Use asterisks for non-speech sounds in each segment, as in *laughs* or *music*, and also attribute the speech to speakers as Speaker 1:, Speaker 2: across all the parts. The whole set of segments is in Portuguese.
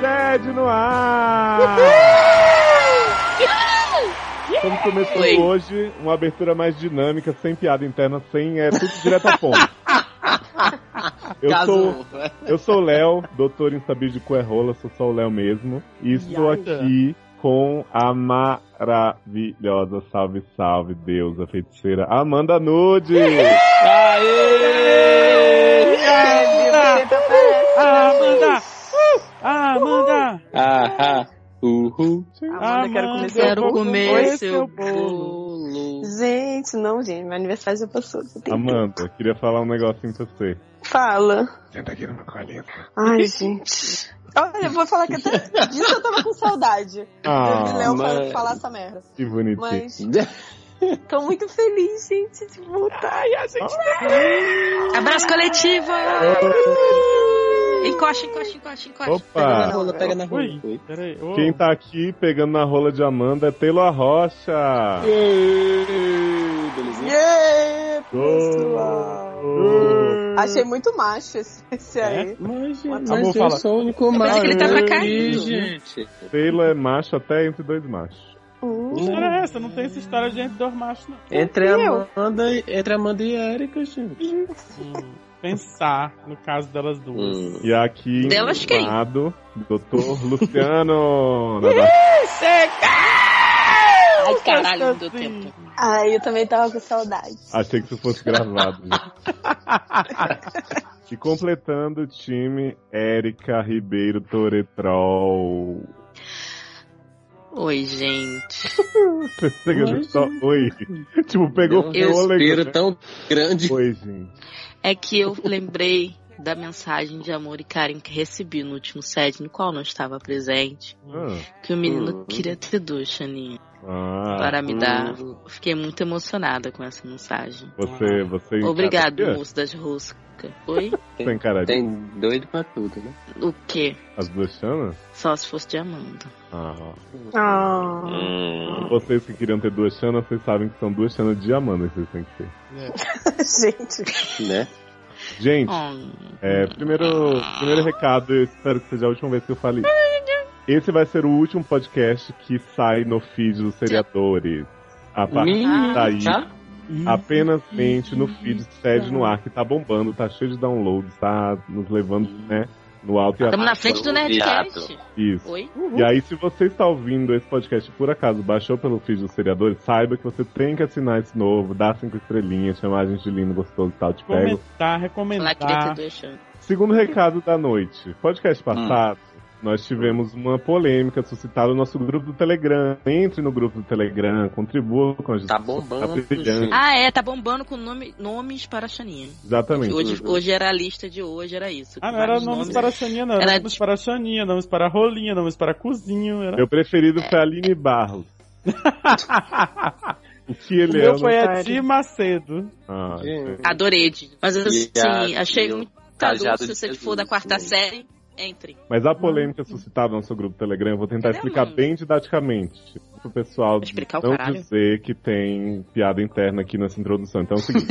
Speaker 1: Sede no ar! Estamos começando hoje uma abertura mais dinâmica, sem piada interna, sem é tudo direto a
Speaker 2: *laughs*
Speaker 1: ponto. Eu sou, eu sou o Léo, doutor em saber de coerrola, sou só o Léo mesmo. E estou aqui com a maravilhosa, salve, salve, deusa feiticeira, Amanda Nude!
Speaker 3: Amanda!
Speaker 4: Amanda!
Speaker 3: Ah, uhul.
Speaker 2: Amanda, quero comer seu
Speaker 4: Quero
Speaker 2: bolo.
Speaker 4: comer
Speaker 2: Oi,
Speaker 4: seu
Speaker 2: seu
Speaker 4: bolo.
Speaker 2: Gente, não, gente, é meu aniversário já passou. Você tem
Speaker 1: Amanda, queria falar um negocinho pra você.
Speaker 2: Fala.
Speaker 1: Senta aqui no meu colinho.
Speaker 2: Ai, *laughs* gente. Olha, eu vou falar que até disso eu tava com saudade. de
Speaker 1: Ah,
Speaker 2: Léo
Speaker 3: mas-
Speaker 2: fa- falar essa merda.
Speaker 1: que bonitinho. *laughs*
Speaker 2: Mas tô muito feliz, gente, de voltar. Ai, a gente
Speaker 4: Abraço coletivo! Encosta, encosta, encosta, encosta.
Speaker 3: Pega na
Speaker 1: Opa!
Speaker 3: rola, pega na rola.
Speaker 4: Ui. Peraí, ô.
Speaker 1: Quem tá aqui pegando na rola de Amanda é Taylor Rocha!
Speaker 3: Ei, Belezinha?
Speaker 2: Yeah, pessoal.
Speaker 1: Gol!
Speaker 2: Achei muito macho esse, esse aí.
Speaker 3: Mas,
Speaker 2: Mas
Speaker 3: mas eu
Speaker 4: fala.
Speaker 3: sou o único mal.
Speaker 4: pensei que ele tava caindo.
Speaker 3: gente.
Speaker 1: Taylor é macho até entre dois machos.
Speaker 2: Hum.
Speaker 4: Que história é essa? Não tem essa história de entre dois machos, não.
Speaker 3: Entre
Speaker 2: Eu.
Speaker 3: Amanda, e- entre Amanda e Erika, gente.
Speaker 4: Pensar no caso delas duas.
Speaker 1: E aqui,
Speaker 4: Delas quem?
Speaker 1: lado, doutor Luciano! *laughs* da Bahia.
Speaker 4: Ai,
Speaker 2: caralho,
Speaker 4: do tempo.
Speaker 2: Ai, eu também tava com saudade.
Speaker 1: Achei que isso fosse gravado. gente. e completando o time, Érica Ribeiro Toretrol.
Speaker 5: Oi, gente.
Speaker 1: Pegou só... Oi! *laughs* Tipo, pegou
Speaker 5: Eu
Speaker 1: fôlego.
Speaker 3: Respiro
Speaker 1: né?
Speaker 3: tão grande.
Speaker 1: Oi, gente.
Speaker 5: É que eu lembrei da mensagem de amor e carinho que recebi no último set, no qual não estava presente,
Speaker 1: Ah,
Speaker 5: que o menino
Speaker 3: Hum.
Speaker 5: queria ter duas, Chaninha,
Speaker 1: ah,
Speaker 5: para me dar.
Speaker 3: Hum.
Speaker 5: Eu Fiquei muito emocionada com essa mensagem.
Speaker 1: Você, você.
Speaker 5: Obrigado,
Speaker 1: encararia?
Speaker 5: moço das roscas. Oi?
Speaker 1: Você encararia
Speaker 3: Tem doido pra tudo, né?
Speaker 5: O quê?
Speaker 1: as duas chanas?
Speaker 5: Só se fosse de Amanda.
Speaker 1: Ah,
Speaker 2: Ah.
Speaker 3: Hum.
Speaker 1: Vocês que queriam ter duas chanas, vocês sabem que são duas chanas de Amanda que vocês têm que ter.
Speaker 2: Ah, *laughs* gente,
Speaker 3: Né?
Speaker 4: Hum.
Speaker 1: Gente,
Speaker 5: Oh,
Speaker 1: é, primeiro, primeiro recado, eu espero que seja a última vez que eu fale. isso. Esse vai ser o último podcast que sai no feed dos seriadores. A partir
Speaker 3: Minha-
Speaker 1: daí,
Speaker 3: Tá?
Speaker 1: Hum.
Speaker 4: *laughs*
Speaker 1: apenas mente no feed sede no ar, que tá bombando, tá cheio de downloads, tá nos levando, né? No alto e
Speaker 5: estamos na
Speaker 1: abaixo.
Speaker 5: frente
Speaker 4: um
Speaker 5: do Nerdcast.
Speaker 1: Isso.
Speaker 5: Oi?
Speaker 4: Uhum.
Speaker 1: E aí, se você está ouvindo esse podcast por acaso, baixou pelo feed dos seriadores, saiba que você tem que assinar esse novo, dar cinco estrelinhas, chamar a gente de lindo, gostoso e tal, te pego.
Speaker 4: Comentar,
Speaker 5: Falar que queria ter
Speaker 4: recomendar.
Speaker 5: duas chances.
Speaker 1: Segundo recado da noite.
Speaker 3: Hum.
Speaker 1: Podcast passado, nós tivemos uma polêmica suscitada no nosso grupo do Telegram. Entre no grupo do Telegram, contribua com a gente.
Speaker 3: Tá bombando,
Speaker 1: Tá brilhando.
Speaker 3: gente.
Speaker 5: Ah, é, tá bombando com nome, nomes para a Chaninha.
Speaker 1: Exatamente.
Speaker 5: Hoje, hoje era a lista de hoje, era isso.
Speaker 4: Ah, não era
Speaker 5: Vários
Speaker 4: nomes para Xaninha, não. Era,
Speaker 5: Era
Speaker 4: nomes para Xaninha, nomes para Rolinha, nomes para Cozinho. Era...
Speaker 1: Meu preferido
Speaker 3: É.
Speaker 1: foi a Aline Barros. o que
Speaker 4: *laughs* O
Speaker 1: ele é?
Speaker 4: meu
Speaker 1: eu não-
Speaker 4: foi a
Speaker 2: Sério.
Speaker 4: Di Macedo.
Speaker 1: Ah,
Speaker 3: Gente.
Speaker 5: Adorei, Didi. mas assim,
Speaker 3: E a-
Speaker 5: achei
Speaker 3: e o
Speaker 5: muito
Speaker 3: cajado
Speaker 5: adulto. Se
Speaker 3: de
Speaker 5: você
Speaker 3: Jesus
Speaker 5: for da quarta
Speaker 3: também.
Speaker 5: série, entre.
Speaker 1: Mas a polêmica suscitada no seu grupo do Telegram, eu vou tentar
Speaker 5: Entendeu,
Speaker 1: explicar
Speaker 5: mano?
Speaker 1: bem didaticamente. tipo, Pro pessoal
Speaker 5: Explicar o
Speaker 1: não
Speaker 5: caralho.
Speaker 1: dizer que tem piada interna aqui nessa introdução. Então é o
Speaker 5: *laughs*
Speaker 1: seguinte: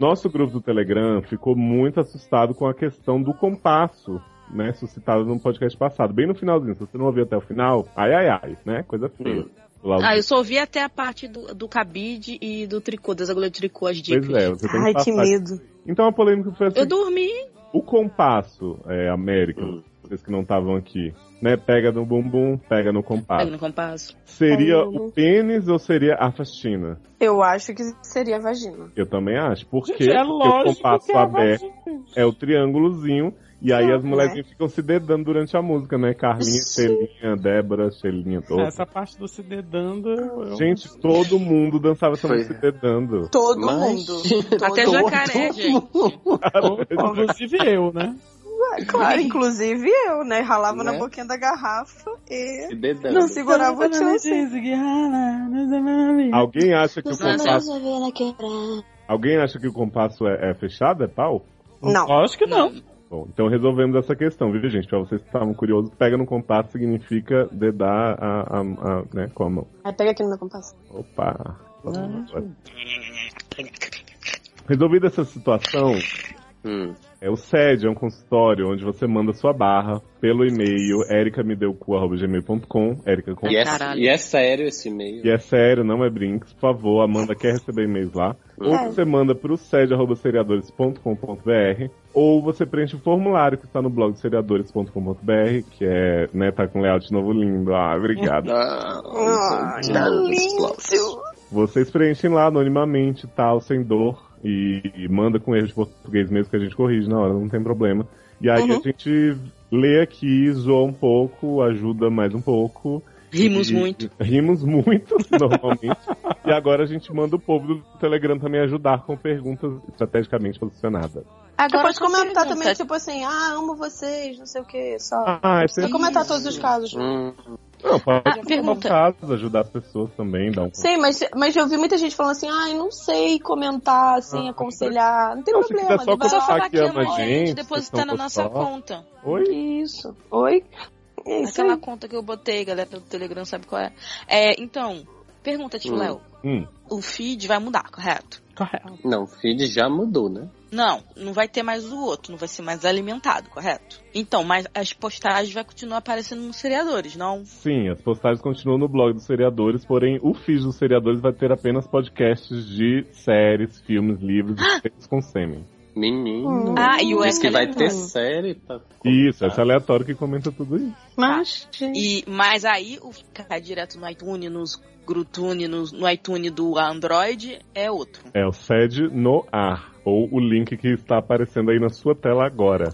Speaker 1: nosso grupo do Telegram ficou muito assustado com a questão do compasso. Né, suscitado no podcast passado, bem no finalzinho. Se você não ouviu até o final, ai ai ai, né? Coisa feia. Lá o-
Speaker 5: Ah, eu só ouvi até a parte do, do cabide e do tricô, das agulhas de tricô, as dicas.
Speaker 1: Pois é, você tem
Speaker 2: ai,
Speaker 1: que
Speaker 2: que
Speaker 1: passar.
Speaker 2: medo.
Speaker 1: Então a polêmica foi assim:
Speaker 5: Eu dormi.
Speaker 1: o compasso, é, América,
Speaker 3: Hum.
Speaker 1: vocês que não estavam aqui, né? Pega no bumbum, pega no compasso.
Speaker 5: Pega
Speaker 3: *laughs*
Speaker 5: no compasso.
Speaker 1: Seria
Speaker 2: Ai,
Speaker 1: o pênis ou seria a faxina?
Speaker 2: Eu acho que seria vagina.
Speaker 1: Eu também acho. Por quê?
Speaker 4: Gente, é
Speaker 1: Porque o
Speaker 4: lógico
Speaker 1: compasso
Speaker 4: que é
Speaker 1: aberto
Speaker 4: vagina.
Speaker 1: é o triângulozinho. E aí
Speaker 2: Não,
Speaker 1: as mulherzinhas ficam se dedando durante a música, né? Carlinha, Celinha, Débora, Celinha, toda.
Speaker 4: É, Essa parte do se dedando...
Speaker 3: *laughs*
Speaker 4: eu- eu-
Speaker 1: Gente, todo mundo dançava essa
Speaker 3: Foi.
Speaker 1: música se dedando.
Speaker 2: Todo
Speaker 3: Mas-
Speaker 2: mundo.
Speaker 3: Tá
Speaker 5: Até
Speaker 2: Todo-
Speaker 5: jacaré, gente.
Speaker 4: Inclusive eu, né?
Speaker 2: Claro, inclusive eu, né? Ralava
Speaker 3: Né?
Speaker 2: na boquinha da garrafa e
Speaker 3: Dedando.
Speaker 2: não segurava o tio.
Speaker 4: é
Speaker 1: Alguém acha que o
Speaker 5: Não, não.
Speaker 1: compasso... Alguém acha que o compasso é, é fechado? É pau?
Speaker 2: Não.
Speaker 4: Lógico que não.
Speaker 1: Ó, Bom, então resolvemos essa questão, viu, gente? Pra vocês que estavam curiosos, pega no compasso significa dedar a, a, a, né, com a mão.
Speaker 2: Aí pega aqui no meu compasso.
Speaker 1: Opa! Resolvida essa situação,
Speaker 3: Hum.
Speaker 1: é o SED, é um consultório onde você manda sua barra pelo e-mail ericamedeucu.gmail.com erica com...
Speaker 3: E, é,
Speaker 5: Caralho.
Speaker 3: e é sério esse e-mail.
Speaker 1: E é sério, não é brinks. Por favor, Amanda quer receber e-mails lá. Ou
Speaker 2: É.
Speaker 1: você manda pro sede.seriadores.com.br ou você preenche o formulário que está no blog do seriadores.com.br, que é, né, tá com layout novo lindo. Ah, obrigado.
Speaker 3: Ah, tá lindo.
Speaker 1: Vocês preenchem lá anonimamente, tal, sem dor, e, e manda com erro de português mesmo que a gente corrige na hora, não tem problema. E aí
Speaker 2: Uhum.
Speaker 1: a gente lê aqui, zoa um pouco, ajuda mais um pouco.
Speaker 5: Rimos
Speaker 1: E-
Speaker 5: muito.
Speaker 1: Rimos muito, *laughs* normalmente. e agora a gente manda o povo do Telegram também ajudar com perguntas estrategicamente posicionadas.
Speaker 2: Você
Speaker 5: Agora
Speaker 2: pode
Speaker 5: com
Speaker 2: comentar
Speaker 5: pergunta.
Speaker 2: também, tipo assim, ah, amo vocês, não sei o que, só.
Speaker 1: Ah, é
Speaker 2: Você
Speaker 1: sempre...
Speaker 2: comentar todos os casos.
Speaker 3: Hum.
Speaker 1: Não, pode
Speaker 5: Ah,
Speaker 1: mandar
Speaker 5: pergunta.
Speaker 1: casos, ajudar as pessoas também, dar um...
Speaker 2: Sim, mas, mas eu vi muita gente falando assim, ai, não sei comentar, assim,
Speaker 1: Ah,
Speaker 2: aconselhar. Não tem
Speaker 1: Não, se
Speaker 2: problema.
Speaker 1: quiser só
Speaker 2: vai
Speaker 5: Só
Speaker 2: lá.
Speaker 1: comentar.
Speaker 5: falar
Speaker 1: que
Speaker 5: que
Speaker 1: ama
Speaker 5: ama a gente,
Speaker 1: gente,
Speaker 5: depositar na
Speaker 1: vocês
Speaker 5: nossa
Speaker 1: são gostosos.
Speaker 5: conta.
Speaker 1: Oi?
Speaker 2: Isso. Oi? É Isso
Speaker 5: Aquela
Speaker 2: aí.
Speaker 5: conta que eu botei, galera do Telegram sabe qual é. É, então, pergunta, tio
Speaker 3: Hum.
Speaker 5: Léo.
Speaker 1: Hum.
Speaker 5: O feed vai mudar, correto?
Speaker 4: Correto.
Speaker 3: Não, o feed já mudou, né?
Speaker 5: Não, não vai ter mais o outro, não vai ser mais alimentado, correto? Então, mas as postagens vai continuar aparecendo nos seriadores, não?
Speaker 1: Sim, as postagens continuam no blog dos seriadores, porém o feed dos seriadores vai ter apenas podcasts de séries, filmes, livros e coisas com sêmen.
Speaker 3: Menino.
Speaker 5: Ah, e o
Speaker 3: Diz que vai ter
Speaker 5: aleatório.
Speaker 3: série pra
Speaker 1: Isso,
Speaker 3: tá?
Speaker 1: esse aleatório que comenta tudo isso.
Speaker 2: Mas, gente,
Speaker 5: E, mas aí o ficar direto no iTunes, nos Grutune, no, no iTunes do Android é outro.
Speaker 1: É o SED no ar, ou o link que está aparecendo aí na sua tela agora.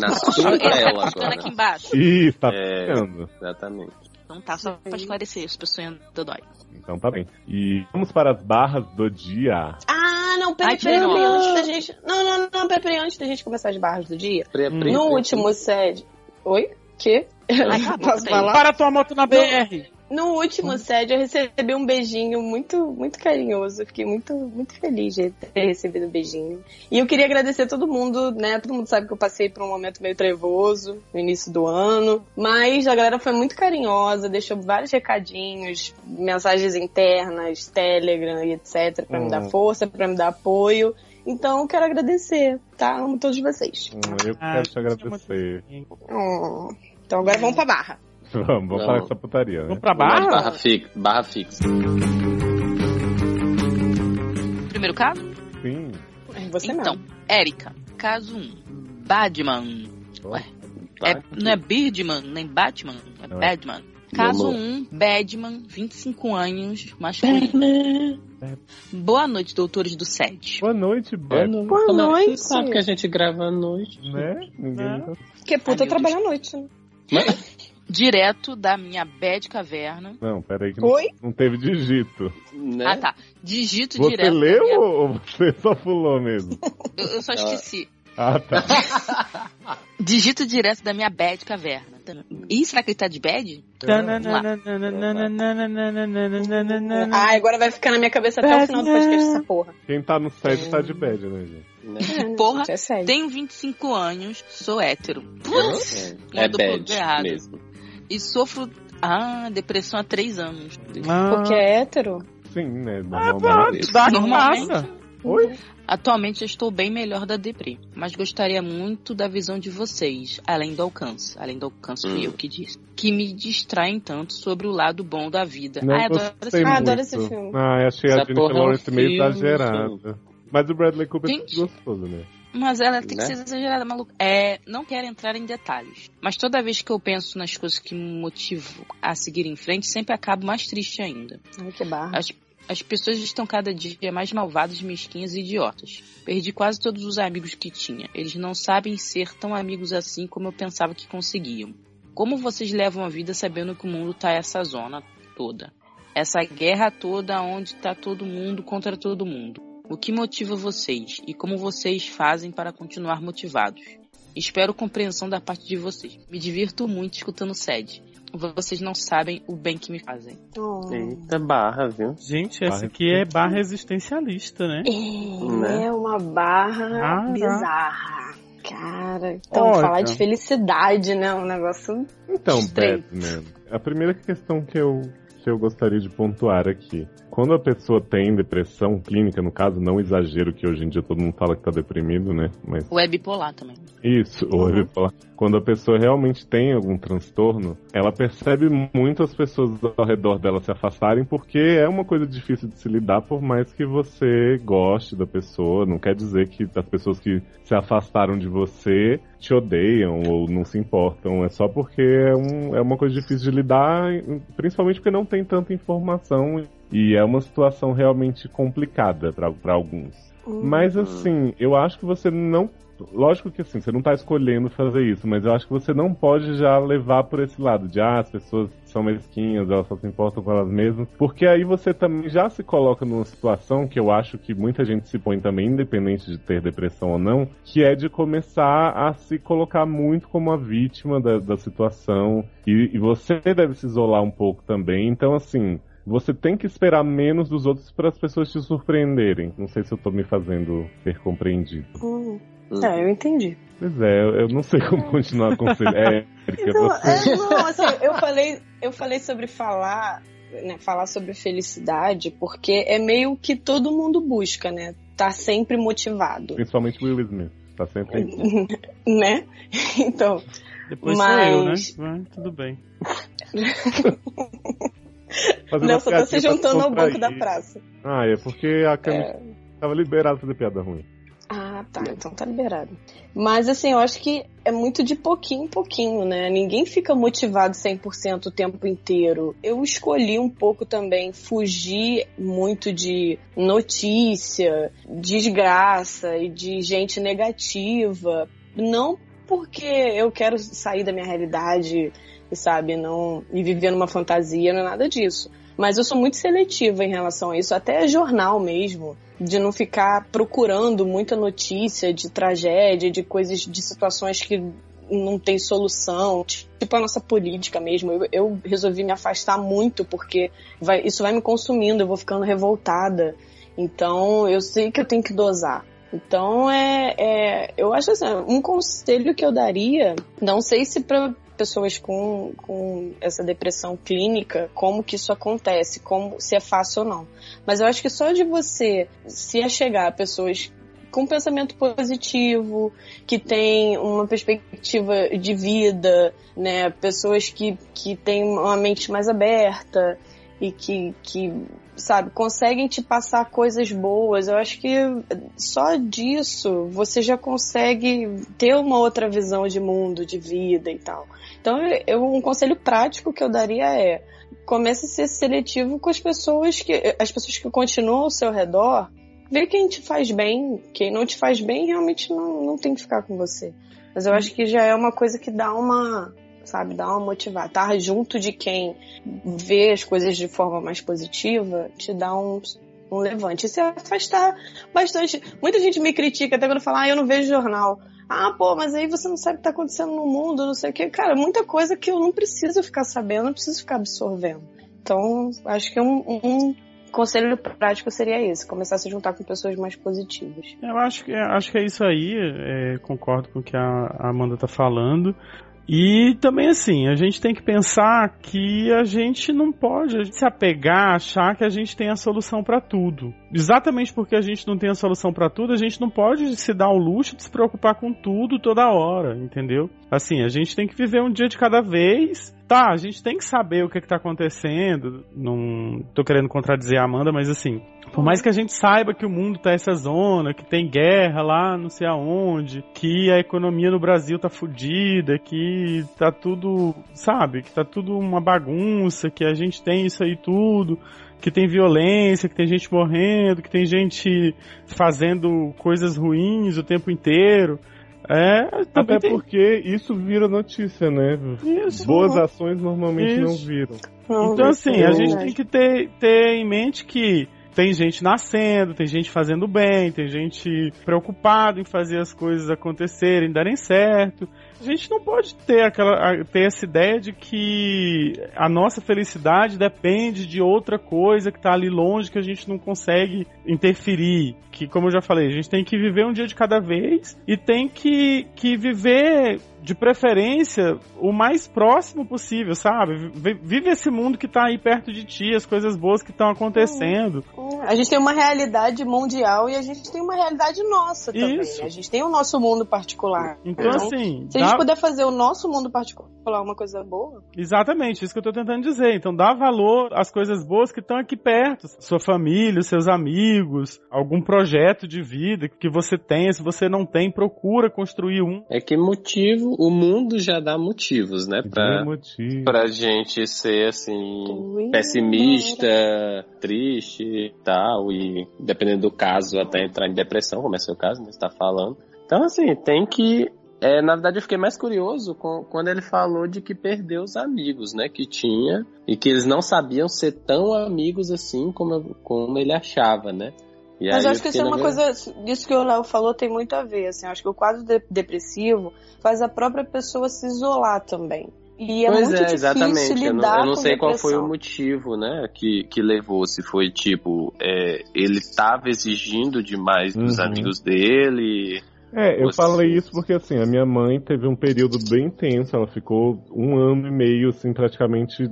Speaker 3: na sua tela
Speaker 5: Ficando tá aqui
Speaker 3: agora.
Speaker 5: embaixo.
Speaker 1: Ih, está
Speaker 3: É,
Speaker 1: vendo?
Speaker 3: exatamente.
Speaker 5: Então tá, só pra esclarecer, as pessoas ainda dói.
Speaker 1: Então tá bem. E vamos para as barras do dia.
Speaker 2: Ah, não,
Speaker 5: Ai,
Speaker 2: peraí,
Speaker 5: que
Speaker 2: peraí,
Speaker 5: legal.
Speaker 2: peraí, antes da gente. Não, não, não, peraí, peraí, antes da gente começar as barras do dia.
Speaker 3: Pri- é pri-
Speaker 2: No
Speaker 3: pri-
Speaker 2: último sede. Oi? Que?
Speaker 5: Ai, tá cala a boca,
Speaker 2: Posso
Speaker 5: Thaís.
Speaker 2: falar?
Speaker 4: Para tua moto na BR!
Speaker 2: No último sede eu recebi um beijinho muito, muito carinhoso. Fiquei muito, muito feliz de ter recebido o beijinho. E eu queria agradecer a todo mundo, né? Todo mundo sabe que eu passei por um momento meio trevoso no início do ano. Mas a galera foi muito carinhosa, deixou vários recadinhos, mensagens internas, Telegram e etc. pra me
Speaker 1: Hum.
Speaker 2: dar força, pra me dar apoio. Então eu quero agradecer, tá? Amo todos vocês.
Speaker 1: Hum, Eu
Speaker 4: Ah,
Speaker 1: quero te
Speaker 4: isso é muito
Speaker 1: agradecer. *laughs*
Speaker 2: Hum. Então agora vamos pra barra.
Speaker 1: Vamos, vamos
Speaker 3: Não.
Speaker 1: parar com essa putaria, né?
Speaker 4: Vamos pra
Speaker 3: Vamos lá de
Speaker 4: barra?
Speaker 3: barra fixa. Barra fixa.
Speaker 5: Primeiro caso?
Speaker 1: Sim.
Speaker 2: Você
Speaker 5: então,
Speaker 2: não.
Speaker 5: Érica. Caso 1. Batman. Ué, É, não é Birdman, nem Batman, é
Speaker 1: Não é.
Speaker 5: Badman. Caso
Speaker 3: Meu
Speaker 5: 1, Badman, 25 anos, masculino. *laughs* Boa noite, doutores do SED.
Speaker 1: Boa noite,
Speaker 3: É,
Speaker 1: Beto.
Speaker 3: não.
Speaker 2: Boa
Speaker 3: Como é que
Speaker 2: noite.
Speaker 3: Você sabe que a gente grava à noite.
Speaker 1: Né? Ninguém
Speaker 4: Não.
Speaker 2: Porque puta
Speaker 5: Ai, meu
Speaker 2: trabalha à noite, né?
Speaker 5: Direto da minha bad caverna.
Speaker 1: Não, peraí que não,
Speaker 2: Oi?
Speaker 1: não teve digito.
Speaker 3: Né?
Speaker 5: Ah, tá. Digito
Speaker 1: É? Você
Speaker 5: direto. da
Speaker 1: leu
Speaker 5: minha-
Speaker 1: ou você só pulou mesmo?
Speaker 5: Eu, eu só esqueci.
Speaker 1: Ah, tá.
Speaker 5: Digito direto da minha bad caverna. Ih, será que ele tá de bad?
Speaker 2: Ah, agora vai ficar na minha cabeça até o final do podcast essa porra.
Speaker 1: Quem tá no sede tá de bad, né, gente?
Speaker 3: Né?
Speaker 2: É,
Speaker 5: Porra.
Speaker 2: gente, É sério.
Speaker 5: Tenho 25 anos, sou hétero.
Speaker 3: É, é
Speaker 5: Mandou pro lugar errado.
Speaker 3: bad mesmo.
Speaker 5: E sofro. Ah, depressão há 3 anos.
Speaker 2: Porque é hétero?
Speaker 1: Sim, né?
Speaker 4: Pronto, dá massa.
Speaker 1: Oi?
Speaker 5: Atualmente eu estou bem melhor da Depri, mas gostaria muito da visão de vocês, além do alcance. Além do alcance fui
Speaker 3: Hum.
Speaker 5: eu que disse. Que me distraem tanto sobre o lado bom da vida.
Speaker 1: Não
Speaker 5: Ai, adoro
Speaker 1: gostei
Speaker 2: Ah,
Speaker 1: muito.
Speaker 2: adoro esse filme.
Speaker 1: Ah, eu achei a
Speaker 3: Essa
Speaker 1: Jennifer
Speaker 3: porra é um
Speaker 1: Lawrence meio
Speaker 3: filme,
Speaker 1: exagerada. Mas o Bradley Cooper
Speaker 5: Gente.
Speaker 1: é gostoso, né?
Speaker 5: Mas ela é tem que
Speaker 3: Né?
Speaker 5: ser exagerada, maluca. É, não quero entrar em detalhes. Mas toda vez que eu penso nas coisas que me motivam a seguir em frente, sempre acabo mais triste ainda.
Speaker 2: Ai, que barra.
Speaker 5: As, as pessoas estão cada dia mais malvadas, mesquinhas e idiotas. Perdi quase todos os amigos que tinha. Eles não sabem ser tão amigos assim como eu pensava que conseguiam. Como vocês levam a vida sabendo que o mundo tá essa zona toda? Essa guerra toda onde tá todo mundo contra todo mundo. O que motiva vocês e como vocês fazem para continuar motivados? Espero compreensão da parte de vocês. Me divirto muito escutando sede. Vocês não sabem o bem que me fazem.
Speaker 2: Oh.
Speaker 3: Eita barra, viu?
Speaker 4: Gente, essa aqui é barra existencialista, né?
Speaker 2: É,
Speaker 3: Né?
Speaker 2: é uma barra
Speaker 4: Barra.
Speaker 2: bizarra. Cara, então
Speaker 4: Olha.
Speaker 2: falar de felicidade, né? Um negócio.
Speaker 1: Então,
Speaker 2: Estranho.
Speaker 1: Batman, a primeira questão que eu, que eu gostaria de pontuar aqui. Quando a pessoa tem depressão clínica, no caso, não exagero que hoje em dia todo mundo fala que tá deprimido, né? Mas
Speaker 5: O é bipolar também.
Speaker 1: Isso, ou ele fala, quando a pessoa realmente tem algum transtorno, ela percebe muito as pessoas ao redor dela se afastarem, porque é uma coisa difícil de se lidar, por mais que você goste da pessoa. Não quer dizer que as pessoas que se afastaram de você te odeiam ou não se importam. É só porque é, um- é uma coisa difícil de lidar, principalmente porque não tem tanta informação. E é uma situação realmente complicada para alguns. Mas assim, eu acho que você não. Lógico que assim, você não tá escolhendo fazer isso, mas eu acho que você não pode já levar por esse lado de ah, as pessoas são mesquinhas, elas só se importam com elas mesmas. Porque aí você também já se coloca numa situação que eu acho que muita gente se põe também, independente de ter depressão ou não, que é de começar a se colocar muito como a vítima da, da situação. E- e você deve se isolar um pouco também. Então, assim, você tem que esperar menos dos outros para as pessoas te surpreenderem. Não sei se eu tô me fazendo ser compreendido.
Speaker 2: Hum.
Speaker 3: Hum.
Speaker 5: É.
Speaker 2: Não, eu entendi.
Speaker 1: Pois é, eu eu não sei como continuar aconselhando. É, Erika,
Speaker 2: Não,
Speaker 1: você.
Speaker 2: é, não, assim, eu falei, eu falei sobre falar, né, falar sobre felicidade, porque é meio que todo mundo busca, né? Tá sempre motivado,
Speaker 1: Principalmente Will Smith. Tá sempre aí.
Speaker 2: né? *laughs* Então,
Speaker 4: Depois
Speaker 2: Mas-
Speaker 4: sou eu, né? Mas tudo bem.
Speaker 1: Fazendo
Speaker 2: não, só
Speaker 1: uma
Speaker 2: tá se
Speaker 1: piadinha pra
Speaker 2: juntando ao banco da É.
Speaker 1: contrair.
Speaker 2: praça.
Speaker 1: Ah, é porque a Camila tava liberada pra fazer piada ruim.
Speaker 2: Ah, tá, então tá liberado. Mas assim, eu acho que é muito de pouquinho em pouquinho, né? Ninguém fica motivado 100% o tempo inteiro. Eu escolhi um pouco também fugir muito de notícia, desgraça e de gente negativa. Não porque eu quero sair da minha realidade, e, sabe, não e viver numa fantasia, não é nada disso. Mas eu sou muito seletiva em relação a isso, até jornal mesmo de não ficar procurando muita notícia de tragédia, de coisas, de situações que não tem solução, tipo a nossa política mesmo. Eu, eu resolvi me afastar muito porque vai- isso vai me consumindo, eu vou ficando revoltada. Então eu sei que eu tenho que dosar. Então é, é- eu acho assim, um conselho que eu daria, não sei se para pessoas com, com essa depressão clínica, como que isso acontece, como se é fácil ou não. Mas eu acho que só de você se achegar a pessoas com pensamento positivo, que tem uma perspectiva de vida, né? Pessoas que, que têm uma mente mais aberta e que, que, sabe, conseguem te passar coisas boas. Eu acho que só disso você já consegue ter uma outra visão de mundo, de vida e tal. Então, eu, um conselho prático que eu daria é comece a ser seletivo com as pessoas que as pessoas que continuam ao seu redor. Vê quem te faz bem, quem não te faz bem realmente não, não tem que ficar com você. Mas eu acho que já é uma coisa que dá uma, sabe, dá uma motivada. Tá junto de quem vê as coisas de forma mais positiva, te dá um, um levante. E se afastar bastante. Muita gente me critica até quando fala, ah, eu não vejo jornal. Ah, pô, mas aí você não sabe o que tá acontecendo no mundo, não sei o quê. Cara, muita coisa que eu não preciso ficar sabendo, não preciso ficar absorvendo. Então, acho que um, um conselho prático seria esse: começar a se juntar com pessoas mais positivas.
Speaker 4: Eu acho que, acho que é isso aí. é, concordo com o que a, a Amanda tá falando. E também assim, a gente tem que pensar que a gente não pode se apegar, achar que a gente tem a solução para tudo. Exatamente porque a gente não tem a solução para tudo, a gente não pode se dar o luxo de se preocupar com tudo toda hora, entendeu? Assim, a gente tem que viver um dia de cada vez. Tá, a gente tem que saber o que, que tá acontecendo. Não tô querendo contradizer a Amanda, mas assim, por mais que a gente saiba que o mundo tá essa zona, que tem guerra lá não sei aonde, que a economia no Brasil tá fodida, que tá tudo, sabe, que tá tudo uma bagunça, que a gente tem isso aí tudo, que tem violência, que tem gente morrendo, que tem gente fazendo coisas ruins o tempo inteiro. É, também
Speaker 1: Até
Speaker 4: tem
Speaker 1: porque isso vira notícia, né?
Speaker 2: é
Speaker 4: isso.
Speaker 1: Boas ações normalmente
Speaker 4: Isso.
Speaker 1: não viram.
Speaker 2: Não,
Speaker 4: Então, assim, a
Speaker 2: é
Speaker 4: gente
Speaker 2: verdade.
Speaker 4: tem que ter, ter em mente que tem gente nascendo, tem gente fazendo bem, tem gente preocupada em fazer as coisas acontecerem, darem certo. A gente não pode ter aquela ter essa ideia de que a nossa felicidade depende de outra coisa que tá ali longe que a gente não consegue interferir. Que como eu já falei, a gente tem que viver um dia de cada vez e tem que, que viver de preferência o mais próximo possível, sabe? V- Vive esse mundo que tá aí perto de ti, as coisas boas que estão acontecendo.
Speaker 2: Tipo, A gente tem uma realidade mundial e a gente tem uma realidade nossa também. né?
Speaker 4: Isso.
Speaker 2: A gente tem o nosso mundo particular.
Speaker 4: Então, assim,
Speaker 2: Se a gente
Speaker 4: dá-
Speaker 2: puder fazer o nosso mundo particular uma coisa boa,
Speaker 4: Exatamente, isso que eu tô tentando dizer. Então dá valor às coisas boas que estão aqui perto. Sua família, os seus amigos, algum projeto de vida que você tenha, se você não tem, procura construir um.
Speaker 3: É que motivo, o mundo já dá motivos, né? Pra,
Speaker 1: Emotivo.
Speaker 3: pra gente ser assim.
Speaker 2: tu-
Speaker 3: pessimista, triste e tal, e dependendo do caso, até entrar em depressão, como é seu caso, né? Você tá falando. Então, assim, tem que. é, na verdade, eu fiquei mais curioso com- quando ele falou de que perdeu os amigos, né? Que tinha, e que eles não sabiam ser tão amigos assim como, eu- como ele achava, né? E
Speaker 2: Mas
Speaker 3: aí
Speaker 2: eu acho
Speaker 3: fiquei
Speaker 2: que isso é uma
Speaker 3: na-
Speaker 2: coisa. Isso que o Léo falou tem muito a ver. Assim, eu acho que o quadro de- depressivo faz a própria pessoa se isolar também. E é
Speaker 3: pois
Speaker 2: muito
Speaker 3: é,
Speaker 2: difícil
Speaker 3: exatamente. eu não,
Speaker 2: lidar
Speaker 3: eu não
Speaker 2: com
Speaker 3: sei qual
Speaker 2: depressão.
Speaker 3: foi o motivo, né, que, que levou. Se foi tipo, é, ele tava exigindo demais dos
Speaker 1: Uhum.
Speaker 3: amigos dele.
Speaker 1: É, eu
Speaker 3: Você-
Speaker 1: falei isso porque assim, a minha mãe teve um período bem intenso, ela ficou um ano e meio, assim, praticamente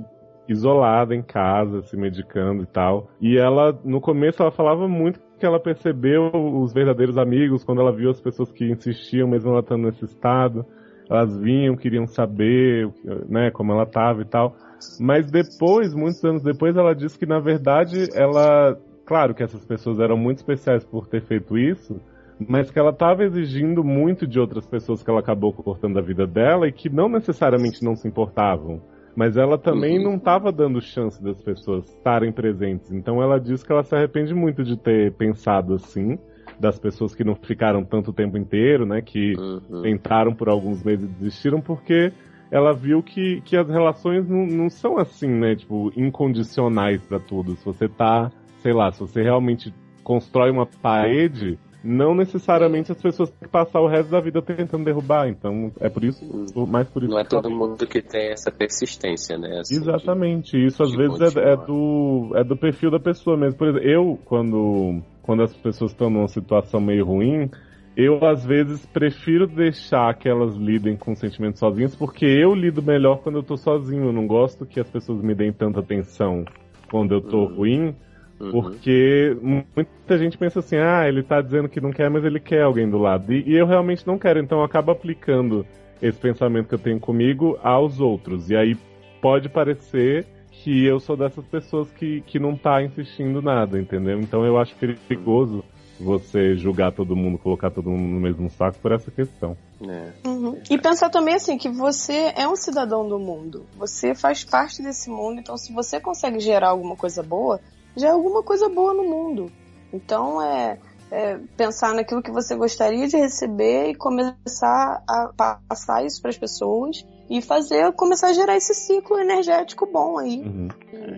Speaker 1: isolada em casa, se medicando e tal. E ela, no começo, ela falava muito que ela percebeu os verdadeiros amigos quando ela viu as pessoas que insistiam, mesmo ela estando nesse estado. Elas vinham, queriam saber, né, como ela tava e tal. Mas depois, muitos anos depois, ela disse que na verdade ela. Claro que essas pessoas eram muito especiais por ter feito isso, mas que ela estava exigindo muito de outras pessoas que ela acabou cortando a vida dela e que não necessariamente não se importavam. Mas ela também
Speaker 3: Uhum.
Speaker 1: não estava dando chance das pessoas estarem presentes. Então ela diz que ela se arrepende muito de ter pensado assim, das pessoas que não ficaram tanto tempo inteiro, né? Que
Speaker 3: Uhum.
Speaker 1: tentaram por alguns meses e desistiram porque ela viu que, que as relações não, não são assim, né? Tipo, incondicionais pra tudo. Se você tá, sei lá, se você realmente constrói uma parede, não necessariamente as pessoas têm que passar o resto da vida tentando derrubar. Então, é por isso, por- mais por isso
Speaker 3: Não é
Speaker 1: que ela-
Speaker 3: todo mundo que tem essa persistência, né? assim, de-
Speaker 1: Exatamente. Isso às
Speaker 3: de
Speaker 1: vezes é, é
Speaker 3: continuar.
Speaker 1: do, é do perfil da pessoa mesmo. Por exemplo, eu, quando, quando as pessoas estão numa situação meio ruim, eu às vezes prefiro deixar que elas lidem com sentimentos sozinhas, porque eu lido melhor quando eu tô sozinho. Eu não gosto que as pessoas me deem tanta atenção quando eu tô
Speaker 3: Uhum.
Speaker 1: ruim,
Speaker 3: Uhum.
Speaker 1: porque mu- muita gente pensa assim, ah, ele tá dizendo que não quer, mas ele quer alguém do lado. E, e eu realmente não quero, então eu acabo aplicando esse pensamento que eu tenho comigo aos outros. E aí pode parecer que eu sou dessas pessoas que, que não tá insistindo nada, entendeu? Então eu acho perigoso você julgar todo mundo, colocar todo mundo no mesmo saco por essa questão.
Speaker 3: É.
Speaker 2: Uhum. E pensar também assim que você é um cidadão do mundo. Você faz parte desse mundo, então se você consegue gerar alguma coisa boa, já é alguma coisa boa no mundo. Então é, é pensar naquilo que você gostaria de receber e começar a pa- passar isso para as pessoas e fazer começar a gerar esse ciclo energético bom aí.
Speaker 1: Uhum.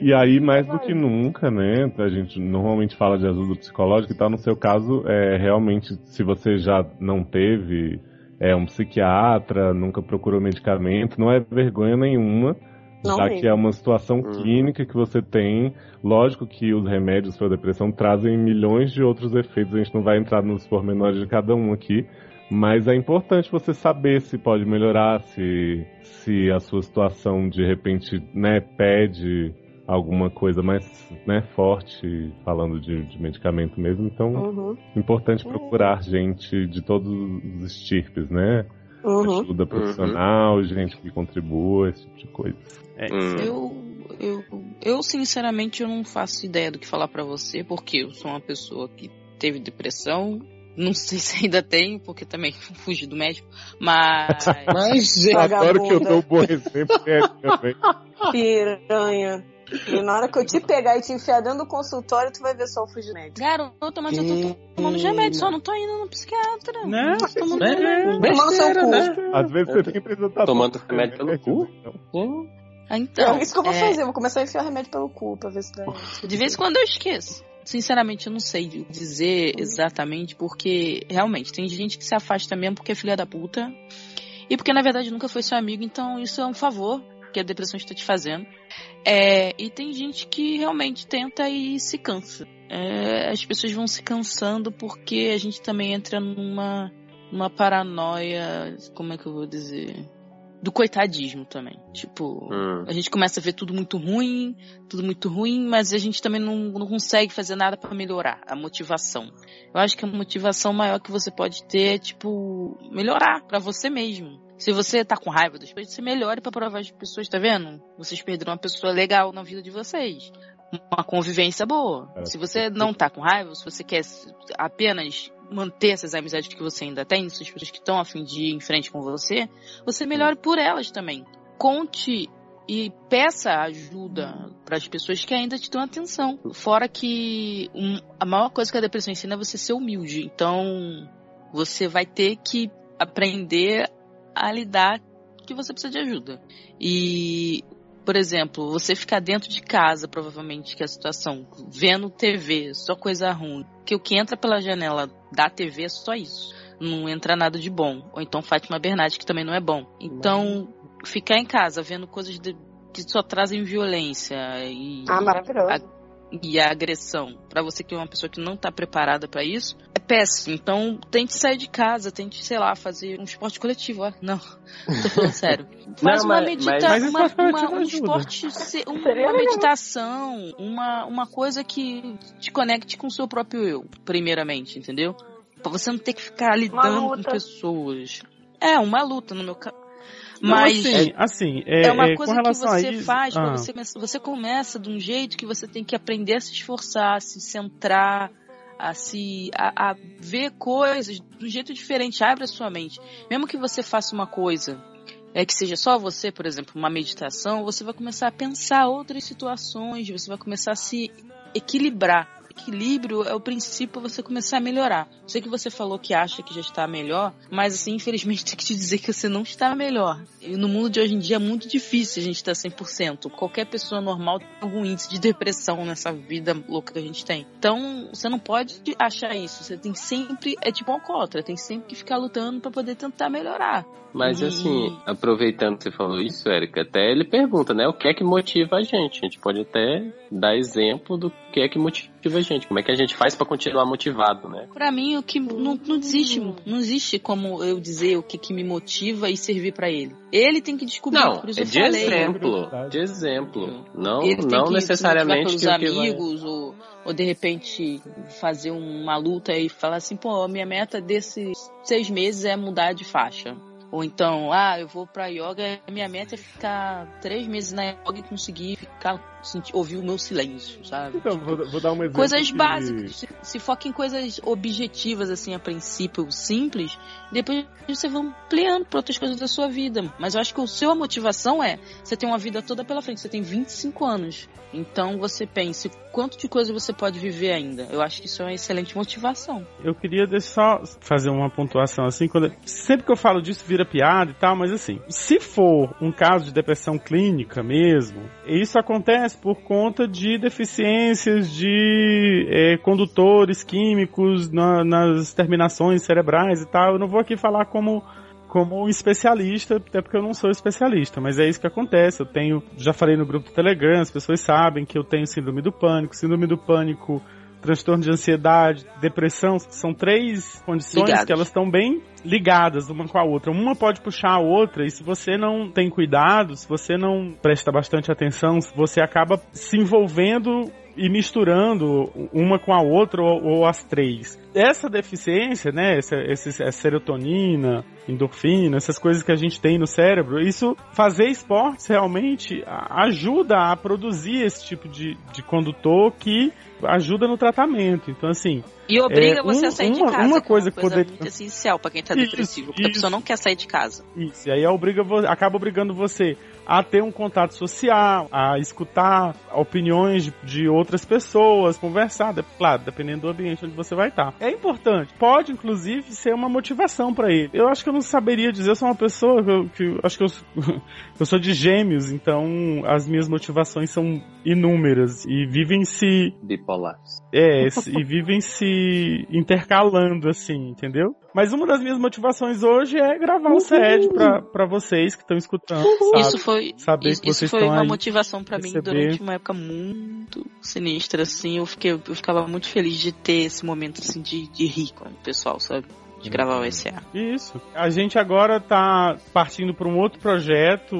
Speaker 1: E aí, mais do que nunca, né? A gente normalmente fala de ajuda psicológica e tal. No seu caso, é realmente, se você já não teve é, um psiquiatra, nunca procurou medicamento, não é vergonha nenhuma.
Speaker 2: Não
Speaker 1: já
Speaker 2: mesmo.
Speaker 1: que é uma situação
Speaker 3: Uhum.
Speaker 1: clínica que você tem, lógico que os remédios para depressão trazem milhões de outros efeitos, a gente não vai entrar nos pormenores de cada um aqui, mas é importante você saber se pode melhorar, se, se a sua situação de repente né, pede alguma coisa mais né, forte, falando de, de medicamento mesmo. Então,
Speaker 2: Uhum.
Speaker 1: é importante
Speaker 2: Uhum.
Speaker 1: procurar gente de todos os estirpes, né?
Speaker 2: Uhum.
Speaker 1: Ajuda profissional, gente que contribua, esse tipo de coisa.
Speaker 4: É
Speaker 3: Hum.
Speaker 5: Eu, eu, eu sinceramente eu não faço ideia do que falar pra você, porque eu sou uma pessoa que teve depressão, não sei *laughs* se ainda tenho, porque também *laughs* fugi do médico, mas *laughs*
Speaker 3: Mas, gente,
Speaker 1: Adoro que eu
Speaker 2: Vagabunda.
Speaker 1: dou um bom exemplo *laughs* é, também.
Speaker 2: Piranha. E na hora que eu te pegar e te enfiar dentro do consultório, tu vai ver só o fugimento.
Speaker 5: garota, mas eu tô tomando os remédios, só não tô indo no psiquiatra.
Speaker 4: Né?
Speaker 5: Não tô tomando
Speaker 3: Né?
Speaker 5: remédio.
Speaker 2: Tomando seu
Speaker 3: Besteira,
Speaker 2: cu.
Speaker 3: né?
Speaker 1: Às vezes você tem que apresentar.
Speaker 3: Tomando remédio pelo cu?
Speaker 1: né?
Speaker 3: Hum.
Speaker 5: Ah,
Speaker 2: É
Speaker 5: Então,
Speaker 2: isso que eu vou
Speaker 5: é,
Speaker 2: fazer, eu vou começar a enfiar remédio pelo cu pra ver se dá. um
Speaker 5: De vez em quando eu esqueço. Sinceramente, eu não sei de- dizer exatamente, porque realmente tem gente que se afasta mesmo porque é filha da puta. E porque na verdade nunca foi seu amigo, então isso é um favor que a depressão está te fazendo. É, e tem gente que realmente tenta e se cansa. É, as pessoas vão se cansando porque a gente também entra numa, numa paranoia, como é que eu vou dizer? Do coitadismo também. Tipo,
Speaker 3: Hum.
Speaker 5: a gente começa a ver tudo muito ruim, tudo muito ruim, mas a gente também não, não consegue fazer nada pra melhorar a motivação. Eu acho que a motivação maior que você pode ter é, tipo, melhorar pra você mesmo. Se você tá com raiva das pessoas, você melhore pra provar as pessoas, tá vendo? Vocês perderam uma pessoa legal na vida de vocês. Uma convivência boa.
Speaker 1: Cara,
Speaker 5: Se você não tá com raiva, se você quer apenas manter essas amizades que você ainda tem, essas pessoas que estão a fim de ir em frente com você, você melhore por elas também. Conte e peça ajuda para as pessoas que ainda te dão atenção. Fora que um- a maior coisa que a depressão ensina é você ser humilde. Então, você vai ter que aprender a lidar que você precisa de ajuda. E, por exemplo, você ficar dentro de casa, provavelmente, que é a situação, vendo TV, só coisa ruim. Que o que entra pela janela da TV é só isso. Não entra nada de bom. Ou então Fátima Bernardes, que também não é bom. Então, ficar em casa vendo coisas de- que só trazem violência e,
Speaker 2: Ah, maravilhoso.
Speaker 5: e a agressão Pra você que é uma pessoa que não tá preparada pra isso é péssimo. Então tente sair de casa, tente, sei lá, fazer um esporte coletivo. ó. Não, tô falando sério. Faz
Speaker 3: Não,
Speaker 5: uma
Speaker 3: mas-
Speaker 5: meditação,
Speaker 4: mas-
Speaker 5: uma,
Speaker 4: Mas esporte
Speaker 5: uma-
Speaker 4: coletivo
Speaker 5: um
Speaker 4: ajuda.
Speaker 5: esporte, se- um-
Speaker 2: Seria
Speaker 5: uma meditação, uma, uma coisa que te conecte com o seu próprio eu, primeiramente, entendeu? Pra você não ter que ficar lidando com
Speaker 2: luta.
Speaker 5: pessoas. É, uma luta no meu caso.
Speaker 4: Não,
Speaker 5: Mas
Speaker 4: assim, assim, é,
Speaker 5: é uma
Speaker 4: é,
Speaker 5: coisa
Speaker 4: com
Speaker 5: que
Speaker 4: relação
Speaker 5: você
Speaker 4: a isso,
Speaker 5: faz, pra
Speaker 4: Ah,
Speaker 5: você, começa- você começa de um jeito que você tem que aprender a se esforçar, a se centrar, a se a, a ver coisas de um jeito diferente, abre a sua mente. Mesmo que você faça uma coisa é que seja só você, por exemplo, uma meditação, você vai começar a pensar outras situações, você vai começar a se equilibrar. Equilíbrio é o princípio pra você começar a melhorar. Sei que você falou que acha que já está melhor, mas assim, infelizmente *laughs* tem que te dizer que você não está melhor. E no mundo de hoje em dia é muito difícil a gente estar 100%. Qualquer pessoa normal tem algum índice de depressão nessa vida louca que a gente tem. Então, você não pode achar isso. Você tem sempre, é tipo um alcoólatra, tem sempre que ficar lutando pra poder tentar melhorar.
Speaker 3: Mas
Speaker 5: Hum.
Speaker 3: assim, aproveitando que você falou isso, Érica, até ele pergunta, né? O que é que motiva a gente? A gente pode até dar exemplo do que é que motiva a gente. Como é que a gente faz pra continuar motivado, né?
Speaker 5: Pra mim, o que não, não existe, não existe como eu dizer o que, que me motiva e servir pra ele. Ele tem que descobrir,
Speaker 3: Não,
Speaker 5: por isso
Speaker 3: é
Speaker 5: eu
Speaker 3: de
Speaker 5: falei.
Speaker 3: exemplo. De exemplo. Não,
Speaker 5: Ele tem
Speaker 3: não
Speaker 5: que
Speaker 3: necessariamente
Speaker 5: se
Speaker 3: que o
Speaker 5: motivar
Speaker 3: que
Speaker 5: pelos
Speaker 3: vai-
Speaker 5: amigos ou, ou de repente fazer uma luta e falar assim, pô, a minha meta desses seis meses é mudar de faixa. Ou então, ah, eu vou pra yoga, a minha meta é ficar três meses na yoga e conseguir ficar, sentir- ouvir o meu silêncio, sabe?
Speaker 1: Então, vou, vou dar um exemplo.
Speaker 5: Coisas
Speaker 1: de-
Speaker 5: básicas. Se, se foca em coisas objetivas, assim, a princípio, simples, depois você vai ampliando para outras coisas da sua vida. Mas eu acho que o seu a motivação é, você tem uma vida toda pela frente, você tem 25 anos. Então você pense, quanto de coisa você pode viver ainda? Eu acho que isso é uma excelente motivação.
Speaker 4: eu queria deixar só fazer uma pontuação assim, quando sempre que eu falo disso vira piada e tal, mas assim, se for um caso de depressão clínica mesmo, isso acontece por conta de deficiências de eh, condutores químicos na- nas terminações cerebrais e tal. Eu não vou aqui falar como como um especialista, até porque eu não sou especialista, mas é isso que acontece. Eu tenho, já falei no grupo do Telegram, as pessoas sabem que eu tenho síndrome do pânico, síndrome do pânico transtorno de ansiedade, depressão, são três condições
Speaker 5: Ligadas.
Speaker 4: que elas estão bem ligadas uma com a outra. Uma pode puxar a outra e se você não tem cuidado, se você não presta bastante atenção, você acaba se envolvendo e misturando uma com a outra ou, ou as três. Essa deficiência, né, essa, esses- essa serotonina, endorfina, essas coisas que a gente tem no cérebro, isso fazer esportes realmente a- ajuda a produzir esse tipo de, de condutor que ajuda no tratamento. Então, assim,
Speaker 5: E obriga
Speaker 4: É,
Speaker 5: você
Speaker 4: um-
Speaker 5: a sair
Speaker 4: uma-
Speaker 5: de casa.
Speaker 4: uma
Speaker 5: que é
Speaker 4: coisa que poder-
Speaker 5: muito essencial para quem tá
Speaker 4: Isso,
Speaker 5: depressivo, porque a
Speaker 4: isso.
Speaker 5: pessoa não quer sair de casa.
Speaker 4: isso. E aí obriga, vo- acaba obrigando você a ter um contato social, a escutar opiniões de, de outras pessoas, conversar, de- claro, dependendo do ambiente onde você vai estar. É importante. Pode, inclusive, ser uma motivação pra ele. Eu acho que eu não saberia dizer, eu sou uma pessoa que, eu- que eu- acho que eu, *laughs* eu sou de gêmeos, então as minhas motivações são inúmeras e vivem se
Speaker 3: Bipolar.
Speaker 4: é, se- e vivem se intercalando, assim, entendeu? Mas uma das minhas motivações hoje é gravar o SED pra, pra vocês que estão escutando. sabe?
Speaker 5: Isso foi,
Speaker 4: Saber
Speaker 5: isso,
Speaker 4: que vocês
Speaker 5: isso foi
Speaker 4: estão
Speaker 5: uma
Speaker 4: aí.
Speaker 5: motivação pra mim
Speaker 4: receber.
Speaker 5: durante uma época muito sinistra, assim. Eu, fiquei, eu ficava muito feliz de ter esse momento, assim, de, de rir com o pessoal, sabe? De
Speaker 4: Uhum.
Speaker 5: gravar o SA.
Speaker 4: Isso. A gente agora tá partindo para um outro projeto,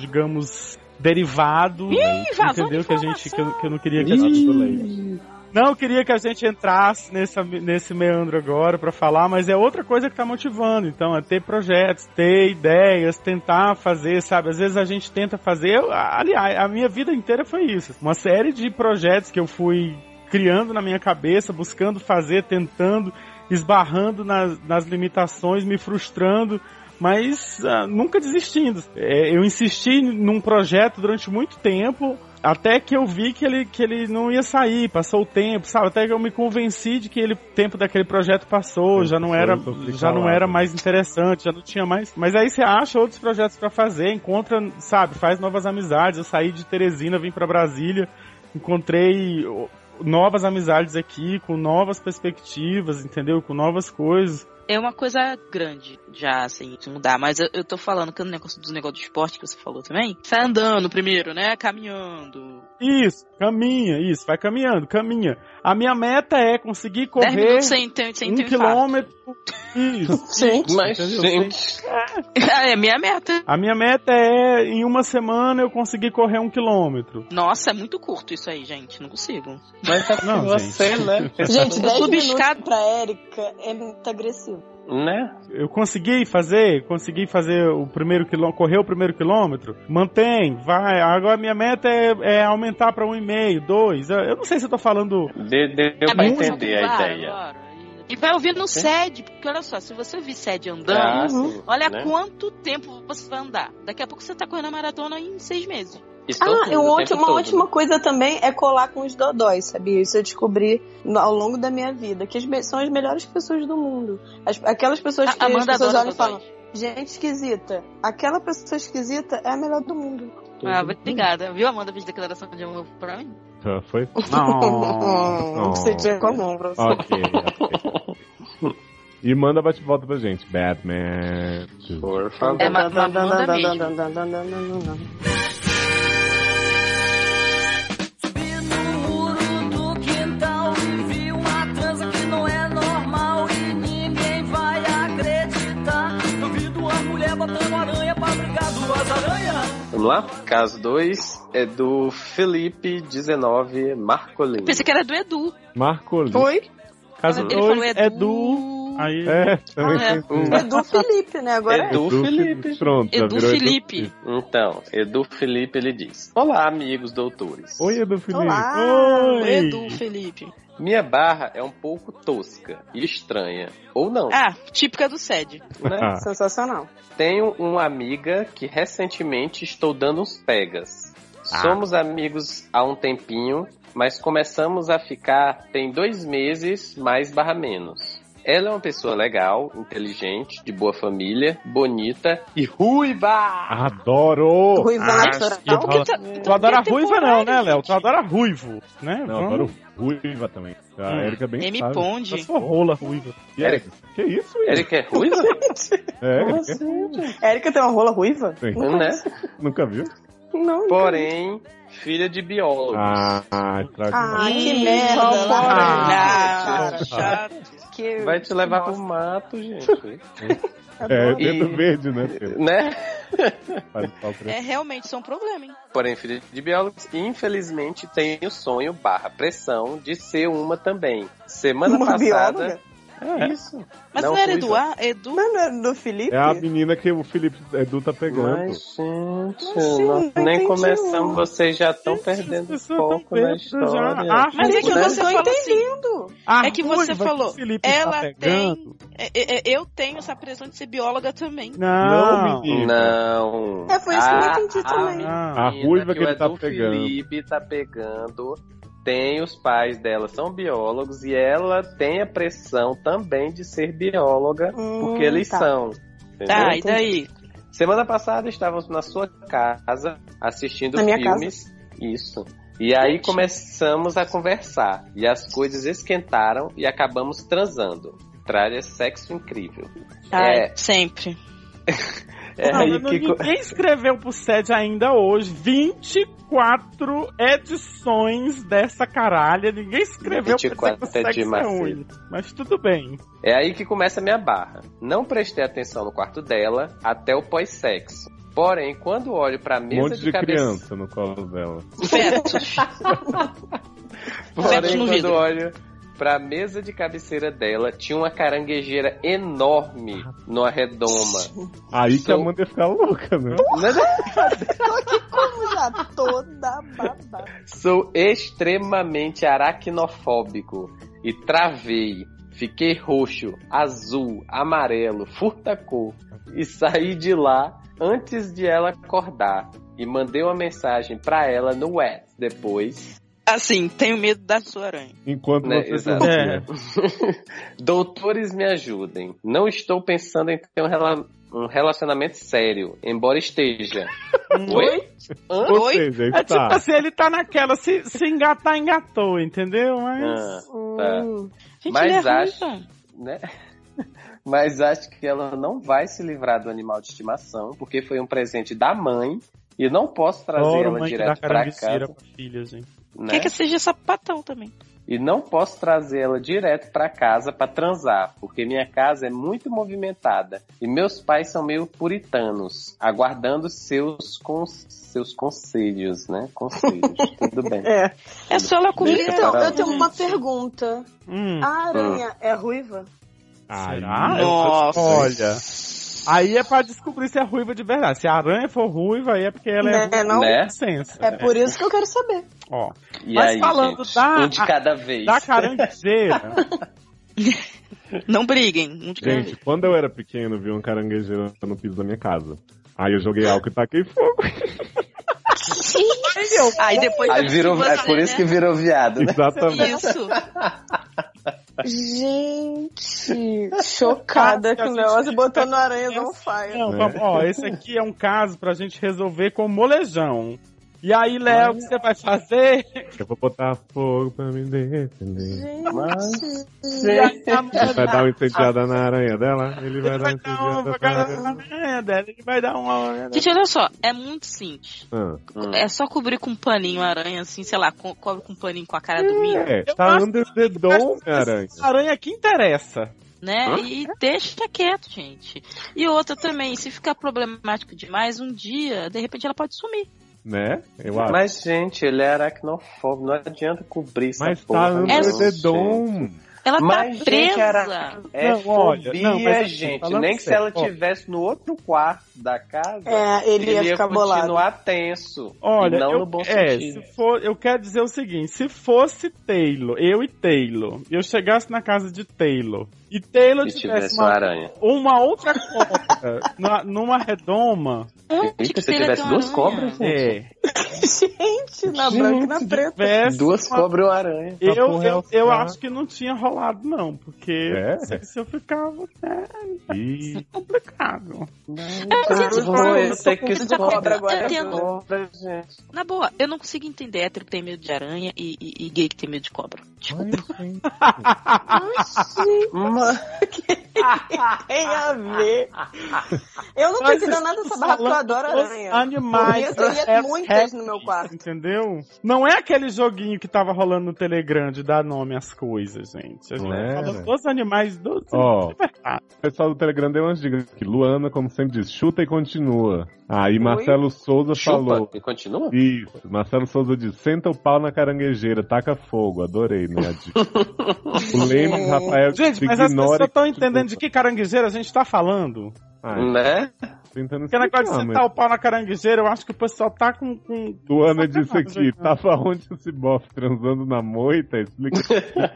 Speaker 4: digamos, derivado.
Speaker 5: vazou né?
Speaker 4: entendeu?
Speaker 5: de
Speaker 4: Que a gente que eu, que eu não queria que a gente
Speaker 1: Ih,
Speaker 4: não eu queria que a gente entrasse nessa, nesse meandro agora para falar, mas é outra coisa que tá motivando. Então, é ter projetos, ter ideias, tentar fazer, sabe? Às vezes a gente tenta fazer. Eu, aliás, a minha vida inteira foi isso. Uma série de projetos que eu fui criando na minha cabeça, buscando fazer, tentando, esbarrando nas, nas limitações, me frustrando. Mas ah, nunca desistindo. É, eu insisti num projeto durante muito tempo, até que eu vi que ele, que ele não ia sair, passou o tempo, sabe? Até que eu me convenci de que ele, o tempo daquele projeto passou,
Speaker 1: Eu
Speaker 4: já não
Speaker 1: sou-
Speaker 4: era,
Speaker 1: eu sou
Speaker 4: já não era
Speaker 1: calado.
Speaker 4: mais interessante, já não tinha mais. Mas aí você acha outros projetos pra fazer, encontra, sabe, faz novas amizades. Eu saí de Teresina, vim pra Brasília, encontrei o- novas amizades aqui, com novas perspectivas, entendeu? Com novas coisas.
Speaker 5: É uma coisa grande, já, assim, de mudar. Mas eu, eu tô falando que no negócio do negócio do esporte que você falou também. Sai andando primeiro, né? Caminhando.
Speaker 4: Isso, caminha, isso, vai caminhando, caminha. A minha meta é conseguir
Speaker 5: 10
Speaker 4: correr
Speaker 5: minutos sem ter, sem
Speaker 4: um
Speaker 5: ter um infarto. *laughs*
Speaker 4: quilômetro. Isso.
Speaker 3: Gente, mas
Speaker 4: entendeu?
Speaker 3: gente.
Speaker 5: É minha meta.
Speaker 4: A minha meta é, em uma semana, eu conseguir correr um quilômetro.
Speaker 5: Nossa, é muito curto isso aí, gente. Não consigo.
Speaker 3: Mas é
Speaker 4: Não,
Speaker 3: não, você, né?
Speaker 2: Gente, 10
Speaker 5: Subescada.
Speaker 2: minutos pra Érica é muito agressivo.
Speaker 3: né?
Speaker 4: Eu consegui fazer, consegui fazer o primeiro quilômetro, correr o primeiro quilômetro, mantém, vai. Agora minha meta é, é aumentar pra um e meio, dois. Eu- Eu não sei se eu
Speaker 3: *laughs*
Speaker 4: tô falando.
Speaker 3: De, de, deu
Speaker 5: É
Speaker 3: pra
Speaker 5: bom,
Speaker 3: entender a
Speaker 5: claro,
Speaker 3: ideia.
Speaker 5: claro. E vai ouvir
Speaker 4: É.
Speaker 5: no
Speaker 3: Sim.
Speaker 5: SED, porque olha só, se você ouvir SED andando,
Speaker 3: Ah, sim,
Speaker 5: Uhum. olha
Speaker 3: né?
Speaker 5: quanto tempo você vai andar. Daqui a pouco você tá correndo a maratona em seis meses.
Speaker 3: Estou
Speaker 2: Ah,
Speaker 5: é
Speaker 3: ouvindo
Speaker 2: um
Speaker 3: o
Speaker 2: ótimo,
Speaker 3: tempo
Speaker 2: uma
Speaker 3: todo.
Speaker 5: né?
Speaker 2: ótima coisa também é colar com os dodóis, sabia? Isso eu descobri no- ao longo da minha vida, que as me- são as melhores pessoas do mundo. As- aquelas pessoas que
Speaker 5: A Amanda
Speaker 2: as pessoas
Speaker 5: adora
Speaker 2: olham e
Speaker 5: os
Speaker 2: falam,
Speaker 5: dodóis.
Speaker 2: gente esquisita, aquela pessoa esquisita é a melhor do mundo.
Speaker 5: Ah, obrigada. Viu, Amanda, fez declaração de amor pra mim?
Speaker 1: Já Ah, foi?
Speaker 2: Não precisa dizer comum, professor.
Speaker 1: Ok. aceito. E manda bate-volta pra gente, Batman.
Speaker 3: Por favor.
Speaker 5: É, mas- mas manda mesmo.
Speaker 6: Subi no muro do quintal e vi uma trança que não é normal e ninguém vai acreditar. Eu vi duas mulheres botando aranha pra brigar duas aranhas.
Speaker 3: Vamos lá? Caso 2 é do Felipe19 Marcolin.
Speaker 5: Pensei que era do Edu.
Speaker 1: Marcolin.
Speaker 2: Foi
Speaker 4: Caso
Speaker 5: Ele falou
Speaker 4: 2
Speaker 5: Edu.
Speaker 4: é do. Aí.
Speaker 1: É, também
Speaker 5: Ah, é.
Speaker 1: pensei.
Speaker 2: Edu Felipe, né? Agora é.
Speaker 3: Edu Felipe.
Speaker 1: Pronto, já
Speaker 5: Edu
Speaker 1: virou
Speaker 5: Felipe.
Speaker 3: Então, Edu Felipe ele diz: Olá, amigos doutores.
Speaker 1: Oi, Edu Felipe.
Speaker 2: Olá,
Speaker 1: Oi.
Speaker 4: Hum.
Speaker 5: Edu Felipe.
Speaker 3: Minha barra é um pouco tosca e estranha. Ou não,
Speaker 5: Ah, típica do SED.
Speaker 3: né?
Speaker 1: Ah,
Speaker 2: Sensacional.
Speaker 3: Tenho uma amiga que recentemente estou dando uns pegas. Somos amigos há um tempinho, mas começamos a ficar tem dois meses, mais barra menos. Ela é uma pessoa legal, inteligente, de boa família, bonita e ruiva!
Speaker 1: adoro!
Speaker 2: Ruiva
Speaker 4: ah,
Speaker 2: natural.
Speaker 4: que rola.
Speaker 5: tá-
Speaker 4: Tu adora
Speaker 5: tem
Speaker 4: ruiva, não, né,
Speaker 5: temporário,
Speaker 4: Léo?
Speaker 5: gente.
Speaker 4: Tu adora ruivo, né?
Speaker 1: Não,
Speaker 4: Vamos-
Speaker 1: adoro ruiva também. A
Speaker 4: Hum.
Speaker 1: Erika bem
Speaker 5: M.
Speaker 1: sabe.
Speaker 4: Tá
Speaker 5: Pond.
Speaker 4: sua rola ruiva.
Speaker 1: E Erika? Que isso, Erika?
Speaker 3: Erika é ruiva?
Speaker 5: *laughs*
Speaker 1: É,
Speaker 3: Como
Speaker 1: Erika?
Speaker 3: assim, gente?
Speaker 2: Érica tem uma rola ruiva?
Speaker 1: Sim.
Speaker 3: Né?
Speaker 1: Nunca viu?
Speaker 2: Não.
Speaker 3: Porém, filha de biólogo.
Speaker 1: Ah, ah, trago.
Speaker 2: Ah, que
Speaker 5: Ih,
Speaker 2: merda.
Speaker 5: não
Speaker 2: Ah,
Speaker 5: pode. Chato.
Speaker 2: que...
Speaker 3: Vai te levar pro mato,
Speaker 1: *laughs*
Speaker 3: gente.
Speaker 5: tá
Speaker 1: é,
Speaker 2: Adoro.
Speaker 1: dedo
Speaker 3: E-
Speaker 1: verde, né? Pedro?
Speaker 3: né?
Speaker 1: Faz pau pra-
Speaker 5: É realmente isso é um problema, hein?
Speaker 3: Porém, filha de biólogo, infelizmente tenho o sonho barra pressão de ser uma também. Semana
Speaker 2: Uma
Speaker 3: passada.
Speaker 2: bióloga?
Speaker 3: É isso.
Speaker 5: Mas não, era
Speaker 3: ruiva.
Speaker 5: Eduard, Edu? ah?
Speaker 2: Mas não é do Felipe?
Speaker 1: É a menina que o Felipe Edu tá pegando.
Speaker 3: Mas, gente,
Speaker 2: Mas, sim,
Speaker 3: nós
Speaker 2: não
Speaker 3: nem
Speaker 2: entendi
Speaker 3: começamos,
Speaker 2: um.
Speaker 3: vocês já estão
Speaker 4: Gente,
Speaker 3: perdendo
Speaker 4: as
Speaker 3: um
Speaker 4: pessoas tão
Speaker 3: pouco na
Speaker 4: perdidas já.
Speaker 3: história.
Speaker 4: Ah,
Speaker 5: Mas é que
Speaker 3: né?
Speaker 2: Eu
Speaker 5: você
Speaker 2: não tô tá
Speaker 5: fala assim,
Speaker 2: entendendo.
Speaker 4: Ah,
Speaker 5: É que você
Speaker 4: ruiva
Speaker 5: falou,
Speaker 4: o Felipe está
Speaker 5: ela
Speaker 4: pegando.
Speaker 5: tem. é, é, é, eu tenho essa pressão de ser bióloga também.
Speaker 1: Não,
Speaker 4: Ah. Não,
Speaker 1: menino.
Speaker 3: Não.
Speaker 2: É, foi isso que eu
Speaker 3: A-
Speaker 2: entendi também.
Speaker 4: não.
Speaker 1: A
Speaker 3: menina
Speaker 1: ruiva que
Speaker 3: o
Speaker 1: ele tá
Speaker 3: Edu
Speaker 1: pegando.
Speaker 3: Felipe tá pegando. Tem os pais dela, são biólogos, e ela tem a pressão também de ser bióloga, porque
Speaker 2: Hum,
Speaker 3: eles
Speaker 2: tá.
Speaker 3: são. Entendeu?
Speaker 5: Tá, e daí?
Speaker 3: Semana passada estávamos na sua casa assistindo
Speaker 2: Na minha
Speaker 3: filmes. Isso. E aí começamos a conversar. E as coisas esquentaram e acabamos transando. contrária, sexo incrível.
Speaker 5: Ai,
Speaker 3: É.
Speaker 5: Sempre.
Speaker 3: É
Speaker 4: Não,
Speaker 3: aí
Speaker 4: não-
Speaker 3: que. co-
Speaker 4: Ninguém escreveu pro SED ainda hoje. 24 edições dessa caralha. Ninguém escreveu pra dizer
Speaker 3: 24
Speaker 4: que o sexo
Speaker 3: é de macete.
Speaker 4: único. Mas tudo bem.
Speaker 3: É aí que começa a minha barra. Não prestei atenção no quarto dela até o pós-sexo. Porém, quando olho pra
Speaker 1: Um
Speaker 3: mesa
Speaker 1: monte de
Speaker 3: cabeça.
Speaker 1: criança no colo dela.
Speaker 5: Fetos. Sexo
Speaker 3: Porém,
Speaker 5: no
Speaker 3: quando
Speaker 5: vidro.
Speaker 3: olho pra mesa de cabeceira dela, tinha uma caranguejeira enorme numa redoma. é
Speaker 1: Aí que a
Speaker 3: Sou-
Speaker 1: Amanda ia ficar louca, né?
Speaker 2: Tô aqui como já toda babada.
Speaker 3: Sou extremamente aracnofóbico e travei. Fiquei roxo, azul, amarelo, furta-cor e saí de lá antes de ela acordar. E mandei uma mensagem pra ela no Whats depois.
Speaker 5: Assim, tenho medo da sua aranha.
Speaker 1: Enquanto
Speaker 3: Né,
Speaker 1: você
Speaker 3: exato.
Speaker 1: dormia.
Speaker 3: Doutores, me ajudem. Não estou pensando em ter um, rela- um relacionamento sério, embora esteja. Oi? Hã?
Speaker 1: Ou
Speaker 5: Oi?
Speaker 1: seja,
Speaker 4: É tipo
Speaker 1: está.
Speaker 4: assim, ele tá naquela. Se, se engatar, engatou, entendeu? Mas.
Speaker 3: Ah,
Speaker 2: Hum.
Speaker 5: Gente,
Speaker 3: Mas
Speaker 5: ele é ruim,
Speaker 3: acho-
Speaker 5: cara.
Speaker 3: né? Mas acho que ela não vai se livrar do animal de estimação, porque foi um presente da mãe e não posso trazer
Speaker 4: Ora,
Speaker 3: ela
Speaker 4: mãe que dá
Speaker 3: direto pra
Speaker 4: carambiceira
Speaker 3: casa,
Speaker 4: pra filha, assim. gente.
Speaker 3: né?
Speaker 5: Quer que seja sapatão também.
Speaker 3: E não posso trazer ela direto pra casa pra transar, porque minha casa é muito movimentada e meus pais são meio puritanos, aguardando seus cons- seus conselhos, né? Conselhos. Tudo bem.
Speaker 2: É.
Speaker 5: É só ela comer.
Speaker 3: Deixa
Speaker 2: *laughs* Então,
Speaker 3: Separado.
Speaker 2: eu tenho uma pergunta.
Speaker 4: Hum.
Speaker 2: A aranha é ruiva?
Speaker 1: Ai,
Speaker 4: Será?
Speaker 5: Nossa.
Speaker 4: Olha. Aí é pra descobrir se é ruiva de verdade. Se a aranha for ruiva, aí é porque ela é
Speaker 2: Né,
Speaker 4: ruiva
Speaker 2: não?
Speaker 3: Né?
Speaker 4: com senso.
Speaker 2: É por isso que eu quero saber.
Speaker 4: Ó,
Speaker 3: E
Speaker 4: Mas
Speaker 3: aí,
Speaker 4: falando
Speaker 3: gente,
Speaker 4: da-
Speaker 3: um de cada vez.
Speaker 4: da caranguejeira.
Speaker 3: *laughs*
Speaker 5: Não briguem. Um de cada
Speaker 1: Gente, quando eu era pequeno, vi uma caranguejeira no piso da minha casa. Aí eu joguei álcool e taquei fogo.
Speaker 5: vez. Aí depois.
Speaker 3: Aí virou,
Speaker 5: você,
Speaker 3: é por isso que
Speaker 5: né?
Speaker 3: virou
Speaker 1: *laughs*
Speaker 3: viado, né?
Speaker 1: Exatamente.
Speaker 5: Isso.
Speaker 2: *laughs* Gente, chocada com o negócio botando aranha não faz.
Speaker 4: Não,
Speaker 1: né?
Speaker 4: vamos, ó, esse aqui é um caso pra gente resolver com molejão. E aí, Léo, o que você vai *laughs* fazer?
Speaker 1: Eu vou botar fogo pra me defender.
Speaker 3: Mas-
Speaker 4: E aí, a mulher
Speaker 1: Vai dar uma incendiada na aranha dela? Ele vai
Speaker 4: Ele
Speaker 1: dar uma incendiada
Speaker 4: vai dar uma
Speaker 1: na
Speaker 4: vagada
Speaker 1: aranha.
Speaker 4: na aranha dela, ele vai dar uma.
Speaker 5: Gente, olha só. É muito simples.
Speaker 1: Ah,
Speaker 3: Hum.
Speaker 5: É só cobrir com um paninho a aranha, assim, sei lá, co cobre com um paninho com a cara do milho,
Speaker 1: É,
Speaker 4: Eu
Speaker 1: tá
Speaker 4: acho
Speaker 1: under the dome,
Speaker 4: assim,
Speaker 1: aranha.
Speaker 4: A aranha que interessa.
Speaker 5: né?
Speaker 3: Hã?
Speaker 5: E deixa quieto, gente. E outra também, se ficar problemático demais, um dia, de repente ela pode sumir.
Speaker 1: Né? Eu acho.
Speaker 3: Mas, gente, ele é aracnofóbico. Não adianta cobrir essa
Speaker 1: Mas
Speaker 3: porra. é
Speaker 1: tá under
Speaker 3: não,
Speaker 1: the
Speaker 3: gente.
Speaker 1: dome.
Speaker 5: Ela
Speaker 3: Mas,
Speaker 5: tá
Speaker 3: gente,
Speaker 5: presa.
Speaker 3: era- É
Speaker 4: Não, olha,
Speaker 3: fobia,
Speaker 4: não, mas assim,
Speaker 3: gente.
Speaker 4: falando
Speaker 3: Nem que se
Speaker 4: sério,
Speaker 3: ela
Speaker 4: ó.
Speaker 3: estivesse no outro quarto da casa,
Speaker 2: É, ele ia ficar bolado.
Speaker 3: continuar tenso.
Speaker 4: Olha,
Speaker 3: e não
Speaker 4: eu,
Speaker 3: no bom
Speaker 4: é,
Speaker 3: sentido.
Speaker 4: se for, eu quero dizer o seguinte: se fosse Taylor, eu e Taylor, eu chegasse na casa de Taylor e Taylor
Speaker 3: Se
Speaker 4: tivesse
Speaker 3: tivesse uma
Speaker 4: uma,
Speaker 3: aranha.
Speaker 4: uma outra cobra *laughs* na- numa redoma,
Speaker 2: tipo,
Speaker 5: Onde
Speaker 3: Eita,
Speaker 5: que
Speaker 3: se
Speaker 5: ele
Speaker 3: tivesse
Speaker 5: tem
Speaker 3: duas
Speaker 5: aranha?
Speaker 3: cobras, gente.
Speaker 4: é,
Speaker 2: *laughs* Gente, na branca e na preta.
Speaker 4: tivesse
Speaker 3: Duas
Speaker 4: uma
Speaker 3: cobras e uma aranha.
Speaker 4: Eu,
Speaker 1: Papo reto,
Speaker 4: eu, eu
Speaker 1: tá?
Speaker 4: acho que não tinha rolado, não, porque
Speaker 1: É?
Speaker 4: se, se eu ficava até
Speaker 1: Ih,
Speaker 4: complicado.
Speaker 2: É,
Speaker 3: Você é que
Speaker 2: de cobra agora.
Speaker 5: Eu entendo.
Speaker 3: cobra, gente.
Speaker 5: Na boa, eu não consigo entender hétero que tem medo de aranha e, e- e gay que tem medo de cobra. Desculpa.
Speaker 1: olha, gente.
Speaker 3: Mas-
Speaker 2: Tem a ver. Eu não tô
Speaker 4: Mas
Speaker 2: entendendo nada dessa barra porque eu adoro
Speaker 4: Os
Speaker 2: aranha.
Speaker 4: animais. é,
Speaker 2: Eu teria
Speaker 4: as
Speaker 2: muitas
Speaker 4: répteis,
Speaker 2: no meu quarto.
Speaker 4: Entendeu? Não é aquele joguinho que tava rolando no Telegram de dar nome às coisas, gente. A gente
Speaker 1: Não era?
Speaker 4: fala dos animais dos.
Speaker 1: Ó.
Speaker 4: *laughs* de verdade.
Speaker 1: O pessoal do Telegram deu umas dicas aqui. Luana, como sempre diz, chuta e continua. Aí Marcelo Souza falou.
Speaker 3: Chupa. E continua?
Speaker 1: Isso, Marcelo Souza diz, senta o pau na caranguejeira, taca fogo, adorei, né? a
Speaker 4: *laughs*
Speaker 1: dica. o Leme, Rafael, diz,
Speaker 4: Gente, mas as pessoas
Speaker 1: ignora
Speaker 4: estão
Speaker 1: que- tá
Speaker 4: entendendo de que caranguejeira a gente tá falando.
Speaker 1: Ah,
Speaker 3: Né?
Speaker 1: tentando
Speaker 4: Porque é um negócio de
Speaker 1: explicar,
Speaker 4: sentar
Speaker 1: mas
Speaker 4: o pau na caranguejeira, eu acho que o pessoal tá com. com...
Speaker 1: Luana disse
Speaker 4: Sacanagem,
Speaker 1: aqui,
Speaker 4: né?
Speaker 1: tava onde esse bofe transando na moita,
Speaker 4: *laughs*
Speaker 1: explica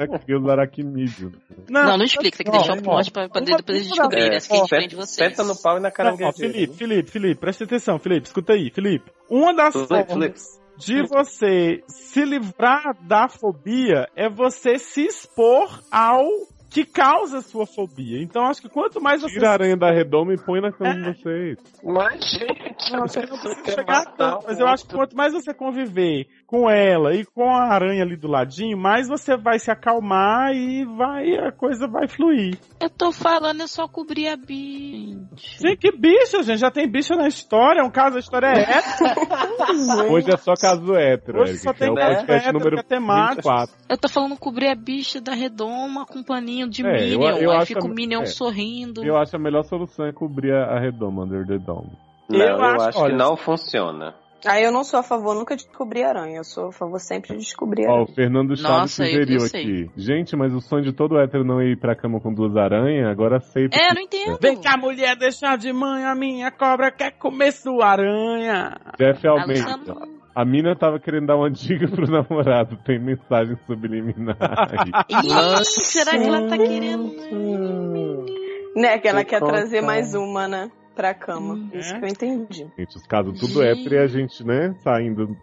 Speaker 1: aqui os aracnídeos.
Speaker 5: Não, não explica, tem que
Speaker 4: ó,
Speaker 5: deixar
Speaker 4: ó,
Speaker 5: o plot pra, pra
Speaker 4: uma
Speaker 5: depois eles
Speaker 4: cultura-
Speaker 5: descobrirem,
Speaker 3: É,
Speaker 5: assim, que a gente
Speaker 3: senta-
Speaker 5: prende vocês.
Speaker 3: Senta no pau e na
Speaker 4: Não, ó,
Speaker 3: caranguejeira.
Speaker 4: Felipe, Felipe, Felipe, presta atenção, Felipe, escuta aí, Felipe. Uma das
Speaker 3: Felipe,
Speaker 4: formas de você se livrar da fobia é você se expor ao que causa sua fobia. Então acho que quanto mais você.
Speaker 1: Tira a aranha da redoma e põe na cama
Speaker 4: É.
Speaker 1: de vocês.
Speaker 3: Mas, gente,
Speaker 4: Não, você
Speaker 3: *laughs*
Speaker 4: não precisa
Speaker 3: quer
Speaker 4: chegar
Speaker 3: matar um
Speaker 4: tanto,
Speaker 3: o
Speaker 4: mas eu acho que
Speaker 3: outro.
Speaker 4: quanto mais você conviver com ela e com a aranha ali do ladinho, mais você vai se acalmar e vai a coisa vai fluir.
Speaker 5: Eu tô falando, eu só cobri a bicha.
Speaker 4: Sim, que bicha, gente, já tem bicha na história, é um caso, a história é hétero.
Speaker 1: Hoje é só caso hétero,
Speaker 4: Hoje
Speaker 1: Eric,
Speaker 4: só
Speaker 1: que
Speaker 4: tem
Speaker 1: é o
Speaker 3: caso
Speaker 1: podcast
Speaker 4: hétero,
Speaker 1: número
Speaker 4: que é temático.
Speaker 1: 24.
Speaker 5: Eu tô falando cobrir a bicha da redoma com um paninho de
Speaker 1: É, eu-
Speaker 5: Minion.
Speaker 1: eu
Speaker 5: aí
Speaker 1: acho
Speaker 5: fica o
Speaker 1: a-
Speaker 5: Minion
Speaker 1: é.
Speaker 5: sorrindo.
Speaker 1: Eu acho a melhor solução é cobrir a, a redoma Under the Dome.
Speaker 3: Não, eu,
Speaker 4: acho-
Speaker 3: acho,
Speaker 4: olha,
Speaker 3: que não funciona.
Speaker 2: Aí eu não sou a favor nunca de descobrir aranha. Eu sou a favor sempre de descobrir
Speaker 1: Ó,
Speaker 2: aranha.
Speaker 1: o Fernando Chaves
Speaker 5: Nossa, eu-
Speaker 1: sugeriu
Speaker 5: eu sei.
Speaker 1: aqui. Gente, mas o sonho de todo hétero não é ir pra cama com duas aranhas, agora aceita.
Speaker 5: É, eu não entendo.
Speaker 4: Vem cá, mulher, deixar de mãe, a minha cobra quer comer sua aranha.
Speaker 5: É,
Speaker 1: Jeff
Speaker 5: A
Speaker 1: Almeida.
Speaker 5: Luciana não-
Speaker 1: A mina tava querendo dar uma dica pro *laughs* namorado. Tem mensagem
Speaker 5: *laughs*
Speaker 1: subliminar aí.
Speaker 5: Ih, será que ela tá querendo?
Speaker 2: Né, que ela
Speaker 3: Que
Speaker 2: quer
Speaker 3: conta.
Speaker 2: trazer mais uma, né? Pra cama.
Speaker 3: Uhum.
Speaker 5: Hum.
Speaker 2: Isso
Speaker 4: É.
Speaker 2: que eu entendi.
Speaker 1: Gente, os casos tudo hétero e a gente, né, saindo. do-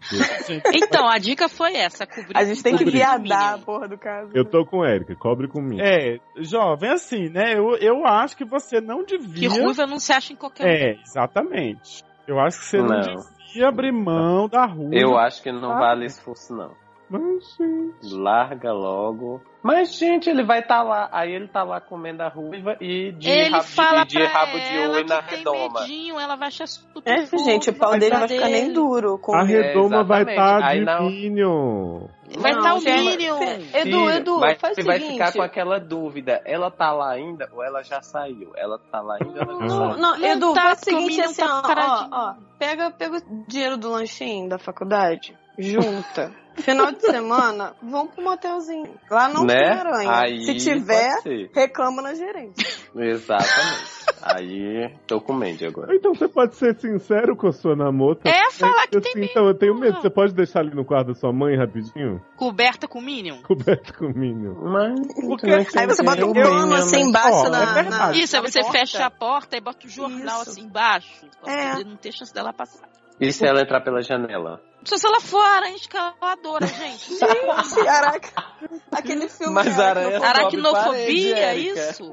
Speaker 5: Então, a dica foi essa, cobrir
Speaker 2: A gente tem que
Speaker 3: um
Speaker 5: com paninho de
Speaker 2: viadar a
Speaker 5: Minion.
Speaker 2: porra do caso.
Speaker 1: Eu tô com Érica, cobre comigo.
Speaker 4: É, jovem, assim, né? Eu, eu acho que você não
Speaker 5: Que
Speaker 4: devia.
Speaker 5: ruiva não se acha em qualquer um. lugar.
Speaker 4: É, exatamente. Eu acho que você não,
Speaker 3: Não.
Speaker 4: devia abrir mão da rua.
Speaker 3: Eu acho que não
Speaker 4: Ah.
Speaker 3: vale esforço, não.
Speaker 1: Mas, gente,
Speaker 3: Larga logo. Mas, gente, ele vai estar lá. Aí ele tá lá comendo a ruiva e de
Speaker 5: Ele
Speaker 3: rabo,
Speaker 5: fala
Speaker 3: de, e de
Speaker 5: pra
Speaker 3: rabo de
Speaker 5: ela
Speaker 3: olho
Speaker 5: que
Speaker 3: na
Speaker 5: tem
Speaker 3: redoma.
Speaker 5: medinho, ela vai achar super
Speaker 2: É,
Speaker 3: Uhum.
Speaker 5: fofo,
Speaker 2: gente, o pau dele
Speaker 5: gostar
Speaker 2: vai ficar nem
Speaker 5: dele.
Speaker 2: duro. Com...
Speaker 1: a redoma vai
Speaker 3: exatamente.
Speaker 1: estar
Speaker 4: tá
Speaker 3: Aí
Speaker 1: de
Speaker 3: não-
Speaker 1: Minion.
Speaker 5: Vai
Speaker 2: Não,
Speaker 5: estar o
Speaker 2: gente, é.
Speaker 5: Minion.
Speaker 2: cê- Edu,
Speaker 3: Filho,
Speaker 2: Edu,
Speaker 3: mas
Speaker 2: faz o
Speaker 3: você
Speaker 2: seguinte.
Speaker 3: vai ficar com aquela dúvida. Ela tá lá ainda ou ela já saiu? Ela tá lá ainda ou ela já
Speaker 2: Não,
Speaker 3: saiu?
Speaker 2: não,
Speaker 5: Não
Speaker 2: Edu,
Speaker 5: tá,
Speaker 2: faz o
Speaker 5: porque o
Speaker 2: seguinte
Speaker 5: Minion
Speaker 2: assim,
Speaker 5: tá
Speaker 2: ó, ó,
Speaker 5: paradinho.
Speaker 2: ó, Pega, pega o dinheiro do lanchinho da faculdade, junta. *laughs* Final de semana, vão pro motelzinho. Lá não tem aranha.
Speaker 3: Né? Aí
Speaker 2: Se tiver,
Speaker 3: pode ser.
Speaker 2: reclama na gerente.
Speaker 3: Exatamente. Aí tô com mente
Speaker 1: Ou
Speaker 3: agora.
Speaker 1: Então você pode ser sincero com a sua namota.
Speaker 5: É falar que
Speaker 1: Eu,
Speaker 5: tem
Speaker 1: assim, então, eu tenho
Speaker 5: Minion.
Speaker 1: medo. Você pode deixar ali no quarto da sua mãe rapidinho?
Speaker 5: coberta com Minion.
Speaker 1: Coberto com Minion.
Speaker 3: Mas
Speaker 4: Porque-
Speaker 2: Aí você bota um
Speaker 4: Eu-
Speaker 2: pano assim
Speaker 4: Ó,
Speaker 2: embaixo
Speaker 4: é
Speaker 2: na, na.
Speaker 4: verdade.
Speaker 5: Isso, aí você
Speaker 2: porta.
Speaker 5: fecha a porta e bota o jornal
Speaker 2: Isso.
Speaker 5: assim embaixo. pra
Speaker 2: É.
Speaker 5: poder Não ter chance dela passar.
Speaker 3: E se ela entrar pela janela?
Speaker 5: Só se ela for aranha
Speaker 3: *laughs*
Speaker 5: escaladora, gente.
Speaker 2: Gente, caraca. Aquele filme.
Speaker 3: Mas
Speaker 2: cara,
Speaker 3: aranha-
Speaker 2: que não-
Speaker 3: Sobe
Speaker 5: Aracnofobia,
Speaker 3: parede, Érica.
Speaker 5: é isso?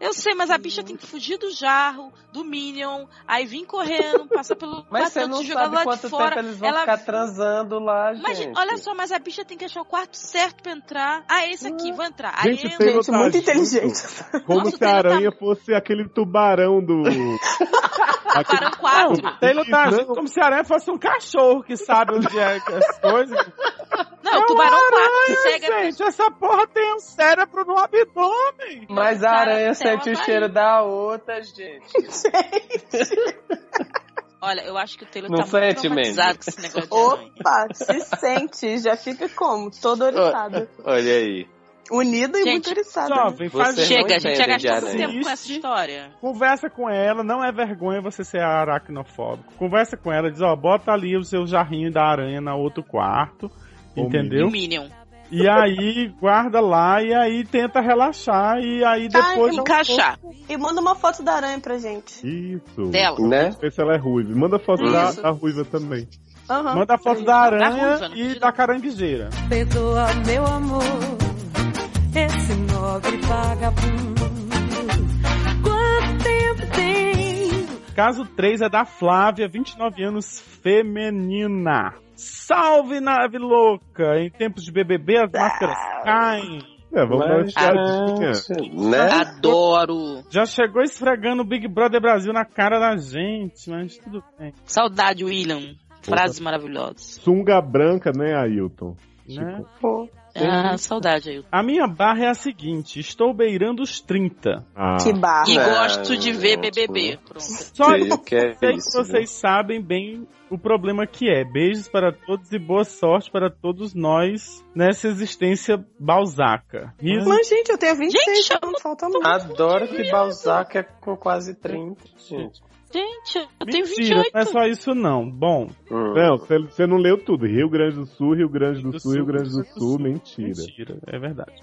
Speaker 5: Eu sei, mas a bicha tem que fugir do jarro, do Minion, aí vir correndo, passar
Speaker 3: *laughs*
Speaker 5: pelo
Speaker 3: Mas você
Speaker 5: batendo,
Speaker 3: não
Speaker 5: se jogar
Speaker 3: sabe
Speaker 5: lá de
Speaker 3: quanto
Speaker 5: fora.
Speaker 3: tempo é eles vão
Speaker 5: ela-
Speaker 3: ficar transando lá, gente.
Speaker 5: Imagina, olha só, mas a bicha tem que achar o quarto certo pra entrar. Ah, é esse
Speaker 3: Hum.
Speaker 5: aqui, vou entrar. Aí
Speaker 1: Gente,
Speaker 5: entra.
Speaker 1: tem
Speaker 2: Gente,
Speaker 1: outra
Speaker 2: muito
Speaker 1: ajuda.
Speaker 2: inteligente.
Speaker 1: Como se a
Speaker 5: Nossa, o tá Taylor
Speaker 1: aranha fosse aquele tubarão
Speaker 5: *laughs*
Speaker 1: do. aquele...
Speaker 5: Tubarão 4.
Speaker 4: Taylor tá
Speaker 1: Não.
Speaker 4: agindo como se a aranha fosse um cachorro que sabe onde é que as coisas.
Speaker 5: Não, tubarão
Speaker 3: Ah,
Speaker 5: 4 que segue a
Speaker 4: Gente, essa porra tem um cérebro no abdômen.
Speaker 3: Mas a
Speaker 5: Cara, é
Speaker 3: aranha
Speaker 5: ela
Speaker 3: sente o
Speaker 5: vai-
Speaker 3: cheiro da outra, gente.
Speaker 5: Olha, eu acho que o Taylor
Speaker 3: Não
Speaker 5: tá
Speaker 3: sente,
Speaker 5: muito traumatizado
Speaker 3: Mandy?
Speaker 5: com esse negócio de aranha.
Speaker 2: Opa, se sente, já fica como? Todo oriçado.
Speaker 3: Olha aí.
Speaker 2: Unida e
Speaker 5: Gente,
Speaker 2: muito oriçada. né?
Speaker 4: Jovem, faz
Speaker 3: Você não
Speaker 5: Chega, gente, já
Speaker 3: entende de
Speaker 5: gastou
Speaker 3: aranha.
Speaker 5: tempo com essa história.
Speaker 4: Conversa com ela, não é vergonha você ser aracnofóbico. Conversa com ela, diz, ó, bota ali o seu jarrinho da aranha na outro quarto,
Speaker 1: Ô,
Speaker 5: E
Speaker 4: entendeu?
Speaker 5: o Minion.
Speaker 4: E aí guarda lá e aí tenta relaxar e aí depois
Speaker 2: Ai,
Speaker 5: Encaixar
Speaker 2: E manda uma foto da aranha pra gente.
Speaker 1: Isso.
Speaker 5: dela.
Speaker 3: Né?
Speaker 1: Vê se ela é ruiva. Manda foto da,
Speaker 2: Isso.
Speaker 1: da ruiva também.
Speaker 2: Aham.
Speaker 4: manda a foto da
Speaker 5: Da
Speaker 4: aranha
Speaker 5: ruiva, não
Speaker 4: e
Speaker 5: tira.
Speaker 4: da caranguejeira.
Speaker 6: Perdoa, meu amor, esse nobre vagabundo. Quanto tempo tem?
Speaker 4: Caso 3 é da Flávia, 29 anos, feminina. Salve nave louca! Em tempos de BBB as máscaras caem.
Speaker 1: É, vamos dar uma
Speaker 3: Mas,
Speaker 1: espiadinha.
Speaker 3: gente, né?
Speaker 5: Adoro.
Speaker 4: Já chegou esfregando o Big Brother Brasil na cara da gente, mas tudo bem.
Speaker 5: Saudade, William. Frases maravilhosas.
Speaker 1: Sunga branca, né, Ailton? Tipo,
Speaker 4: Né?
Speaker 2: Pô,
Speaker 5: Ah, saudade, Ailton.
Speaker 4: A minha barra é a seguinte: estou beirando os 30.
Speaker 1: Ah,
Speaker 2: que barra.
Speaker 5: E
Speaker 3: Não,
Speaker 5: gosto de ver
Speaker 3: não.
Speaker 5: BBB. Pronto.
Speaker 4: Só
Speaker 3: Sei o que é
Speaker 4: sei que
Speaker 3: isso,
Speaker 4: vocês sabem bem o problema que é. Beijos para todos e boa sorte para todos nós nessa existência balzaca. Riso,
Speaker 2: Mas, gente, eu tenho 26,
Speaker 5: Gente,
Speaker 2: então não falta muito.
Speaker 3: Adoro que Balzac é com quase 30, gente.
Speaker 5: Gente, eu tenho
Speaker 4: mentira, não é
Speaker 5: 28.
Speaker 4: só isso não. Bom,
Speaker 3: Hum.
Speaker 1: Não, você- você não leu tudo. Rio Grande do Sul, Rio Grande do,
Speaker 4: Do
Speaker 1: Sul, Rio Grande do Sul, mentira.
Speaker 4: mentira, é verdade.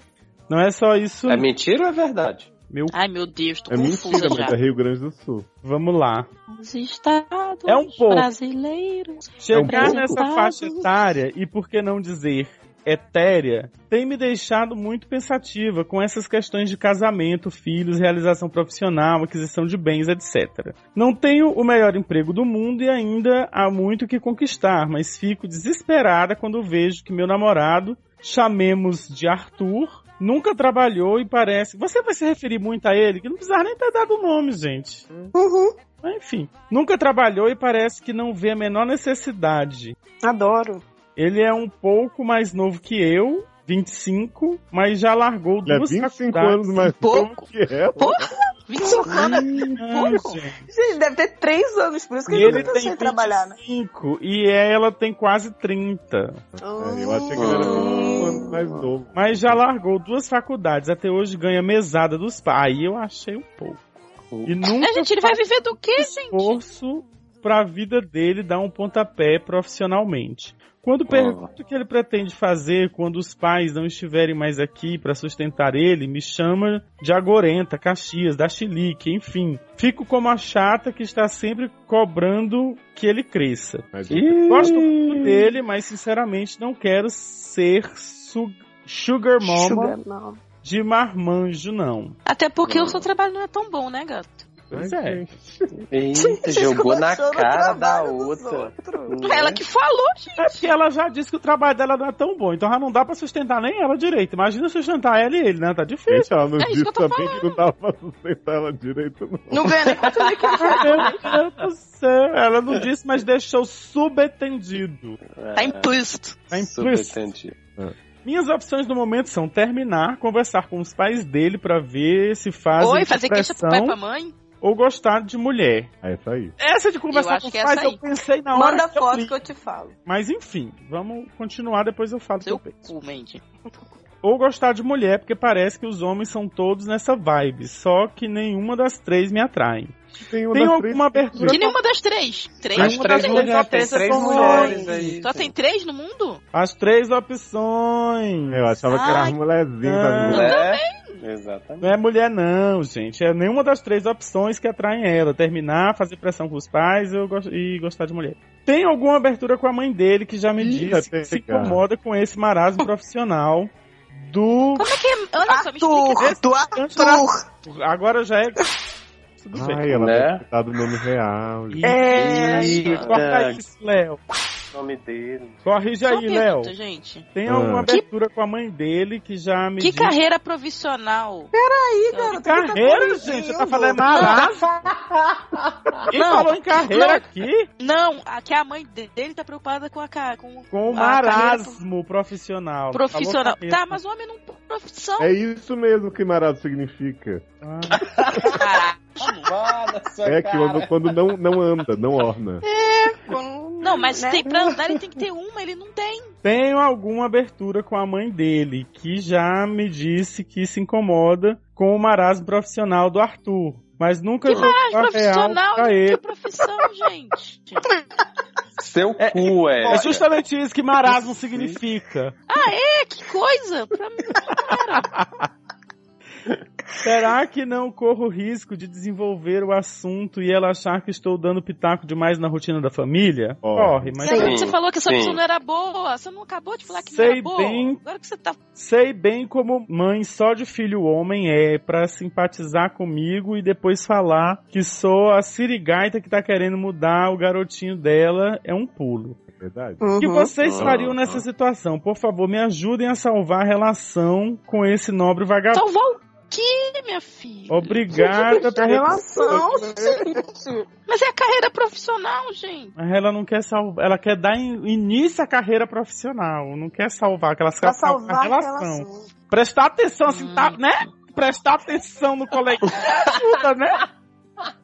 Speaker 4: Não é só isso.
Speaker 3: É mentira ou é verdade?
Speaker 4: Meu,
Speaker 5: Ai, meu Deus, tô
Speaker 1: É
Speaker 5: confusa
Speaker 1: mentira, mas é
Speaker 5: já.
Speaker 1: Rio Grande do Sul.
Speaker 4: vamos lá.
Speaker 5: Os estados
Speaker 4: É um pouco.
Speaker 5: brasileiros.
Speaker 4: Chegar
Speaker 5: É um
Speaker 4: nessa
Speaker 5: pouco.
Speaker 4: faixa etária e por que não dizer etérea, tem me deixado muito pensativa com essas questões de casamento, filhos, realização profissional, aquisição de bens, etc. Não tenho o melhor emprego do mundo e ainda há muito que conquistar, mas fico desesperada quando vejo que meu namorado, chamemos de Arthur, nunca trabalhou e parece. Você vai se referir muito a ele, que não precisava nem ter dado o nome, gente.
Speaker 2: Uhum.
Speaker 4: Mas, enfim, nunca trabalhou e parece que não vê a menor necessidade.
Speaker 2: Adoro.
Speaker 4: Ele é um pouco mais novo que eu, 25, mas já largou
Speaker 1: Ele é
Speaker 4: duas
Speaker 1: 25
Speaker 4: faculdades.
Speaker 1: anos
Speaker 2: *laughs*
Speaker 1: mais
Speaker 5: Pouco.
Speaker 1: novo que ela.
Speaker 5: Porra!
Speaker 3: é um
Speaker 5: 25 anos!
Speaker 4: Ah,
Speaker 5: pouco.
Speaker 4: gente.
Speaker 2: Gente, deve ter três anos, por isso que
Speaker 4: E
Speaker 2: ele
Speaker 4: ele
Speaker 2: nunca
Speaker 4: tem
Speaker 2: pensou em trabalhar, né?
Speaker 4: 25 e é, ela tem quase 30.
Speaker 1: É, eu achei que ele era 25 anos mais novo.
Speaker 4: Mas já largou duas faculdades, até hoje ganha mesada dos pais. Aí eu achei um pouco. E nunca
Speaker 5: A gente ele vai viver do quê, gente?
Speaker 4: esforço para a vida dele dar um pontapé profissionalmente. Quando pergunto o que ele pretende fazer quando os pais não estiverem mais aqui para sustentar ele, me chama de agorenta, Caxias, da Chilique, enfim. Fico como a chata que está sempre cobrando que ele cresça.
Speaker 1: Mas
Speaker 4: Gosto muito dele, mas sinceramente não quero ser su- sugar mama
Speaker 2: Sugar mama.
Speaker 4: de marmanjo, não.
Speaker 5: Até porque o seu trabalho não é tão bom, né, gato?
Speaker 4: Pois é.
Speaker 3: Eita,
Speaker 2: Vocês
Speaker 3: jogou na
Speaker 2: começou no
Speaker 3: cara da
Speaker 2: trabalho dos
Speaker 3: outra.
Speaker 2: outros.
Speaker 5: Ela que falou,
Speaker 4: É porque ela já disse que o trabalho dela não é tão bom, então já não dá pra sustentar nem ela direito. Imagina sustentar ela e ele, né? Tá difícil.
Speaker 1: Gente, ela não
Speaker 5: É isso
Speaker 1: disse
Speaker 5: que eu tô
Speaker 1: também que não dava pra sustentar ela direito, não.
Speaker 2: Não ganha nem quanto ele quer.
Speaker 4: Meu Deus do céu. Ela não disse, mas deixou subentendido.
Speaker 3: É.
Speaker 5: tá implícito.
Speaker 4: Tá
Speaker 3: Hum, Super
Speaker 4: implícito.
Speaker 3: entendi.
Speaker 4: Minhas opções no momento são terminar, conversar com os pais dele pra ver se fazem
Speaker 5: Oi, fazer queixa pro pai e
Speaker 4: depressão
Speaker 5: pra mãe?
Speaker 4: ou gostar de mulher.
Speaker 1: É isso aí.
Speaker 4: Essa de
Speaker 5: Eu
Speaker 4: conversar
Speaker 5: acho
Speaker 4: com os
Speaker 5: que é
Speaker 4: pais
Speaker 5: essa aí.
Speaker 4: eu pensei na hora.
Speaker 2: Manda
Speaker 4: que eu li.
Speaker 2: foto que eu te falo.
Speaker 4: Mas enfim, vamos continuar, depois eu falo o que
Speaker 5: Seu
Speaker 4: eu penso.
Speaker 5: cu, mente.
Speaker 4: Ou gostar de mulher, porque parece que os homens são todos nessa vibe, só que nenhuma das três me atrai.
Speaker 1: Tem, uma
Speaker 4: Tem
Speaker 1: das
Speaker 4: alguma
Speaker 1: três-
Speaker 4: abertura?
Speaker 5: Que nenhuma das três. Três?
Speaker 3: As
Speaker 5: Só
Speaker 3: três
Speaker 5: tem-
Speaker 3: mulheres, tem um
Speaker 2: três
Speaker 3: três
Speaker 2: são
Speaker 3: mulheres
Speaker 2: mulheres.
Speaker 3: aí.
Speaker 5: Só tem três no mundo?
Speaker 4: As três opções.
Speaker 1: Eu achava que era
Speaker 5: Ai.
Speaker 1: as mulherzinhas
Speaker 4: Não.
Speaker 1: das mulheres.
Speaker 3: É, exatamente.
Speaker 4: Não é mulher, não, gente. É nenhuma das três opções que atraem ela. Terminar, fazer pressão com os pais eu gos- e gostar de mulher. Tem alguma abertura com a mãe dele que já me
Speaker 1: Ih, já
Speaker 4: disse
Speaker 1: tem,
Speaker 4: que se
Speaker 1: cara.
Speaker 4: incomoda com esse marasmo profissional do.
Speaker 5: Como é que é? Olha só, me explica.
Speaker 2: Arthur, tu Arthur.
Speaker 4: Agora já é. Tudo bem.
Speaker 1: Ai, ela
Speaker 3: Né?
Speaker 1: deve citar do nome real. gente.
Speaker 2: É.
Speaker 3: Eita,
Speaker 4: Corta isso, Léo.
Speaker 3: o nome dele.
Speaker 4: Corrige
Speaker 5: Só um uma
Speaker 4: aí, Léo.
Speaker 5: pergunta, gente.
Speaker 4: Tem
Speaker 1: Ah.
Speaker 4: alguma
Speaker 1: Que-
Speaker 4: abertura com a mãe dele que já me
Speaker 5: Que
Speaker 4: disse.
Speaker 5: carreira profissional?
Speaker 2: Ih, garoto,
Speaker 4: Que
Speaker 2: tu tá
Speaker 4: carreira,
Speaker 2: corrigindo.
Speaker 4: gente? Você tá falando marasmo? Quem
Speaker 5: tá Não.
Speaker 4: falou em carreira
Speaker 5: Não.
Speaker 4: aqui?
Speaker 5: Não, a, que a mãe de- dele tá preocupada com a ca- com,
Speaker 4: Com o
Speaker 5: a carreira
Speaker 4: marasmo profissional.
Speaker 5: pro- Ah, tá profissional.
Speaker 4: Falou carreira.
Speaker 5: Tá, mas o homem não tem profissão.
Speaker 1: É isso mesmo que marado significa.
Speaker 4: Ah,
Speaker 5: cara.
Speaker 1: É que quando, quando não, não anda, não orna.
Speaker 5: É. Não, mas
Speaker 2: Né?
Speaker 5: tem, pra andar ele tem que ter uma, ele não tem.
Speaker 4: Tenho alguma abertura com a mãe dele, que já me disse que se incomoda com o marasmo profissional do Arthur. Mas nunca jogou a Tá real
Speaker 5: profissional,
Speaker 4: pra
Speaker 5: ele tem
Speaker 4: ele.
Speaker 5: profissão, gente.
Speaker 3: Seu cu, é.
Speaker 4: É justamente isso que marasmo significa.
Speaker 5: É, que coisa. Pra mim,
Speaker 4: Será que não corro risco de desenvolver o assunto e ela achar que estou dando pitaco demais na rotina da família?
Speaker 1: Ó.
Speaker 4: Corre, mas
Speaker 5: Peraí,
Speaker 3: Sim,
Speaker 5: você falou que essa
Speaker 3: sim.
Speaker 5: opção não era boa. Você não acabou de falar que
Speaker 4: Sei
Speaker 5: não era boa.
Speaker 4: bem.
Speaker 5: Agora que você tá.
Speaker 4: Sei bem como mãe só de filho homem é pra simpatizar comigo e depois falar que sou a sirigaita que tá querendo mudar o garotinho dela é um pulo.
Speaker 1: É verdade?
Speaker 2: Uhum.
Speaker 4: O que vocês
Speaker 3: Uhum.
Speaker 4: fariam nessa situação? Por favor, me ajudem a salvar a relação com esse nobre vagabundo.
Speaker 5: Salvar o quê, minha filha?
Speaker 4: Oh.
Speaker 2: um
Speaker 4: Obrigada
Speaker 2: A
Speaker 4: pela
Speaker 2: relação, gente.
Speaker 5: Mas é a carreira profissional, gente.
Speaker 4: Mas ela não quer salvar, ela quer dar in- início à carreira profissional, não quer salvar, que ela
Speaker 2: Pra
Speaker 4: quer salvar
Speaker 2: salvar
Speaker 4: a
Speaker 2: a
Speaker 4: relação.
Speaker 2: relação.
Speaker 4: Prestar atenção, assim, tá,
Speaker 5: Hum.
Speaker 4: né? Prestar atenção no *laughs* coletivo ajuda, né?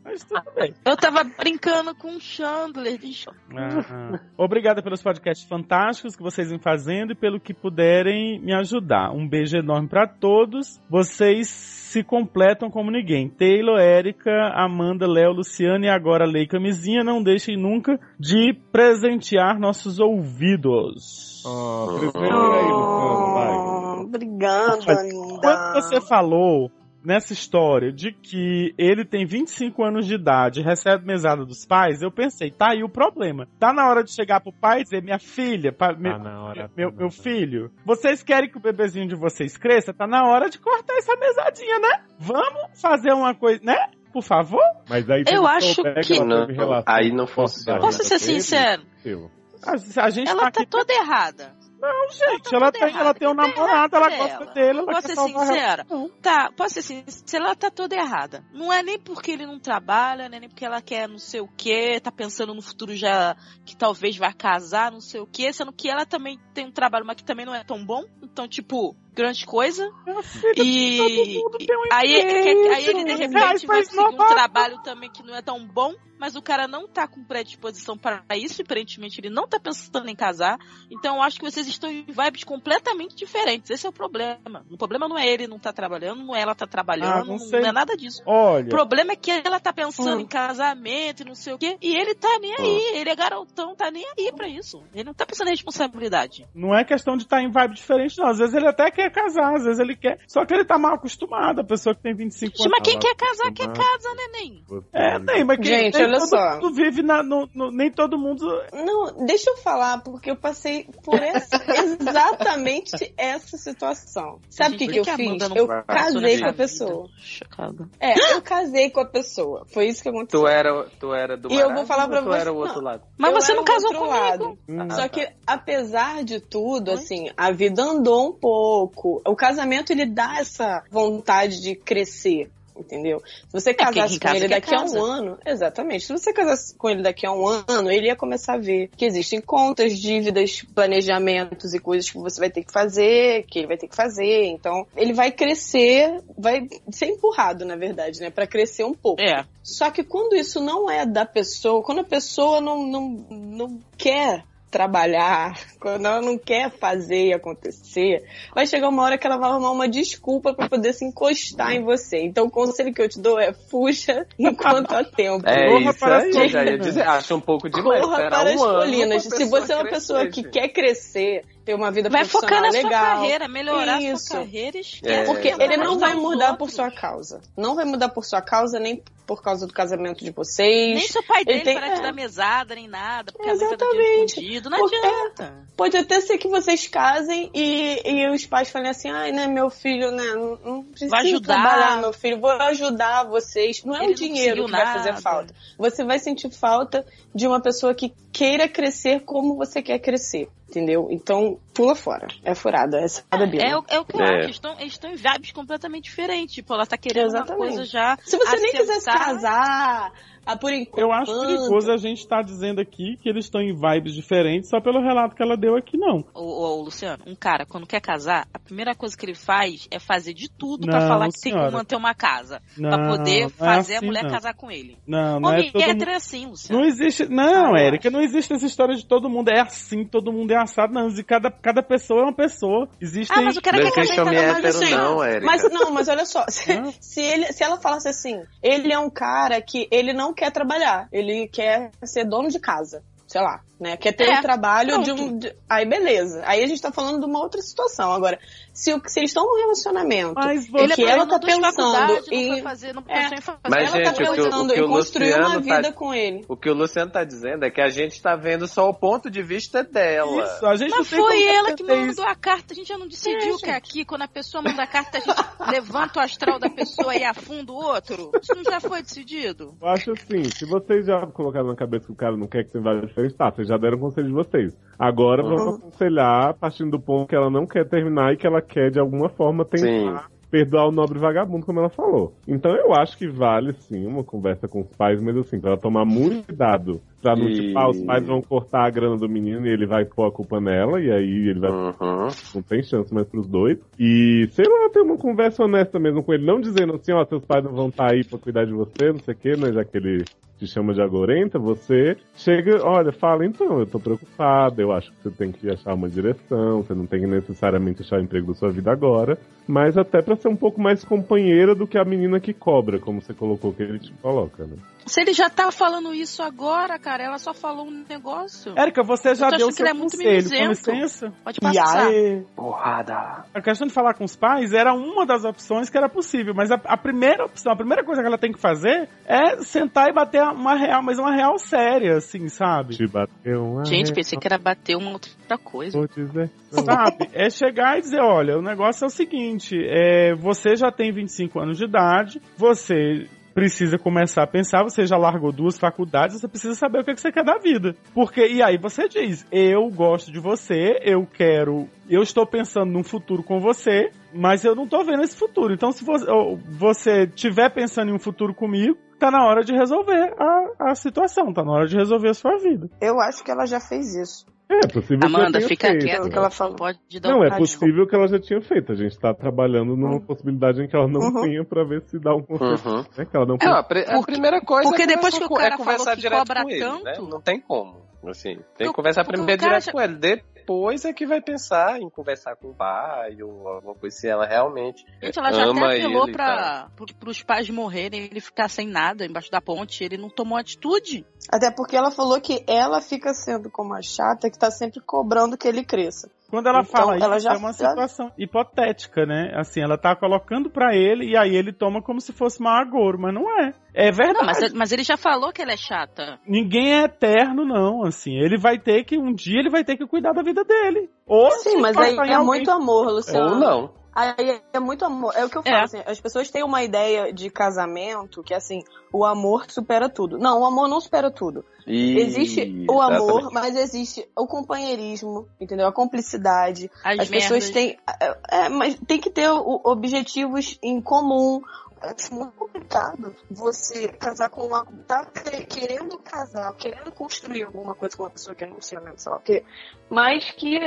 Speaker 4: Mas tudo bem.
Speaker 5: Eu tava brincando com o Chandler. Deixa eu-
Speaker 4: Ah, Obrigada pelos podcasts fantásticos que vocês vêm fazendo e pelo que puderem me ajudar. Um beijo enorme pra todos. Vocês se completam como ninguém. Taylor, Érica, Amanda, Léo, Luciana e agora Lei Camisinha. Não deixem nunca de presentear nossos ouvidos.
Speaker 1: Oh,
Speaker 3: Oh.
Speaker 1: primeiro aí, Luciano, vai.
Speaker 2: Obrigada, linda.
Speaker 4: Quando você falou nessa história de que ele tem 25 anos de idade e recebe mesada dos pais, eu pensei, tá aí o problema. Tá na hora de chegar pro pai e dizer, minha filha, pa- me-
Speaker 7: Tá na hora.
Speaker 4: meu,
Speaker 1: um
Speaker 7: tá na
Speaker 4: meu
Speaker 7: hora.
Speaker 4: filho, vocês querem que o bebezinho de vocês cresça? Tá na hora de cortar essa mesadinha, né? Vamos fazer uma coisa, né? Por favor?
Speaker 1: Mas aí
Speaker 5: Eu
Speaker 1: quando
Speaker 5: acho
Speaker 1: souber
Speaker 5: que-
Speaker 1: ela
Speaker 3: Não,
Speaker 1: teve relação
Speaker 3: aí não
Speaker 1: com a cidade
Speaker 3: funciona.
Speaker 5: Posso ser
Speaker 1: dele,
Speaker 5: sincero?
Speaker 1: eu.
Speaker 4: A, a gente tá
Speaker 5: Ela tá
Speaker 4: aqui.
Speaker 5: toda errada.
Speaker 4: Não, gente,
Speaker 5: ela
Speaker 4: ela,
Speaker 5: tá
Speaker 4: tem,
Speaker 5: toda
Speaker 4: ela tem um
Speaker 5: errada.
Speaker 4: namorado, ela
Speaker 5: Tá
Speaker 4: gosta
Speaker 5: errada
Speaker 4: dele, ela
Speaker 5: Posso
Speaker 4: quer
Speaker 5: ser
Speaker 4: salvar ela.
Speaker 5: sincera? Tá, posso ser sincera, ela tá toda errada. Não é nem porque ele não trabalha, né, nem porque ela quer não sei o quê, tá pensando no futuro já que talvez vai casar, não sei o quê, sendo que ela também tem um trabalho, mas que também não é tão bom. Então, tipo, grande coisa.
Speaker 4: Minha filha,
Speaker 5: E
Speaker 4: tá todo mundo tem um
Speaker 5: aí, é
Speaker 4: emprego,
Speaker 5: aí ele de repente
Speaker 4: reais
Speaker 5: vai
Speaker 4: faz
Speaker 5: conseguir um
Speaker 4: novato.
Speaker 5: trabalho também que não é tão bom, mas o cara não tá com predisposição para isso, aparentemente ele não tá pensando em casar. Então eu acho que vocês estão em vibes completamente diferentes. Esse é o problema. O problema não é ele não tá trabalhando, não é ela tá trabalhando,
Speaker 4: Ah, não
Speaker 5: não,
Speaker 4: sei.
Speaker 5: é nada disso. O
Speaker 4: Olha,
Speaker 5: problema é que ela tá pensando
Speaker 4: Hum.
Speaker 5: em casamento e não sei o quê, e ele tá nem aí, ele é garotão, tá nem aí pra isso. Ele não tá pensando em responsabilidade.
Speaker 4: não é questão de estar em vibe diferente, não. Às vezes ele até quer casar, às vezes ele quer. Só que ele tá mal acostumado, a pessoa que tem 25
Speaker 5: Gente,
Speaker 4: anos.
Speaker 5: mas quem
Speaker 1: ela
Speaker 5: quer casar, quer
Speaker 1: acostumar-
Speaker 5: casa, neném.
Speaker 1: Você-
Speaker 4: É, nem, mas quem
Speaker 2: Gente,
Speaker 4: nem
Speaker 2: olha
Speaker 4: todo
Speaker 2: só.
Speaker 4: mundo vive na. no- no- nem todo mundo.
Speaker 2: Não, deixa eu falar, porque eu passei por essa, exatamente essa situação. Sabe o que,
Speaker 5: Gente,
Speaker 2: que eu
Speaker 5: por que a
Speaker 2: fiz?
Speaker 5: Amanda não né,
Speaker 2: Eu
Speaker 3: vai pra
Speaker 2: casei com a
Speaker 5: Vida.
Speaker 2: pessoa.
Speaker 5: Chocada.
Speaker 2: É, eu casei com a pessoa. Foi isso que aconteceu.
Speaker 3: Tu era, tu era do
Speaker 2: E eu vou
Speaker 3: Marasmo
Speaker 2: falar
Speaker 3: ou
Speaker 2: pra
Speaker 3: tu
Speaker 2: você-
Speaker 3: era o outro
Speaker 2: não.
Speaker 3: lado.
Speaker 5: Mas
Speaker 2: Eu
Speaker 5: você
Speaker 2: era
Speaker 5: não
Speaker 2: o
Speaker 5: casou
Speaker 2: outro
Speaker 5: comigo.
Speaker 2: lado.
Speaker 1: Hum.
Speaker 2: Só que, apesar de tudo, assim, a vida andou um pouco. O casamento, ele dá essa vontade de crescer, entendeu? Se você
Speaker 5: É, porque
Speaker 2: casasse
Speaker 5: quem
Speaker 2: com
Speaker 5: casa
Speaker 2: ele
Speaker 5: quer
Speaker 2: daqui a
Speaker 5: casa.
Speaker 2: um ano... Exatamente. Se você casasse com ele daqui a um ano, ele ia começar a ver que existem contas, dívidas, planejamentos e coisas que você vai ter que fazer, que ele vai ter que fazer. Então, ele vai crescer, vai ser empurrado, na verdade, né? Pra crescer um pouco.
Speaker 5: É.
Speaker 2: Só que quando isso não é da pessoa, quando a pessoa não, não, não quer trabalhar, *laughs* quando ela não quer fazer e acontecer, vai chegar uma hora que ela vai arrumar uma desculpa pra poder se encostar em você. Então o conselho que eu te dou é fuja *laughs* enquanto há tempo.
Speaker 3: É
Speaker 4: Corra
Speaker 3: isso
Speaker 4: para
Speaker 3: aí,
Speaker 4: as
Speaker 3: já ia
Speaker 4: colinas.
Speaker 3: dizer. Acho um pouco demais.
Speaker 2: Corra
Speaker 3: era
Speaker 2: para as
Speaker 3: um ano
Speaker 2: colinas.
Speaker 3: pra
Speaker 2: Se você é uma
Speaker 3: crescer,
Speaker 2: pessoa que
Speaker 3: gente.
Speaker 2: quer crescer, ter uma vida
Speaker 5: Vai focar
Speaker 2: profissional
Speaker 5: na sua
Speaker 2: legal,
Speaker 5: carreira, melhorar a
Speaker 2: Isso.
Speaker 5: sua carreira,
Speaker 3: É.
Speaker 5: esquece.
Speaker 2: Porque
Speaker 5: Pelo
Speaker 2: ele
Speaker 5: amor
Speaker 2: não
Speaker 5: de
Speaker 2: vai
Speaker 5: Deus,
Speaker 2: mudar
Speaker 5: outros.
Speaker 2: por sua causa. Não vai mudar por sua causa, nem por causa do casamento de vocês.
Speaker 5: Nem seu pai
Speaker 2: Ele
Speaker 5: dele
Speaker 2: tem-
Speaker 5: para te
Speaker 2: é.
Speaker 5: dar mesada, nem nada, porque a mãe tá dando dinheiro
Speaker 2: Exatamente.
Speaker 5: escondido, não
Speaker 2: Porque- é.
Speaker 5: adianta.
Speaker 2: Pode até ser que vocês casem e, e os pais falem assim, ai, né, meu filho, né, não, não precisa
Speaker 5: Vai ajudar.
Speaker 2: trabalhar, meu filho, vou ajudar vocês. Não é
Speaker 5: Ele
Speaker 2: o
Speaker 5: não
Speaker 2: dinheiro
Speaker 5: conseguiu
Speaker 2: que vai fazer
Speaker 5: nada.
Speaker 2: falta. Você vai sentir falta de uma pessoa que queira crescer como você quer crescer, entendeu? Então, pula fora. É furada, é furada
Speaker 5: É,
Speaker 2: bíblia.
Speaker 5: o- é o que eu
Speaker 3: É.
Speaker 5: acho, eles estão, eles estão em vibes completamente diferentes. Tipo, ela tá querendo
Speaker 2: Exatamente.
Speaker 5: uma coisa já.
Speaker 2: Se você nem quiser se
Speaker 5: aceitar-
Speaker 2: casar, ah, por enquanto...
Speaker 4: Eu acho perigoso a gente estar dizendo aqui que eles estão em vibes diferentes só pelo relato que ela deu aqui, não.
Speaker 5: Ô, ô, ô, Luciano, um cara, quando quer casar, a primeira coisa que ele faz é fazer de tudo
Speaker 4: Não,
Speaker 5: pra falar que tem
Speaker 4: senhora.
Speaker 5: que manter uma casa.
Speaker 4: não
Speaker 5: pra poder
Speaker 4: não é
Speaker 5: fazer
Speaker 4: assim,
Speaker 5: a mulher
Speaker 4: não.
Speaker 5: casar com ele.
Speaker 4: Não, não
Speaker 5: Homem
Speaker 4: é todo mundo.
Speaker 5: hétero é assim, Luciano.
Speaker 4: Não existe. Não,
Speaker 5: eu
Speaker 4: Érica, não existe essa história de todo mundo é assim, todo mundo é assado. Não, de cada, cada pessoa é uma pessoa. Existem. *laughs*
Speaker 5: Ah, mas o cara
Speaker 3: Não
Speaker 5: quer casar
Speaker 3: existe
Speaker 5: e
Speaker 3: homem
Speaker 5: casar
Speaker 3: hétero,
Speaker 5: assim,
Speaker 3: não, Érica.
Speaker 2: Mas não, mas olha só, se,
Speaker 5: *laughs*
Speaker 4: Hã?
Speaker 2: se ele, se ela falasse assim, ele é um cara que ele não quer trabalhar, ele quer ser dono de casa, sei lá, né? Quer ter
Speaker 5: É,
Speaker 2: um trabalho de
Speaker 5: pronto.
Speaker 2: um. de- aí beleza. Aí a gente tá falando de uma outra situação. Agora, se, o- se eles estão num relacionamento.
Speaker 4: Mas
Speaker 2: Ele
Speaker 4: você.
Speaker 2: é que ela tá
Speaker 5: abandonou duas
Speaker 2: pensando
Speaker 5: faculdades,
Speaker 2: em-
Speaker 5: Não foi fazer, não
Speaker 2: É.
Speaker 5: pensou em fazer.
Speaker 3: Mas,
Speaker 2: ela
Speaker 3: gente, o que
Speaker 2: tá
Speaker 3: o-
Speaker 2: pensando
Speaker 3: o que
Speaker 2: em
Speaker 3: o
Speaker 2: construir uma
Speaker 3: Luciano tá-
Speaker 2: vida com ele.
Speaker 3: O que o Luciano tá dizendo é que a gente tá vendo só o ponto de vista dela.
Speaker 4: Isso, a gente não
Speaker 5: Mas
Speaker 4: tem como
Speaker 5: foi ela que
Speaker 4: defender
Speaker 5: mandou
Speaker 4: isso.
Speaker 5: a carta, a gente já não decidiu que é aqui, quando a pessoa manda a carta, a *laughs* gente levanta o astral da pessoa e afunda o outro. Isso não já foi decidido?
Speaker 1: Eu acho assim, se vocês já colocaram na cabeça que o cara não quer que você vá diferente, tá, vocês já deram o conselho de vocês. Agora vamos aconselhar, partindo do ponto que ela não quer terminar e que ela quer, de alguma forma, tentar
Speaker 3: Sim.
Speaker 1: perdoar o nobre vagabundo, como ela falou. Então eu acho que vale, sim, uma conversa com os pais, mas assim, pra ela tomar muito cuidado. Pra não,
Speaker 3: E-
Speaker 1: tipo, ah, os pais vão cortar a grana do menino e ele vai pôr a culpa nela, e aí ele vai
Speaker 3: Uhum.
Speaker 1: não tem chance mais pros dois. E, sei lá, ter uma conversa honesta mesmo com ele. Não dizendo assim, ó, seus pais não vão estar aí pra cuidar de você, não sei o quê, né? Já que ele te chama de agorenta, você chega, olha, fala, então, eu tô preocupada, eu acho que você tem que achar uma direção, você não tem que necessariamente achar o emprego da sua vida agora. Mas até pra ser um pouco mais companheira do que a menina que cobra, como você colocou, que ele te coloca, né?
Speaker 5: Se ele já tá falando isso agora, cara. Ela só falou um negócio.
Speaker 4: Érica, você já
Speaker 5: tô
Speaker 4: deu
Speaker 5: achando que
Speaker 4: seu
Speaker 5: ele é muito
Speaker 4: conselho, com
Speaker 5: mimizento.
Speaker 4: licença.
Speaker 5: Pode
Speaker 4: E
Speaker 5: passar.
Speaker 4: aí,
Speaker 3: Porrada.
Speaker 4: a questão de falar com os pais era uma das opções que era possível, mas a, a primeira opção, a primeira coisa que ela tem que fazer é sentar e bater uma real, mas uma real séria, assim, sabe?
Speaker 1: Te bateu uma
Speaker 5: Gente,
Speaker 1: reta,
Speaker 5: pensei que era bater uma outra coisa.
Speaker 1: vou dizer.
Speaker 4: Sabe? É chegar e dizer, olha, o negócio é o seguinte, é, você já tem 25 anos de idade, você precisa começar a pensar, você já largou duas faculdades, você precisa saber o que, é que você quer da vida. Porque, e aí você diz, eu gosto de você, eu quero, eu estou pensando num futuro com você, mas eu não tô vendo esse futuro. Então, se você, ou você tiver pensando em um futuro comigo, tá na hora de resolver a, a situação, tá na hora de resolver a sua vida.
Speaker 2: Eu acho que ela já fez isso.
Speaker 1: É possível que
Speaker 5: Amanda,
Speaker 1: eu tenha
Speaker 5: fica
Speaker 1: feito.
Speaker 5: quieta
Speaker 2: o
Speaker 5: que
Speaker 2: que ela
Speaker 5: você
Speaker 2: falou.
Speaker 5: não pode dar
Speaker 1: Não, é
Speaker 5: Ah, desculpa.
Speaker 1: possível que ela já tinha feito. A gente tá trabalhando numa possibilidade em que ela não
Speaker 2: Uhum.
Speaker 1: tinha pra ver se dá um conceito.
Speaker 3: Uhum.
Speaker 1: Né? Que ela não
Speaker 3: É,
Speaker 1: pensa.
Speaker 3: a, pri- a primeira coisa
Speaker 5: porque
Speaker 3: é conversar
Speaker 5: depois que o
Speaker 3: com-
Speaker 5: cara
Speaker 3: é conversar
Speaker 5: falou que
Speaker 3: direto
Speaker 5: cobra
Speaker 3: com ele, né?
Speaker 5: tanto-
Speaker 3: Não tem como. Assim, tem
Speaker 5: Eu-
Speaker 3: que conversar
Speaker 5: porque o
Speaker 3: primeiro
Speaker 5: cara
Speaker 3: direto
Speaker 5: já-
Speaker 3: com ele. Depois é que vai pensar em conversar com o pai ou alguma coisa, se ela realmente
Speaker 5: Gente, ela já
Speaker 3: ama
Speaker 5: até apelou
Speaker 3: ele, cara.
Speaker 5: pra, pro, pros pais morrerem, ele ficar sem nada embaixo da ponte, ele não tomou atitude.
Speaker 2: Até porque ela falou que ela fica sendo como a chata que tá sempre cobrando que ele cresça.
Speaker 4: Quando ela
Speaker 2: Então,
Speaker 4: fala
Speaker 2: ela
Speaker 4: isso,
Speaker 2: já
Speaker 4: é uma
Speaker 2: sabe.
Speaker 4: situação hipotética, né? Assim, ela tá colocando pra ele e aí ele toma como se fosse uma agouro, mas não é. É verdade.
Speaker 5: Não, mas, mas ele já falou que ela é chata.
Speaker 4: Ninguém é eterno, não, assim. Ele vai ter que, um dia ele vai ter que cuidar da vida dele. Ou
Speaker 2: Sim, mas
Speaker 4: passar
Speaker 2: aí
Speaker 4: em
Speaker 2: é
Speaker 4: alguém-
Speaker 2: muito amor, Luciano.
Speaker 3: ou não.
Speaker 2: Aí é muito amor. É o que eu falo,
Speaker 5: É.
Speaker 2: assim, as pessoas têm uma ideia de casamento que, assim, o amor supera tudo. Não, o amor não supera tudo.
Speaker 3: E-
Speaker 2: Existe o amor,
Speaker 3: Exatamente.
Speaker 2: mas existe o companheirismo, entendeu? A cumplicidade.
Speaker 5: As,
Speaker 2: As
Speaker 5: merdas.
Speaker 2: pessoas têm. É, é, mas tem que ter o- objetivos em comum. É muito complicado você casar com uma. Tá que- querendo casar, querendo construir alguma coisa com uma pessoa que é emocionante, sei lá o quê. Mas que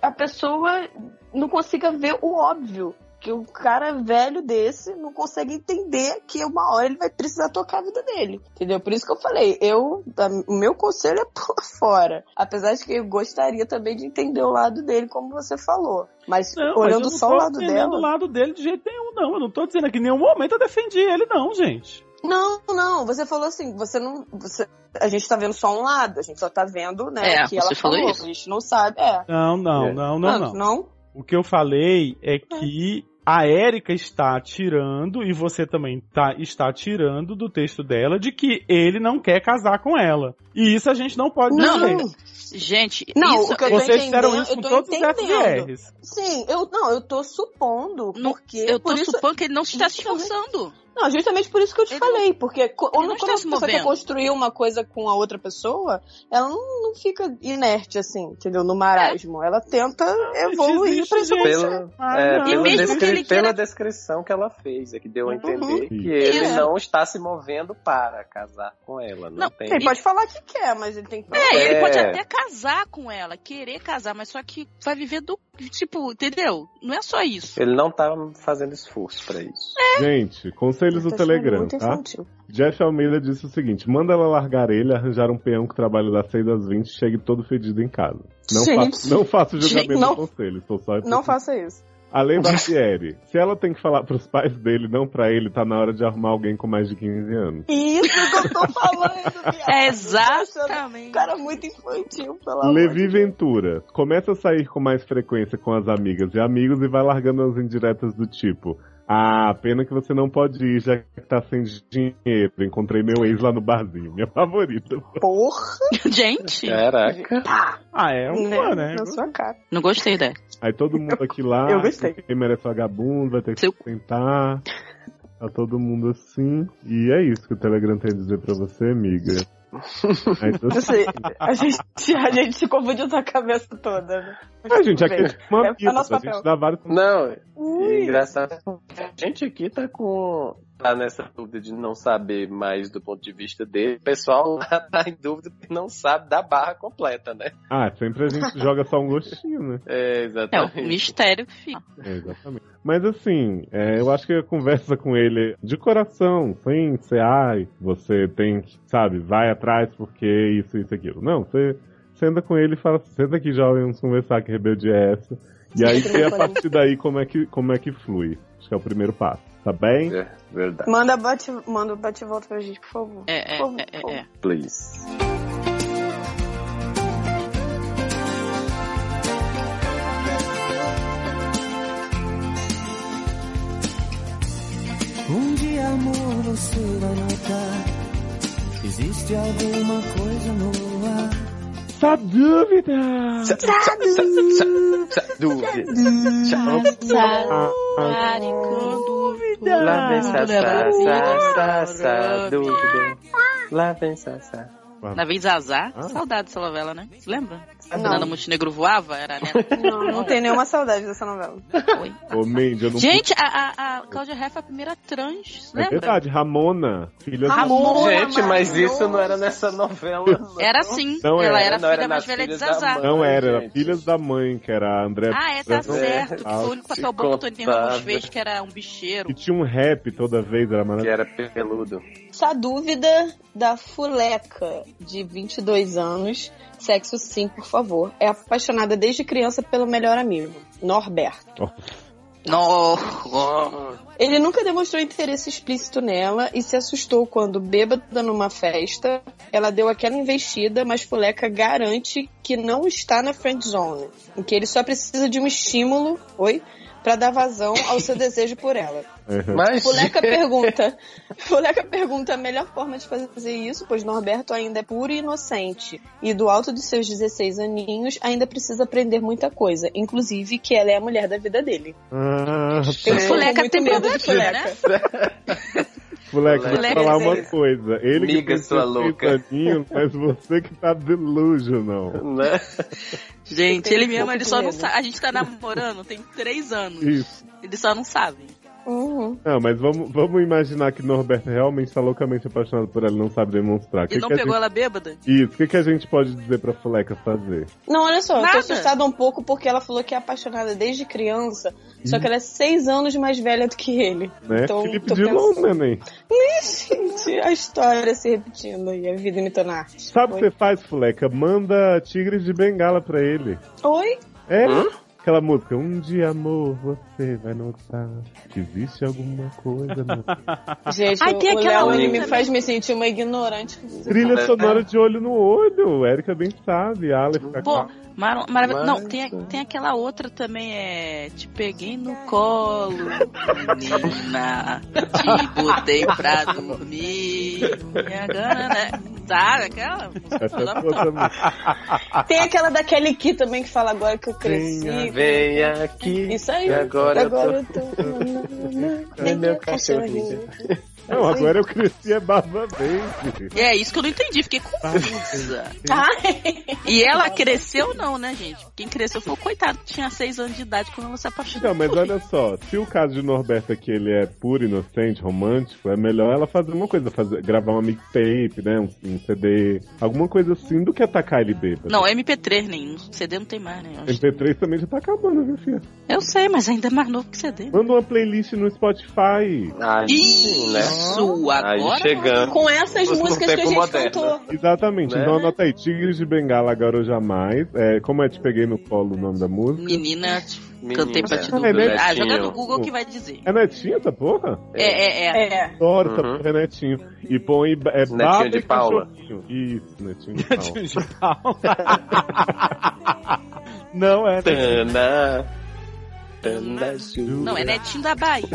Speaker 2: a pessoa não consiga ver o óbvio. Que um cara velho desse não consegue entender que uma hora ele vai precisar tocar a vida dele. Entendeu? Por isso que eu falei, eu, a- o meu conselho é *laughs* por fora. Apesar de que eu gostaria também de entender o lado dele, como você falou. Mas
Speaker 4: Não, mas
Speaker 2: olhando
Speaker 4: eu não
Speaker 2: só
Speaker 4: tô
Speaker 2: o lado
Speaker 4: defendendo
Speaker 2: dela.
Speaker 4: o lado dele de jeito nenhum, não. Eu não tô dizendo aqui em nenhum momento eu defendi ele, não, gente.
Speaker 2: Não, não, você falou assim, você não. Você, a gente tá vendo só um lado, a gente só tá vendo, né,
Speaker 5: É,
Speaker 2: o que
Speaker 5: você
Speaker 2: ela
Speaker 5: falou
Speaker 2: falou.
Speaker 5: isso.
Speaker 2: A gente não sabe. É.
Speaker 4: Não, não,
Speaker 3: É.
Speaker 4: não, não, não. O que eu falei é que a Érica está tirando, e você também tá, está tirando do texto dela, de que ele não quer casar com ela. E isso a gente não pode
Speaker 2: Não,
Speaker 4: dizer.
Speaker 2: não.
Speaker 5: Gente,
Speaker 2: Não,
Speaker 5: isso
Speaker 2: o que eu tô
Speaker 4: Vocês disseram
Speaker 2: entendendo,
Speaker 4: isso com
Speaker 2: eu tô
Speaker 4: todos os
Speaker 2: entendendo.
Speaker 5: É,
Speaker 4: FDRs.
Speaker 2: Sim, eu não, eu tô supondo,
Speaker 5: Não,
Speaker 2: porque.
Speaker 5: eu tô
Speaker 2: por isso,
Speaker 5: supondo que ele não está se
Speaker 2: justamente-
Speaker 5: esforçando.
Speaker 2: Não, justamente por isso que eu te
Speaker 5: Ele
Speaker 2: falei, porque co- quando
Speaker 5: não
Speaker 2: quando
Speaker 5: está
Speaker 2: a
Speaker 5: se
Speaker 2: pessoa quer
Speaker 5: movendo.
Speaker 2: construir uma coisa com a outra pessoa, ela não, não fica inerte assim, entendeu? No
Speaker 5: É.
Speaker 2: marasmo. Ela tenta
Speaker 4: mas
Speaker 2: evoluir
Speaker 4: existe,
Speaker 2: pra isso
Speaker 4: gente.
Speaker 2: acontecer.
Speaker 3: Pela,
Speaker 4: Ah,
Speaker 3: é,
Speaker 4: não.
Speaker 3: pela,
Speaker 5: E mesmo
Speaker 3: descri-
Speaker 5: que ele
Speaker 3: pela
Speaker 5: queira-
Speaker 3: descrição que ela fez, é que deu a
Speaker 1: Uhum.
Speaker 3: entender que ele
Speaker 5: É.
Speaker 3: não está se movendo para casar com ela. Não,
Speaker 5: Não,
Speaker 3: tem.
Speaker 2: Ele pode falar que quer, mas ele tem que
Speaker 5: É, ele
Speaker 3: É.
Speaker 5: pode até casar com ela, querer casar, mas só que vai viver do. Tipo, entendeu? Não é só isso.
Speaker 3: Ele não tá fazendo esforço pra isso.
Speaker 1: Gente, conselhos do
Speaker 2: Eu tô achando
Speaker 1: Telegram,
Speaker 2: muito assim.
Speaker 1: tá?
Speaker 2: infantil.
Speaker 1: Jeff Almeida disse o seguinte: manda ela largar ele, arranjar um peão que trabalha das 6 às 20 e chegue todo fedido em casa. Não,
Speaker 2: Gente.
Speaker 1: faço, não faço julgamento
Speaker 2: Gente, não.
Speaker 1: do conselho, estou só
Speaker 2: Não faça isso.
Speaker 1: Além Barbieri, se ela tem que falar pros pais dele, não pra ele, tá na hora de arrumar alguém com mais de 15 anos.
Speaker 2: Isso que eu tô
Speaker 5: *laughs*
Speaker 2: falando, viado.
Speaker 5: É
Speaker 2: Eu tô achando
Speaker 5: exatamente.
Speaker 2: Um cara muito infantil, pelo amor
Speaker 1: Levi
Speaker 2: de Deus.
Speaker 1: Ventura, começa a sair com mais frequência com as amigas e amigos e vai largando as indiretas do tipo. Ah, pena que você não pode ir, já que tá sem dinheiro. Encontrei meu ex lá no barzinho, minha favorita.
Speaker 2: Porra,
Speaker 5: É. Gente,
Speaker 3: é. Caraca.
Speaker 4: Ah, é um fã, né?
Speaker 2: na sua cara.
Speaker 5: não gostei dela.
Speaker 1: Aí todo mundo aqui lá,
Speaker 2: *laughs* Eu gostei.
Speaker 1: quem merece vagabundo, vai ter que
Speaker 5: Seu-
Speaker 1: sentar. Tá todo mundo assim. E é isso que o Telegram tem a dizer pra você,
Speaker 2: *laughs*
Speaker 1: amiga. Mas assim,
Speaker 2: Não sei, a gente, a gente se confundiu na cabeça toda, né?
Speaker 1: a gente aqui é tipo uma
Speaker 2: É
Speaker 1: amiga,
Speaker 2: nosso
Speaker 1: a gente
Speaker 2: papel.
Speaker 1: dá vários
Speaker 3: Não, e
Speaker 2: Ui.
Speaker 3: engraçado. é A gente aqui tá com. tá nessa dúvida de não saber mais do ponto de vista dele. O pessoal lá *laughs* tá em dúvida porque não sabe da barra completa, né?
Speaker 1: Ah, sempre a gente joga só um gostinho, né?
Speaker 3: É,
Speaker 5: É um
Speaker 3: exatamente.
Speaker 5: mistério, filho.
Speaker 1: É, exatamente. Mas assim, é, eu acho que a conversa com ele de coração, sem ser, ai, você tem que, sabe, vai atrás porque isso, isso, aquilo. Não, você senta com ele e fala, senta aqui, jovem, vamos conversar que rebelde é essa. E aí vê a
Speaker 3: assim.
Speaker 1: partir daí como é, que, como é que flui. Acho que é o primeiro passo, tá bem?
Speaker 3: É, verdade.
Speaker 2: Manda bate, manda bate e volta pra gente, por favor.
Speaker 5: É, é,
Speaker 2: Como-
Speaker 5: é, é, é.
Speaker 3: Please.
Speaker 6: Existe alguma coisa no ar.
Speaker 1: Essa dúvida!
Speaker 2: Ah.
Speaker 3: Lá vem
Speaker 2: é
Speaker 3: Sassá, Sassá, dúvida. Lá vem Sassá.
Speaker 5: Na vez Azar,
Speaker 1: Ah.
Speaker 5: saudade dessa novela, né? Você lembra? A
Speaker 2: Não.
Speaker 5: Fernanda Montenegro voava, era, né?
Speaker 2: *laughs* Não, não tenho nenhuma saudade dessa novela.
Speaker 5: Oi.
Speaker 1: Ô, Mandy, eu não
Speaker 5: Gente, a, a, a Cláudia Raia foi a primeira trans,
Speaker 1: É
Speaker 5: lembra?
Speaker 1: verdade, Ramona, filha do-
Speaker 2: Ramona,
Speaker 3: Gente, mas
Speaker 2: maravilhoso.
Speaker 3: isso não era nessa novela. não.
Speaker 5: Era sim,
Speaker 1: Não
Speaker 5: ela
Speaker 1: era.
Speaker 5: era a
Speaker 3: Não,
Speaker 5: filha
Speaker 3: era
Speaker 5: mais
Speaker 3: nas
Speaker 5: velha de
Speaker 3: filhas da
Speaker 5: Zazá.
Speaker 3: mãe.
Speaker 1: Não era,
Speaker 3: gente.
Speaker 1: era Filhas da Mãe, que era a André.
Speaker 5: Ah, é, tá
Speaker 1: André-
Speaker 5: certo. Que foi o único papel bom que o Tony Ramos
Speaker 3: Incontável.
Speaker 5: fez, que era um bicheiro.
Speaker 1: Que tinha um rap toda vez, era
Speaker 3: Que
Speaker 1: maravilhoso.
Speaker 3: era peludo.
Speaker 2: Só dúvida da Fuleca, de 22 anos, sexo sim, por favor. É apaixonada desde criança pelo melhor amigo, Norberto.
Speaker 5: Não.
Speaker 2: Ele nunca demonstrou interesse explícito nela e se assustou quando, bêbada numa festa, ela deu aquela investida, mas Fuleca garante que não está na friend zone, em que ele só precisa de um estímulo, oi, para dar vazão ao seu desejo por ela.
Speaker 3: Mas,
Speaker 2: Fuleca pergunta. *laughs* Fuleca pergunta a melhor forma de fazer isso, pois Norberto ainda é puro e inocente. E do alto dos seus 16 aninhos, ainda precisa aprender muita coisa. Inclusive que ela é a mulher da vida dele.
Speaker 1: Ah,
Speaker 2: Eu
Speaker 5: Fuleca
Speaker 2: fico com muito
Speaker 5: tem
Speaker 2: medo de
Speaker 5: problema,
Speaker 2: Fuleca.
Speaker 1: moleque, vou te
Speaker 5: Moleque,
Speaker 1: falar
Speaker 5: você-
Speaker 1: uma coisa. Ele que
Speaker 3: Miga,
Speaker 1: tem
Speaker 3: sua
Speaker 1: 16
Speaker 3: louca.
Speaker 1: aninhos, mas você que tá delusional.
Speaker 3: né?
Speaker 5: Gente, ele mesmo, ele só não
Speaker 2: Muito medo.
Speaker 5: sabe. A gente tá namorando tem três anos.
Speaker 1: Isso.
Speaker 5: Ele só não sabe.
Speaker 2: Uhum.
Speaker 1: Não, mas vamos, vamos imaginar que Norberto é realmente está loucamente apaixonado por ela e não sabe demonstrar.
Speaker 5: Ele
Speaker 1: que
Speaker 5: não
Speaker 1: que a
Speaker 5: pegou
Speaker 1: gente-
Speaker 5: ela bêbada?
Speaker 1: Isso, o que, que a gente pode dizer pra Fuleca fazer?
Speaker 2: Não, olha só, eu
Speaker 5: Nada.
Speaker 2: tô assustada um pouco porque ela falou que é apaixonada desde criança, só
Speaker 1: Hum.
Speaker 2: que ela é seis anos mais velha do que ele. *laughs*
Speaker 1: Né?
Speaker 2: Então,
Speaker 1: Felipe
Speaker 2: tô
Speaker 1: Dilon,
Speaker 2: pensando.
Speaker 1: neném.
Speaker 2: Gente, a história se repetindo e a vida imitando a arte.
Speaker 1: Sabe o
Speaker 2: Oi?
Speaker 1: que você faz, Fuleca? Manda Tigres de Bengala pra ele.
Speaker 2: Oi?
Speaker 1: É?
Speaker 3: Hã?
Speaker 1: Aquela música, um dia amor, você vai notar que existe alguma coisa no
Speaker 2: Gente,
Speaker 5: Ai,
Speaker 2: o,
Speaker 5: tem
Speaker 2: o
Speaker 5: aquela
Speaker 2: Léo, ele
Speaker 3: outra
Speaker 2: me faz me sentir uma ignorante.
Speaker 1: Trilha sonora de olho no olho, Érica bem sabe, tá Aleph
Speaker 5: Pô,
Speaker 1: Cacá.
Speaker 5: Mar marav-
Speaker 3: Mas-
Speaker 5: Não, tem, a- tem aquela outra também, é. Te peguei no colo, menina. Te botei pra dormir. E agora, né? Sabe aquela?
Speaker 1: Essa é outra música.
Speaker 2: Tem aquela da Kelly Key também que fala agora que eu cresci.
Speaker 3: Venha, vem aqui.
Speaker 2: Isso aí.
Speaker 3: E agora eu tô-
Speaker 2: eu tô.
Speaker 3: É
Speaker 1: É
Speaker 2: Nem
Speaker 3: meu
Speaker 2: meu cachorrinho.
Speaker 3: cachorrinho.
Speaker 1: Não, agora eu cresci é barba verde.
Speaker 5: E é isso que eu não entendi, fiquei confusa.
Speaker 2: Ai,
Speaker 5: E ela cresceu, não, né, gente? Quem cresceu foi o coitado que tinha seis anos de idade quando ela se apaixonou.
Speaker 1: Não, mas olha só, se o caso de Norberto aqui ele é puro, inocente, romântico, é melhor ela fazer uma coisa, fazer, gravar uma mixtape, né? Um, um CD, alguma coisa assim do que atacar ele bêbado.
Speaker 5: Não, MP3 nenhum. CD não tem mais, né? Eu, acho.
Speaker 1: MP3 também já tá acabando, viu, filha?
Speaker 5: Eu sei, mas ainda é mais novo que CD.
Speaker 1: Manda uma playlist no Spotify.
Speaker 3: Aí sim, né?
Speaker 5: Isso, agora.
Speaker 3: Aí chegando.
Speaker 2: com essas
Speaker 3: Você não tem
Speaker 2: músicas que a gente
Speaker 3: como moderna.
Speaker 2: cantou.
Speaker 1: Exatamente,
Speaker 3: Né?
Speaker 1: então anota aí, Tigres de Bengala, agora ou jamais. É, como é Te Peguei no Colo o nome da música?
Speaker 5: Menina,
Speaker 3: menina,
Speaker 5: cantei pra
Speaker 1: Ah,
Speaker 5: te
Speaker 1: é
Speaker 5: duvidar.
Speaker 1: verdade.
Speaker 5: Ah, joga no
Speaker 3: Netinho.
Speaker 5: Google que vai dizer.
Speaker 1: É netinha essa porra?
Speaker 5: É, é, é.
Speaker 2: É.
Speaker 1: Adoro essa
Speaker 3: Uhum.
Speaker 1: porra, é netinho. E põe é,
Speaker 3: Netinho
Speaker 1: Baba
Speaker 3: de
Speaker 1: e
Speaker 3: Paula.
Speaker 1: cachorrinho. Isso, netinho de Paula.
Speaker 4: De pau. Ah, *laughs* Não é. né?
Speaker 3: Tana. Tana Ju.
Speaker 5: Não, é Netinho da Bahia.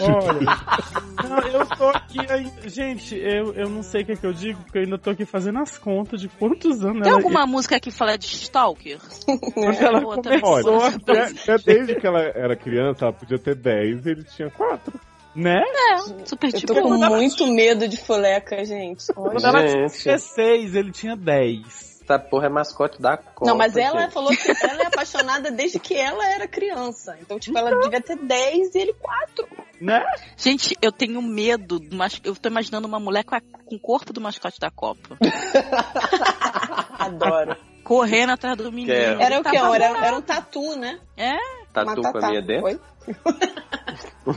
Speaker 1: Olha,
Speaker 4: Não, eu tô aqui ainda. Gente, eu, eu não sei o que é que eu digo, porque eu ainda tô aqui fazendo as contas de quantos anos
Speaker 5: Tem
Speaker 4: ela
Speaker 1: é-
Speaker 5: alguma música que fala de Stalker?
Speaker 4: quando *laughs* ela
Speaker 5: Pô, também
Speaker 4: começou.
Speaker 5: sou.
Speaker 1: olha até, até É, desde que ela era criança, ela podia ter 10 e ele tinha 4.
Speaker 4: Né?
Speaker 5: Super
Speaker 2: Eu
Speaker 5: tipo.
Speaker 2: tô com muito medo de fuleca, gente. Olha.
Speaker 4: Quando ela tinha
Speaker 3: Gente,
Speaker 4: 6, ele tinha 10.
Speaker 3: essa porra é mascote da Copa.
Speaker 2: Não, mas ela
Speaker 3: gente.
Speaker 2: falou que ela é apaixonada desde que ela era criança. Então, tipo, ela devia ter 10 e ele 4.
Speaker 4: Né?
Speaker 5: Gente, eu tenho medo. do mas- Eu tô imaginando uma mulher com, a- com o corpo do mascote da Copa.
Speaker 2: Adoro.
Speaker 5: Correndo atrás do menino.
Speaker 3: Quero.
Speaker 2: Era o
Speaker 5: Tá
Speaker 2: quê?
Speaker 5: maluco.
Speaker 2: Era, era um tatu, né?
Speaker 3: Tatu
Speaker 5: tá,
Speaker 2: Uma
Speaker 3: Tá com a minha dentro.
Speaker 2: Oi?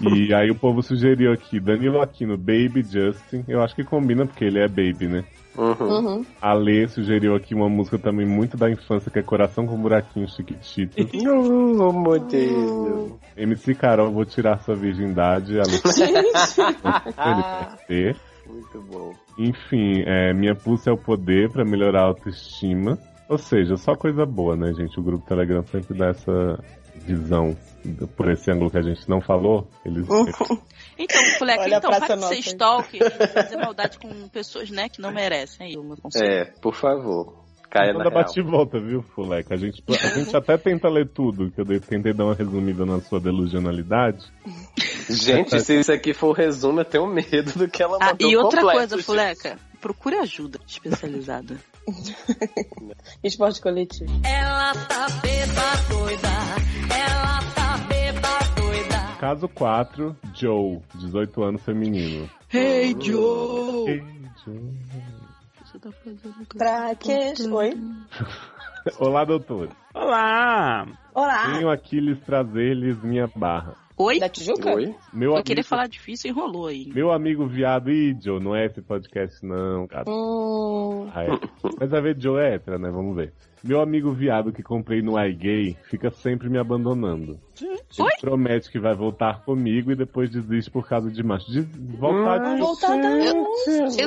Speaker 1: E aí o povo sugeriu aqui, Danilo Aquino, Baby Justin. Eu acho que combina porque ele é baby, né?
Speaker 3: Uhum.
Speaker 2: Uhum.
Speaker 1: A Lê sugeriu aqui uma música também muito da infância, que é Coração com Buraquinho
Speaker 3: *laughs*
Speaker 1: Chiquitito.
Speaker 5: Uhum.
Speaker 3: Oh, meu Deus.
Speaker 1: MC Carol, vou tirar sua virgindade. A Lê
Speaker 3: Ah.
Speaker 1: ele quer ter.
Speaker 3: Muito bom.
Speaker 1: Enfim, é, minha pulsa é o poder pra melhorar a autoestima. Ou seja, só coisa boa, né, gente? O grupo Telegram sempre dá essa visão por esse ângulo que a gente não falou, eles.
Speaker 5: Então, moleque,
Speaker 2: Olha
Speaker 5: então,
Speaker 2: pra
Speaker 5: para
Speaker 2: essa
Speaker 5: de
Speaker 2: nota
Speaker 5: ser
Speaker 2: aí.
Speaker 5: stalker e fazer maldade com pessoas, né, que não merecem. Aí, o meu conselho.
Speaker 3: É, por favor. Caia na
Speaker 1: Manda
Speaker 3: real.
Speaker 1: bate e volta, viu, Fuleca? A gente, a gente até tenta ler tudo, que eu dei- tentei dar uma resumida na sua delusionalidade.
Speaker 3: Gente, se isso aqui for o resumo, eu tenho medo do que ela
Speaker 5: Ah,
Speaker 3: mandou
Speaker 5: e outra
Speaker 3: completo,
Speaker 5: coisa,
Speaker 3: gente.
Speaker 5: Fuleca, procure ajuda especializada.
Speaker 2: *laughs* Esporte coletivo.
Speaker 6: Ela tá beba doida, ela tá beba doida.
Speaker 1: Caso 4, Joe, 18 anos feminino.
Speaker 5: hey, Joe!
Speaker 1: Joe.
Speaker 5: Você tá fazendo coisa
Speaker 2: Pra que foi?
Speaker 1: Olá, doutor.
Speaker 4: Olá!
Speaker 2: Olá!
Speaker 1: Venho aqui lhes trazer-lhes minha barra.
Speaker 5: Oi?
Speaker 2: Da Tijuca?
Speaker 3: Oi?
Speaker 1: Meu
Speaker 5: Eu
Speaker 1: amigo,
Speaker 5: queria falar difícil e enrolou aí.
Speaker 1: meu amigo viado, ih, Joe, não é esse podcast não, cara.
Speaker 2: Hum,
Speaker 1: Ah, é. Mas a ver, Joe é hétera, né? Vamos ver. Meu amigo viado que comprei no iGay fica sempre me abandonando. Ele promete que vai voltar comigo e depois desiste por causa de macho. Des... Voltar
Speaker 2: não
Speaker 5: Hum,
Speaker 1: de...
Speaker 2: voltar não.
Speaker 5: Eu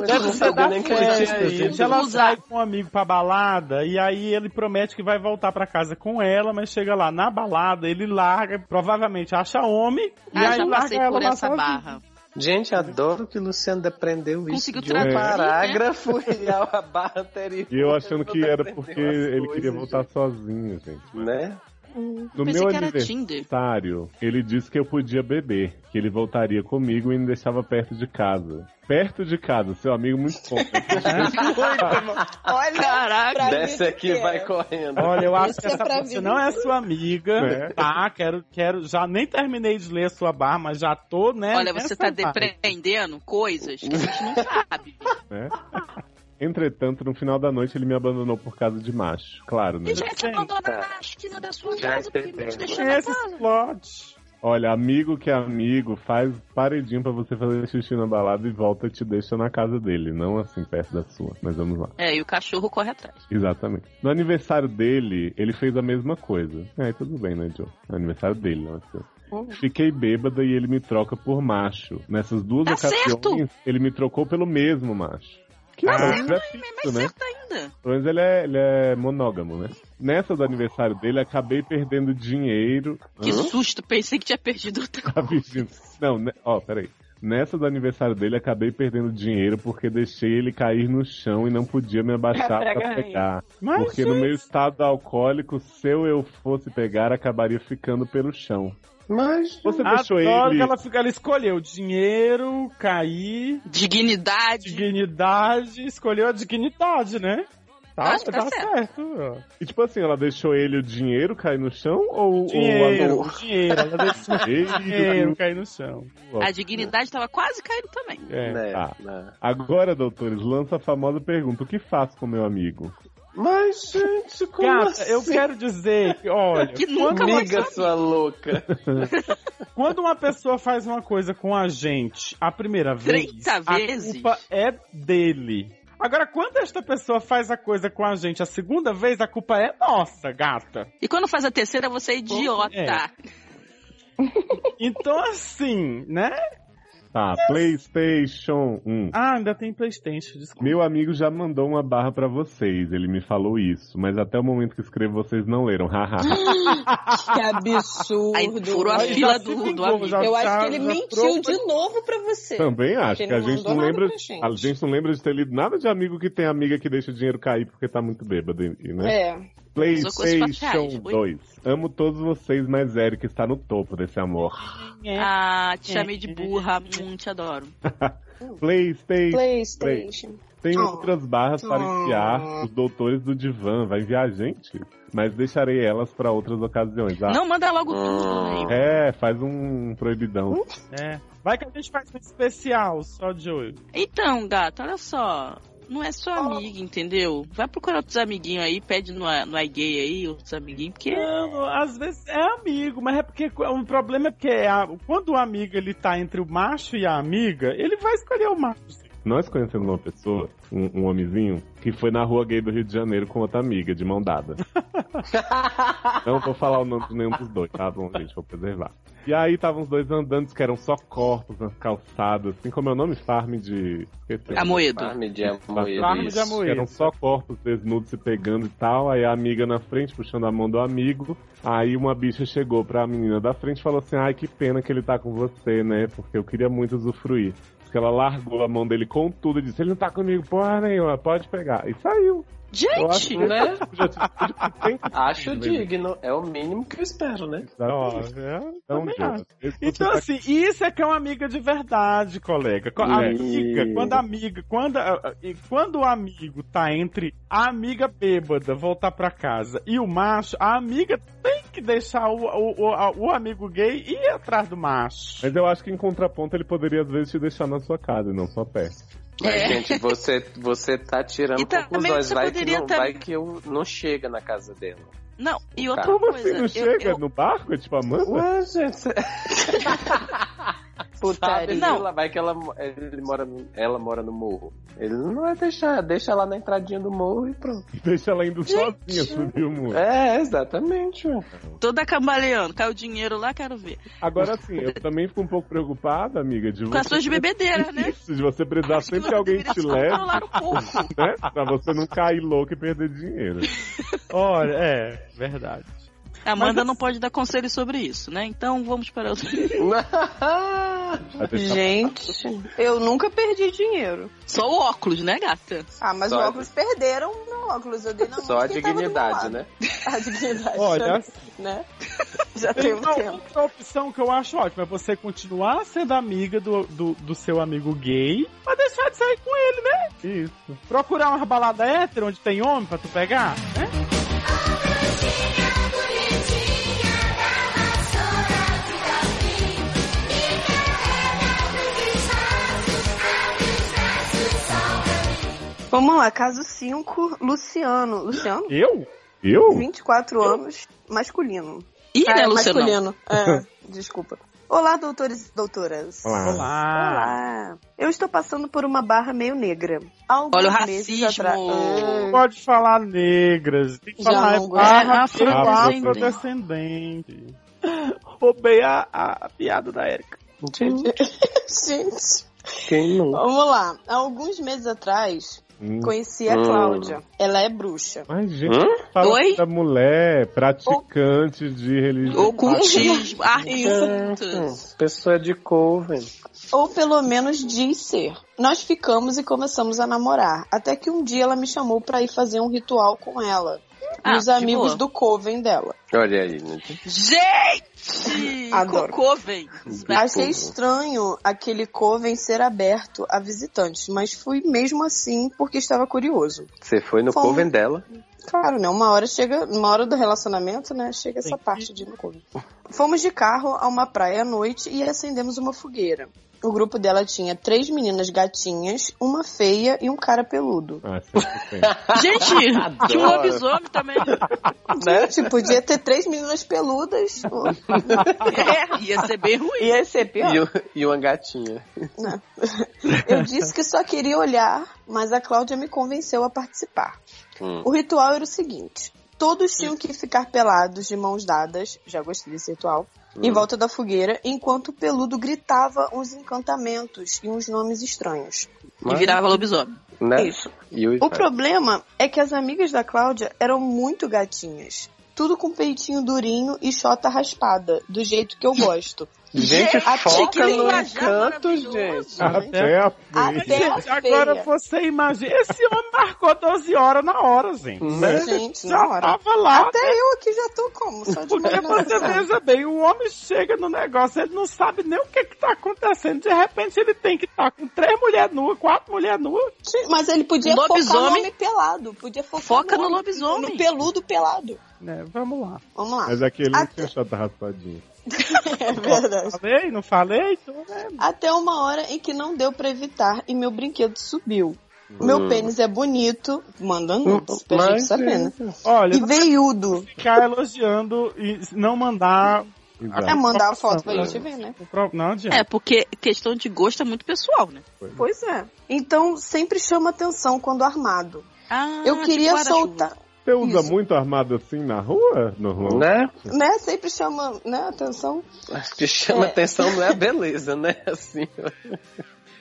Speaker 3: Eu não sabia nem que
Speaker 4: É,
Speaker 3: existia isso.
Speaker 4: gente, ela sai com um amigo pra balada e aí ele promete que vai voltar pra casa com ela, mas chega lá na balada, ele larga, provavelmente acha homem e
Speaker 5: Ah,
Speaker 4: aí
Speaker 5: já
Speaker 4: larga
Speaker 5: passei
Speaker 4: ela
Speaker 5: por
Speaker 4: lá
Speaker 5: essa
Speaker 4: sozinha. *laughs*
Speaker 5: barra.
Speaker 3: Gente, adoro que o Luciano depreendeu isso.
Speaker 5: Conseguiu
Speaker 3: de um
Speaker 5: traduzir, né?
Speaker 3: parágrafo *laughs* e a barra anterior.
Speaker 1: E eu achando que
Speaker 3: Depreendeu
Speaker 1: era porque
Speaker 3: tá as
Speaker 1: ele
Speaker 3: coisas,
Speaker 1: queria voltar sozinho, gente.
Speaker 3: gente, Né?
Speaker 1: No
Speaker 5: Pensei
Speaker 1: meu
Speaker 5: que era
Speaker 1: aniversário,
Speaker 5: Tinder.
Speaker 1: ele disse que eu podia beber, que ele voltaria comigo e me deixava perto de casa. Perto de casa, seu amigo muito bom.
Speaker 2: Olha,
Speaker 5: Caraca.
Speaker 2: pra
Speaker 3: Desce
Speaker 2: ver
Speaker 3: aqui
Speaker 2: que
Speaker 3: e vai
Speaker 2: é.
Speaker 3: correndo.
Speaker 4: Olha, eu acho
Speaker 2: Isso
Speaker 4: que
Speaker 2: é
Speaker 4: essa
Speaker 2: pra
Speaker 4: você
Speaker 2: mim.
Speaker 4: não é sua amiga,
Speaker 1: É.
Speaker 4: tá? Quero, quero, já nem terminei de ler sua barra, mas já tô, né?
Speaker 5: Olha, você
Speaker 4: nessa
Speaker 5: tá
Speaker 4: vibe.
Speaker 5: depreendendo coisas que a gente não sabe.
Speaker 1: né? Entretanto, no final da noite ele me abandonou por causa de macho. Claro, né?
Speaker 5: E já te
Speaker 4: Sim.
Speaker 5: abandonar na esquina da sua
Speaker 3: Já
Speaker 5: casa porque me
Speaker 3: entendemos.
Speaker 5: deixou na
Speaker 4: Esse
Speaker 5: casa.
Speaker 4: plot.
Speaker 1: Olha, amigo que é amigo, faz paredinho pra você fazer xixi na balada e volta e te deixa na casa dele, não assim perto da sua. Mas vamos lá.
Speaker 5: É, e o cachorro corre atrás.
Speaker 1: Exatamente. No aniversário dele, ele fez a mesma coisa. É, tudo bem, né, Joe? No aniversário dele, não é seu.
Speaker 5: Hum.
Speaker 1: Fiquei bêbada e ele me troca por macho. Nessas duas
Speaker 5: Tá
Speaker 1: ocasiões,
Speaker 5: certo! Ah,
Speaker 1: ele me trocou pelo mesmo macho. Que
Speaker 4: Tá
Speaker 1: bom,
Speaker 4: certo,
Speaker 1: isso é
Speaker 5: Mas
Speaker 1: fixo,
Speaker 5: mais
Speaker 1: né?
Speaker 5: certo ainda.
Speaker 1: Pelo menos ele é, ele é monógamo, né? Nessa do aniversário dele, acabei perdendo dinheiro.
Speaker 5: Que
Speaker 1: Hã?
Speaker 5: susto, pensei que tinha perdido outra
Speaker 1: Tá pedindo. Não, né? ó, peraí. Nessa do aniversário dele, acabei perdendo dinheiro porque deixei ele cair no chão e não podia me abaixar
Speaker 2: Pra
Speaker 1: pra
Speaker 2: ganhar.
Speaker 1: pegar.
Speaker 4: Mas,
Speaker 1: Porque no meu estado alcoólico, se eu eu fosse pegar, acabaria ficando pelo chão.
Speaker 3: Mas.
Speaker 1: Você deixou
Speaker 4: adoro que
Speaker 1: ele.
Speaker 4: ela, fica, ela escolheu dinheiro, cair,
Speaker 5: dignidade.
Speaker 4: dignidade, escolheu a dignidade, né? Tá,
Speaker 5: Acho que tá
Speaker 4: certo.
Speaker 1: E, tipo assim, ela deixou ele o dinheiro cair no chão ou,
Speaker 4: Dinheiro,
Speaker 1: ou
Speaker 4: o dinheiro,
Speaker 1: *laughs*
Speaker 4: ela deixou
Speaker 1: a
Speaker 4: dinheiro cair no chão.
Speaker 5: A dignidade tava quase caindo também.
Speaker 4: É.
Speaker 3: Né,
Speaker 1: tá.
Speaker 3: né.
Speaker 1: Agora, doutores, lança a famosa pergunta: o que faço com meu amigo?
Speaker 3: Mas, gente, como
Speaker 4: Gata,
Speaker 3: assim?
Speaker 4: eu quero dizer que, olha,
Speaker 5: Que nunca mais
Speaker 3: Amiga sua louca.
Speaker 4: Quando uma pessoa faz uma coisa com a gente a primeira vez,
Speaker 5: 30
Speaker 4: a
Speaker 5: vezes.
Speaker 4: culpa é dele. Agora, quando esta pessoa faz a coisa com a gente a segunda vez, a culpa é nossa, gata.
Speaker 5: E quando faz a terceira, você é idiota.
Speaker 4: É. Então, assim, né?
Speaker 1: Tá, PlayStation 1.
Speaker 4: Ah, ainda tem Playstation, desculpa.
Speaker 1: Meu amigo já mandou uma barra pra vocês, ele me falou isso, mas até o momento que escrevo vocês não leram, haha.
Speaker 2: Que absurdo.
Speaker 5: Aí furou a
Speaker 4: Aí já
Speaker 5: fila
Speaker 4: se
Speaker 5: do- do
Speaker 4: vingou,
Speaker 5: amigo.
Speaker 4: já-
Speaker 2: Eu acho
Speaker 4: já-
Speaker 2: que ele
Speaker 4: já
Speaker 2: mentiu
Speaker 4: trouxe-
Speaker 2: de novo pra você.
Speaker 1: Também acho,
Speaker 2: Porque
Speaker 1: que a
Speaker 2: não
Speaker 1: gente
Speaker 2: mandou
Speaker 1: não lembra,
Speaker 2: nada pra gente.
Speaker 1: a gente não lembra de ter lido nada de amigo que tem amiga que deixa o dinheiro cair porque tá muito bêbado, e- né?
Speaker 2: É.
Speaker 5: Só coisas faciais,
Speaker 1: PlayStation
Speaker 5: oi.
Speaker 1: 2. Amo todos vocês, mas Eric está no topo desse amor.
Speaker 4: é,
Speaker 5: Ah, te chamei de burra. Hum, te adoro.
Speaker 1: PlayStation
Speaker 2: PlayStation.
Speaker 1: tem outras barras para
Speaker 2: Ah.
Speaker 1: enviar os doutores do divã, vai enviar a gente, mas deixarei elas pra outras ocasiões. Ah,
Speaker 5: Não, manda logo
Speaker 3: Hum.
Speaker 5: tudo. né?
Speaker 1: É, faz um proibidão.
Speaker 4: É. Vai que a gente faz um especial só de hoje.
Speaker 5: Então, gato, olha só. Não é só amiga, entendeu? Vai procurar outros amiguinhos aí, pede no, no iGay aí, outros amiguinhos, porque. é
Speaker 4: Não, não, às vezes é amigo, mas é porque o problema é porque a- quando o amigo ele tá entre o macho e a amiga, ele vai escolher o macho.
Speaker 1: Nós conhecemos uma pessoa, um, um homenzinho, que foi na rua gay do Rio de Janeiro com outra amiga, de mão dada. Não vou falar o nome de nenhum dos dois, tá bom, gente? Vou preservar. E aí estavam os dois andando, que eram só corpos nas calçadas, assim como é o nome? Farm de. esqueci.
Speaker 5: Amoedo.
Speaker 3: Farm de Amoedo.
Speaker 4: Farm de
Speaker 3: é isso.
Speaker 4: Amoedo.
Speaker 1: Que eram só corpos desnudos se pegando e tal. Aí a amiga na frente, puxando a mão do amigo. Aí uma bicha chegou pra menina da frente e falou assim: Ai, que pena que ele tá com você, né? Porque eu queria muito usufruir. Porque ela largou a mão dele com tudo e disse: Ele não tá comigo porra nenhuma, pode pegar. E saiu. Eu acho
Speaker 5: Gente,
Speaker 1: que-
Speaker 3: né?
Speaker 1: Já tive que tem que
Speaker 3: Acho digno, é o mínimo que eu espero, né?
Speaker 4: *laughs*
Speaker 1: dar
Speaker 4: Ó,
Speaker 1: uma-
Speaker 4: é,
Speaker 1: Então,
Speaker 4: também acho.
Speaker 1: Jonas, esse
Speaker 4: Então,
Speaker 1: você tá-
Speaker 4: assim, isso é que é uma amiga de verdade, colega. Co-
Speaker 3: É.
Speaker 4: Amiga, quando a amiga, quando, a- a- e quando o amigo tá entre a amiga bêbada voltar pra casa e o macho, a amiga tem que deixar o, o, o, a- o amigo gay ir atrás do macho.
Speaker 1: Mas eu acho que em contraponto ele poderia às vezes te deixar na sua casa e não só perto.
Speaker 3: Mas,
Speaker 5: É.
Speaker 3: gente, você, você tá tirando
Speaker 5: E também
Speaker 3: conclusões.
Speaker 5: você
Speaker 3: Vai que,
Speaker 5: poderia
Speaker 3: não,
Speaker 5: tam-
Speaker 3: vai que eu não chega na casa dela.
Speaker 5: não, e outra
Speaker 3: Como
Speaker 1: Como
Speaker 5: coisa.
Speaker 1: assim? Não
Speaker 5: eu-
Speaker 1: chega
Speaker 5: eu-
Speaker 1: no barco? É tipo a Amanda?
Speaker 3: Ué, gente. você- Sabe,
Speaker 2: Putaria.
Speaker 5: Não.
Speaker 3: Ela vai que ela, ele mora no- ela mora no morro. Ele não vai deixar, deixa lá na entradinha do morro e pronto.
Speaker 1: Deixa ela indo sozinha subir o muro.
Speaker 3: É, exatamente. ué.
Speaker 5: Toda cambaleando, cai o dinheiro lá, quero ver.
Speaker 1: Agora sim, eu também fico um pouco preocupada, amiga, de
Speaker 5: Com as
Speaker 1: você.
Speaker 5: suas bebedeiras, né?
Speaker 1: Isso, de você precisar sempre que alguém te leve,
Speaker 5: Controlar
Speaker 1: *laughs*
Speaker 5: o corpo.
Speaker 1: né? Pra você não cair louco e perder dinheiro.
Speaker 4: Olha, é, verdade.
Speaker 5: Amanda não pode dar conselho sobre isso, né? Então vamos para outro.
Speaker 1: Vai deixar-
Speaker 2: Gente, eu nunca perdi dinheiro.
Speaker 5: *laughs* Só o óculos, né, gata?
Speaker 2: Ah, mas
Speaker 3: Só-
Speaker 2: os óculos perderam meu óculos. Eu dei na mão
Speaker 3: Só a
Speaker 2: de quem tava do meu
Speaker 3: dignidade,
Speaker 2: lado.
Speaker 3: né?
Speaker 2: *laughs* A dignidade.
Speaker 1: Olha,
Speaker 2: Né? *laughs* Já tem um
Speaker 4: assim, Então,
Speaker 2: É, tempo.
Speaker 4: outra opção que eu acho ótima é você continuar sendo amiga do, do, do seu amigo gay, mas deixar de sair com ele, né?
Speaker 1: isso.
Speaker 4: Procurar uma balada hétero onde tem homem pra tu pegar, né?
Speaker 2: Vamos lá, caso 5, Luciano. Luciano?
Speaker 4: Eu?
Speaker 1: Eu?
Speaker 2: 24 anos, masculino.
Speaker 5: Ih,
Speaker 2: Ah,
Speaker 5: né,
Speaker 2: é
Speaker 5: Luciano? *laughs*
Speaker 2: masculino. É, desculpa. Olá, doutores e doutoras.
Speaker 1: Olá.
Speaker 4: Olá.
Speaker 2: Olá. Eu estou passando por uma barra meio negra. Há alguns
Speaker 5: Olha o
Speaker 2: meses
Speaker 5: racismo.
Speaker 2: atrás-
Speaker 4: Não pode falar negras. Tem que
Speaker 2: Já
Speaker 4: falar
Speaker 2: não
Speaker 5: Ah,
Speaker 4: barra
Speaker 5: gosto.
Speaker 4: afro-
Speaker 1: Afrodescendente.
Speaker 4: é afrodescendente. *laughs* Roubei a, a, a piada da Erika.
Speaker 2: Ah, *laughs* Gente,
Speaker 3: Quem não?
Speaker 2: vamos lá. Há alguns meses atrás,
Speaker 1: Hum.
Speaker 2: conheci a
Speaker 3: Hum.
Speaker 2: Cláudia. Ela é bruxa.
Speaker 1: Mas, gente,
Speaker 3: Hã?
Speaker 1: fala
Speaker 5: Oi?
Speaker 1: da mulher praticante de religião. Ah,
Speaker 5: Ocultismo, artes ocultas.
Speaker 3: Hum, Pessoa de coven.
Speaker 2: Ou pelo menos diz ser. Nós ficamos e começamos a namorar. Até que um dia ela me chamou pra ir fazer um ritual com ela.
Speaker 5: Ah,
Speaker 2: e os amigos
Speaker 5: de
Speaker 2: do coven dela.
Speaker 3: Olha aí, né? gente.
Speaker 5: Gente!
Speaker 2: Adoro.
Speaker 5: Cocô, vem.
Speaker 2: Achei estranho aquele coven ser aberto a visitantes, mas fui mesmo assim porque estava curioso.
Speaker 3: Você foi no
Speaker 2: Fomos.
Speaker 3: coven dela.
Speaker 2: Claro, né? Uma hora chega, uma hora do relacionamento, né? Chega essa parte de ir no coven. Fomos de carro a uma praia à noite e acendemos uma fogueira. O grupo dela tinha três meninas gatinhas, uma feia e um cara peludo.
Speaker 1: Ah, 100%.
Speaker 2: *laughs*
Speaker 5: Gente, tinha um
Speaker 3: Adoro.
Speaker 5: lobisomem também.
Speaker 2: Gente, né? Tipo, podia ter três meninas peludas.
Speaker 5: É, ia ser bem ruim.
Speaker 2: Ia ser pior.
Speaker 3: E, o- e uma gatinha.
Speaker 2: Eu disse que só queria olhar, mas a Cláudia me convenceu a participar.
Speaker 3: Hum.
Speaker 2: O ritual era o seguinte: todos tinham que ficar pelados de mãos dadas, já gostei desse ritual, em volta da fogueira, enquanto o peludo gritava uns encantamentos e uns nomes estranhos.
Speaker 5: E virava lobisomem.
Speaker 3: Né?
Speaker 2: Isso.
Speaker 3: E o,
Speaker 2: O problema é que as amigas da Cláudia eram muito gatinhas. Tudo com peitinho durinho e chota raspada, do jeito que eu gosto.
Speaker 3: Gente,
Speaker 2: Gente,
Speaker 3: foca
Speaker 2: que
Speaker 3: no
Speaker 5: linguajar
Speaker 3: encanto,
Speaker 5: maravilhoso.
Speaker 3: gente.
Speaker 1: Até a
Speaker 2: Até
Speaker 1: feia.
Speaker 2: a
Speaker 4: Gente, agora
Speaker 2: é feia.
Speaker 4: você imagina. Esse homem marcou 12 horas na hora, gente.
Speaker 3: Né?
Speaker 2: Hum. Gente,
Speaker 4: Já
Speaker 2: na hora.
Speaker 4: tava lá. né?
Speaker 2: Até
Speaker 5: Né?
Speaker 2: eu aqui já tô como? Só de
Speaker 4: Porque você
Speaker 2: imaginação.
Speaker 4: veja bem, o homem chega no negócio, ele não sabe nem o que que tá acontecendo. De repente ele tem que estar com três mulheres nuas, quatro mulheres nuas.
Speaker 2: Sim, Mas ele podia focar no
Speaker 5: assim. Lobisomem.
Speaker 2: homem pelado. Podia focar
Speaker 5: Foca no
Speaker 2: homem-
Speaker 5: lobisomem.
Speaker 2: No peludo pelado.
Speaker 4: Né, vamos lá.
Speaker 2: Vamos lá. *laughs*
Speaker 1: Mas aquele não
Speaker 2: Até-
Speaker 1: tinha chata raspadinha.
Speaker 2: É verdade.
Speaker 4: Falei? Não falei? Então, né?
Speaker 2: Até uma hora em que não deu pra evitar e meu brinquedo subiu. Meu pênis é bonito, manda nudes, pra gente
Speaker 3: Hum, Mas, é
Speaker 2: saber, né?
Speaker 4: Olha,
Speaker 2: E veiudo.
Speaker 4: ficar elogiando e não mandar.
Speaker 1: Exato.
Speaker 2: É mandar a foto pra
Speaker 4: Nossa.
Speaker 2: gente ver, né?
Speaker 4: o pro- Não adianta.
Speaker 5: É, porque questão de gosto é muito pessoal, né?
Speaker 2: Pois é. Então sempre chama atenção quando armado.
Speaker 5: Ah,
Speaker 2: Eu queria
Speaker 5: tipo guarda-chuva.
Speaker 2: soltar.
Speaker 1: Você usa muito armado assim na rua, normal?
Speaker 3: Né?
Speaker 2: Né? Sempre chama né, atenção.
Speaker 3: Acho que chama
Speaker 2: É.
Speaker 3: atenção não é a beleza, né? Assim,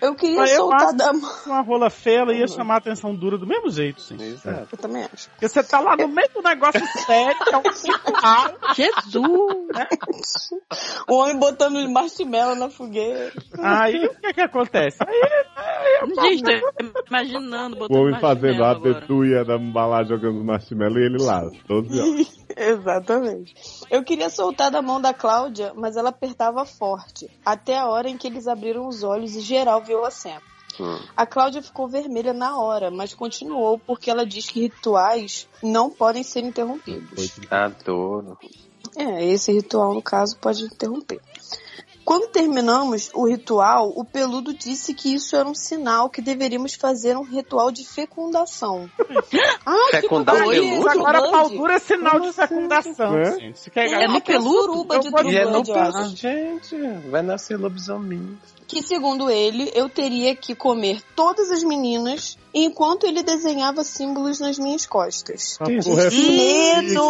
Speaker 2: Eu queria
Speaker 4: Mas eu
Speaker 2: soltar
Speaker 4: acho-
Speaker 2: da mão.
Speaker 4: Uma rola feia, ela ia chamar a atenção dura do mesmo jeito, sim.
Speaker 3: exato.
Speaker 2: Eu também acho.
Speaker 4: Porque você tá lá no meio do negócio sério, que é um circular.
Speaker 5: Jesus!
Speaker 2: O homem botando marshmallow na fogueira.
Speaker 4: Aí o que é que acontece? Aí
Speaker 5: Gente, tô imaginando
Speaker 1: O
Speaker 5: botando
Speaker 1: homem fazendo a
Speaker 5: marshmallow agora.
Speaker 1: tetuia da balada jogando marshmallow e ele lá, 12 horas.
Speaker 2: Exatamente. Eu queria soltar da mão da Cláudia, mas ela apertava forte. Até a hora em que eles abriram os olhos e geral viu a cena.
Speaker 3: Hum.
Speaker 2: A Cláudia ficou vermelha na hora, mas continuou porque ela diz que rituais não podem ser interrompidos.
Speaker 3: Adoro.
Speaker 2: É, esse ritual, no caso, pode interromper. Quando terminamos o ritual, o peludo disse que isso era um sinal que deveríamos fazer um ritual de fecundação. Ah,
Speaker 3: Fecundar
Speaker 2: que
Speaker 3: o
Speaker 2: putaria,
Speaker 3: um peludo?
Speaker 2: isso,
Speaker 4: agora a
Speaker 2: Band.
Speaker 4: pau dura é sinal de fecundação, assim?
Speaker 1: Né?
Speaker 4: gente. Se quer
Speaker 2: É
Speaker 5: É
Speaker 2: uma
Speaker 5: no peludo?
Speaker 2: peluruba de
Speaker 4: Eu posso-
Speaker 3: E é no
Speaker 2: Dumbledore.
Speaker 3: peso. Gente, vai nascer lobisomem.
Speaker 2: que, segundo ele, eu teria que comer todas as meninas enquanto ele desenhava símbolos nas minhas costas.
Speaker 1: Essa porra é
Speaker 2: Medo!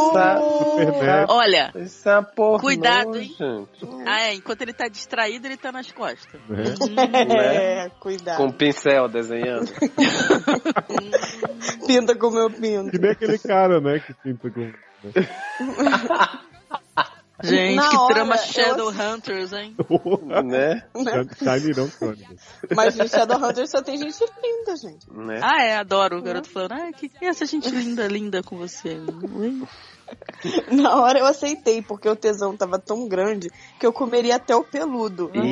Speaker 1: Superman.
Speaker 5: Olha,
Speaker 3: Isso é uma porra.
Speaker 5: Cuidado, hein?
Speaker 3: Gente.
Speaker 5: ah, é, enquanto ele tá distraído, ele tá nas costas.
Speaker 1: né?
Speaker 2: É, cuidado.
Speaker 3: Com o pincel desenhando.
Speaker 2: Pinta como eu pinto.
Speaker 1: Que nem aquele cara, né, que pinta com...
Speaker 5: Gente,
Speaker 2: Na
Speaker 5: que
Speaker 2: hora,
Speaker 5: trama
Speaker 2: eu
Speaker 5: Shadowhunters, hein? *laughs*
Speaker 3: né?
Speaker 1: Shiny não, Sônia.
Speaker 2: Mas no Shadowhunter só tem gente pinta, gente.
Speaker 3: Né?
Speaker 5: Ah, é, adoro o garoto falando. Ah, que que é essa gente linda, linda com você? Ui.
Speaker 2: Na hora eu aceitei, porque o tesão tava tão grande que eu comeria até o peludo.
Speaker 3: Eita.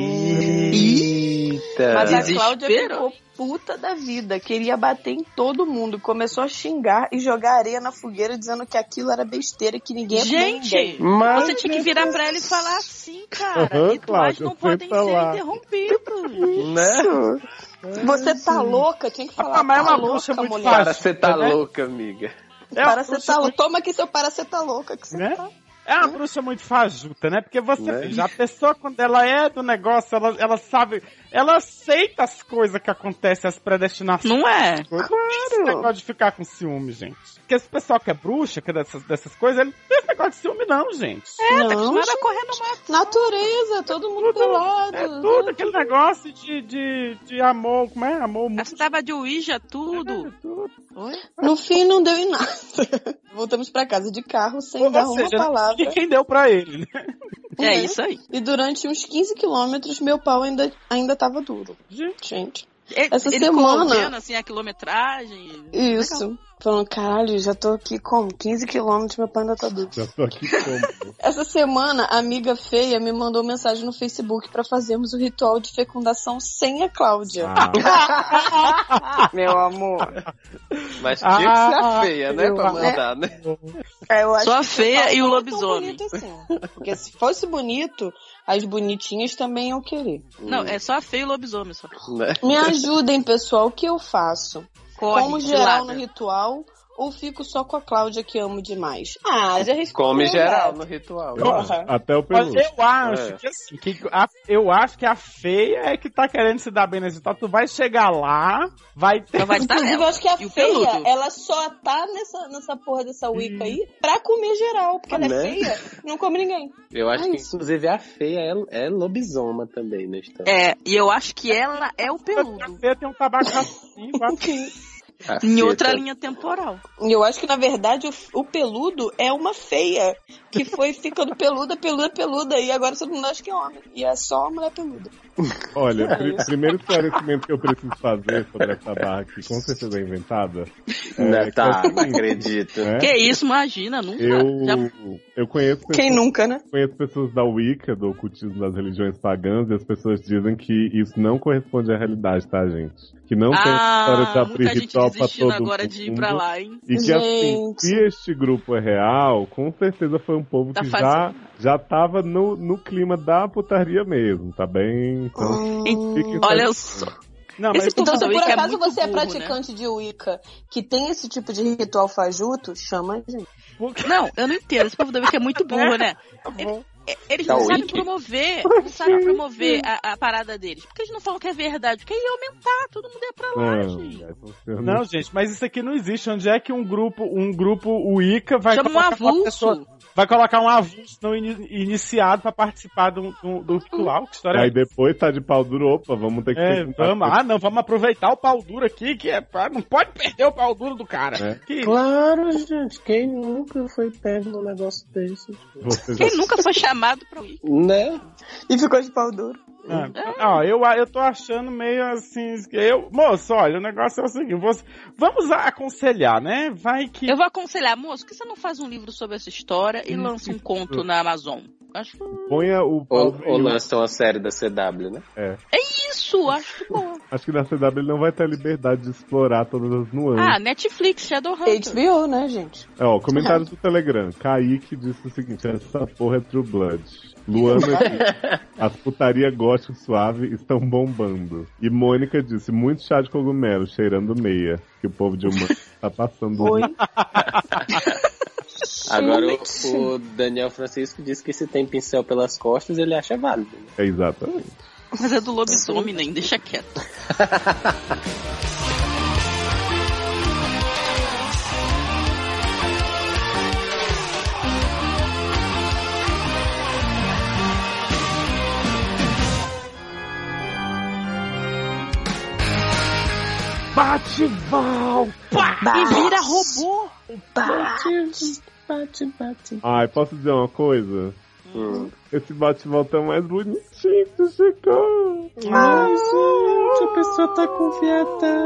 Speaker 2: Mas é- a
Speaker 5: Desespero.
Speaker 2: Cláudia ficou puta da vida, queria bater em todo mundo, começou a xingar e jogar areia na fogueira dizendo que aquilo era besteira e que é ninguém ia comer ninguém.
Speaker 5: Gente,
Speaker 3: Mas-
Speaker 5: você tinha que virar pra ele e falar assim, cara.
Speaker 1: Aham,
Speaker 5: rituais
Speaker 1: Cláudia,
Speaker 5: não podem
Speaker 1: senta
Speaker 5: ser
Speaker 1: lá.
Speaker 5: interrompidos.
Speaker 3: Né?
Speaker 2: *laughs* Você tá louca? Tinha que falar.
Speaker 4: Ah, mas é uma
Speaker 2: tá
Speaker 4: bruxa
Speaker 2: louca,
Speaker 4: muito
Speaker 2: mulher.
Speaker 3: Cara, você tá
Speaker 4: Né?
Speaker 3: louca, amiga.
Speaker 4: É uma
Speaker 2: Para você
Speaker 4: bruxa
Speaker 2: tá
Speaker 4: muito-
Speaker 2: louca. Toma aqui seu para você tá louca. Que você
Speaker 4: Né?
Speaker 2: tá...
Speaker 4: É uma bruxa muito fajuta, né? Porque você
Speaker 3: Né?
Speaker 4: veja, a pessoa quando ela é do negócio, ela, ela sabe, ela aceita as coisas que acontecem, as predestinações.
Speaker 5: Não é?
Speaker 4: Ah, Esse negócio de ficar com ciúme, gente. Porque esse pessoal que é bruxa, que é dessas, dessas coisas, ele não tem esse negócio de ciúme, não, gente.
Speaker 5: É, tá
Speaker 2: Não,
Speaker 5: acostumada a correr no mato.
Speaker 2: Natureza, todo mundo pelado.
Speaker 4: É tudo aquele negócio de, de, de amor, como é? Amor
Speaker 5: As
Speaker 4: mútuo.
Speaker 5: tábuas de Ouija, tudo. Oi?
Speaker 2: No fim, não deu em nada. *laughs* Voltamos pra casa de carro sem
Speaker 4: Ou
Speaker 2: dar é uma
Speaker 4: seja, né?
Speaker 2: palavra.
Speaker 4: E quem deu pra ele, né?
Speaker 5: É
Speaker 2: Uhum.
Speaker 5: isso aí.
Speaker 2: E durante uns 15 quilômetros, meu pau ainda, ainda tava duro.
Speaker 4: Gente.
Speaker 2: Gente.
Speaker 5: Ele-
Speaker 2: Essa
Speaker 5: É, ele
Speaker 2: semana-
Speaker 5: ficou vendo, assim, a quilometragem.
Speaker 2: Isso.
Speaker 5: Legal.
Speaker 2: Falando, caralho, já tô aqui como? 15 quilômetros, meu pau ainda tá duro.
Speaker 1: Já tô aqui como... né?
Speaker 2: Essa semana, a amiga feia me mandou mensagem no Facebook pra fazermos o ritual de fecundação sem a Cláudia.
Speaker 1: Ah,
Speaker 3: Ah.
Speaker 2: *laughs* Meu amor.
Speaker 3: Mas tinha que ser
Speaker 4: Ah,
Speaker 3: a feia, né?
Speaker 4: eu-
Speaker 3: Pra mandar, né?
Speaker 2: É, eu acho
Speaker 5: Só a
Speaker 2: que
Speaker 5: feia e
Speaker 2: não é
Speaker 5: o
Speaker 2: tão
Speaker 5: lobisomem.
Speaker 2: bonito assim. Porque se fosse bonito, as bonitinhas também iam querer.
Speaker 5: Não, é só a feia e o lobisomem. Só.
Speaker 3: Né?
Speaker 2: Me ajudem, pessoal, o que eu faço?
Speaker 5: Corre,
Speaker 2: Como
Speaker 5: de
Speaker 2: geral
Speaker 5: lado.
Speaker 2: no ritual ou fico só com a Cláudia que amo demais? Ah, já respondeu.
Speaker 3: Come geral
Speaker 2: né?
Speaker 3: no ritual.
Speaker 1: eu acho. Até o
Speaker 4: Mas
Speaker 1: peludo.
Speaker 4: eu acho
Speaker 3: É.
Speaker 4: que assim, que a- eu acho que a feia é que tá querendo se dar bem nesse tal. Tu vai chegar lá, vai ter.
Speaker 5: Então vai estar
Speaker 2: Inclusive, eu
Speaker 5: nela.
Speaker 2: acho que a
Speaker 5: E o
Speaker 2: feia,
Speaker 5: peludo?
Speaker 2: ela só tá nessa, nessa porra dessa Wicca aí pra comer geral, porque ela é
Speaker 3: Né?
Speaker 2: feia, não come ninguém.
Speaker 3: Eu acho
Speaker 2: Ah,
Speaker 3: que,
Speaker 2: isso.
Speaker 3: inclusive, a feia é, é lobisoma também, né? Então.
Speaker 5: É, e eu acho que ela é o
Speaker 4: A
Speaker 5: peludo.
Speaker 4: feia tem um tabaco assim, vai-
Speaker 3: A
Speaker 5: Em
Speaker 3: feia
Speaker 5: outra
Speaker 3: tá-
Speaker 5: linha temporal.
Speaker 2: E eu acho que, na verdade, o, o peludo é uma feia que *laughs* foi ficando peluda, peluda, peluda, e agora todo mundo acha que é homem. E é só uma mulher peluda.
Speaker 1: Olha, pri- primeiro esclarecimento que eu preciso fazer sobre essa barra que com certeza é inventada.
Speaker 3: Né,
Speaker 1: que
Speaker 3: tá,
Speaker 1: assim,
Speaker 3: não acredito.
Speaker 1: né,
Speaker 5: Que isso, imagina, nunca. Já-
Speaker 1: Eu, eu conheço
Speaker 2: Quem nunca, né?
Speaker 1: conheço pessoas da Wicca, do ocultismo das religiões pagãs, e as pessoas dizem que isso não corresponde à realidade, tá, gente? Que não tem história de
Speaker 5: ah,
Speaker 1: abrir
Speaker 5: muita gente
Speaker 1: ritual pra todo
Speaker 5: desistindo agora
Speaker 1: mundo.
Speaker 5: de ir pra lá, hein?
Speaker 1: E que assim,
Speaker 2: Gente.
Speaker 1: se este grupo é real, com certeza foi um povo
Speaker 5: Tá
Speaker 1: que já,
Speaker 5: fazendo.
Speaker 1: já tava no, no clima da putaria mesmo, tá bem?
Speaker 2: Ah.
Speaker 1: Então, fiquem
Speaker 5: Olha só.
Speaker 4: Não,
Speaker 5: Esse
Speaker 4: mas
Speaker 5: povo
Speaker 2: Hum. Então,
Speaker 5: Nossa,
Speaker 2: se por
Speaker 5: Wicca é
Speaker 2: acaso
Speaker 5: muito
Speaker 2: você é
Speaker 5: burro, né?
Speaker 2: praticante de Wicca que tem esse tipo de ritual fajuto, chama a gente.
Speaker 5: Não, eu não entendo. Esse povo da Wicca é muito burro, né?
Speaker 4: tá bom.
Speaker 5: Eles
Speaker 3: Tá
Speaker 5: não
Speaker 3: o
Speaker 5: sabem
Speaker 3: Wiki?
Speaker 5: promover, não sabem promover a, a parada deles. Porque eles não falam que é verdade, porque ia aumentar, todo mundo ia pra lá,
Speaker 1: É.
Speaker 5: gente.
Speaker 1: Não, você não-
Speaker 4: Não, gente, mas isso aqui não existe. Onde é que um grupo, um grupo Wicca vai
Speaker 5: Chama um
Speaker 4: colocar uma pessoa,
Speaker 5: avulso.
Speaker 4: vai colocar um avulso não ini- iniciado pra participar do, do, do
Speaker 3: Uhum.
Speaker 4: ritual? Que história
Speaker 1: Aí
Speaker 4: é
Speaker 1: depois tá de pau duro, opa, vamos ter que
Speaker 4: É,
Speaker 1: ter que-
Speaker 4: vamos, ah, não, vamos aproveitar o pau duro aqui, que é, pra- não pode perder o pau duro do cara.
Speaker 1: É.
Speaker 4: Que-
Speaker 3: *laughs* Claro, gente, quem nunca foi pego num negócio desse?
Speaker 1: Você já-
Speaker 5: Quem
Speaker 1: *laughs*
Speaker 5: nunca foi chamado pra um Wicca?
Speaker 3: Né?
Speaker 2: E ficou de pau duro.
Speaker 4: Ah, ó, eu, eu tô achando meio assim. Eu, moço, olha, o negócio é o seguinte: você- vamos aconselhar, né? Vai que.
Speaker 5: Eu vou aconselhar, moço, por que você não faz um livro sobre essa história e lança um conto na Amazon? Acho que
Speaker 1: Ponha o pau
Speaker 3: Ou,
Speaker 1: duro.
Speaker 3: ou lança é uma série da CW, né?
Speaker 5: isso, acho que bom.
Speaker 1: Acho que na CW ele não vai ter a liberdade de explorar todas as nuances.
Speaker 5: Ah, Netflix, Shadowhunter.
Speaker 2: HBO, né, gente? *laughs*
Speaker 1: É, ó, comentários do Telegram. Kaique disse o seguinte: essa porra é True Blood. Luana disse, as putaria gótico suave estão bombando. E Mônica disse, muito chá de cogumelo, cheirando meia. Que o povo de humano tá passando.
Speaker 2: Oi.
Speaker 3: Agora
Speaker 2: Gente.
Speaker 3: o, o Daniel Francisco disse que se tem pincel pelas costas, ele acha válido. né?
Speaker 1: É, exatamente.
Speaker 5: Mas é do lobisomem, nem deixa quieto.
Speaker 1: Bate-val! Ah,
Speaker 5: E vira robô.
Speaker 1: Ai, posso dizer uma coisa?
Speaker 3: Hum.
Speaker 1: Esse bate-val tá mais bonitinho que chegou.
Speaker 4: Ai,
Speaker 3: a pessoa tá confiada.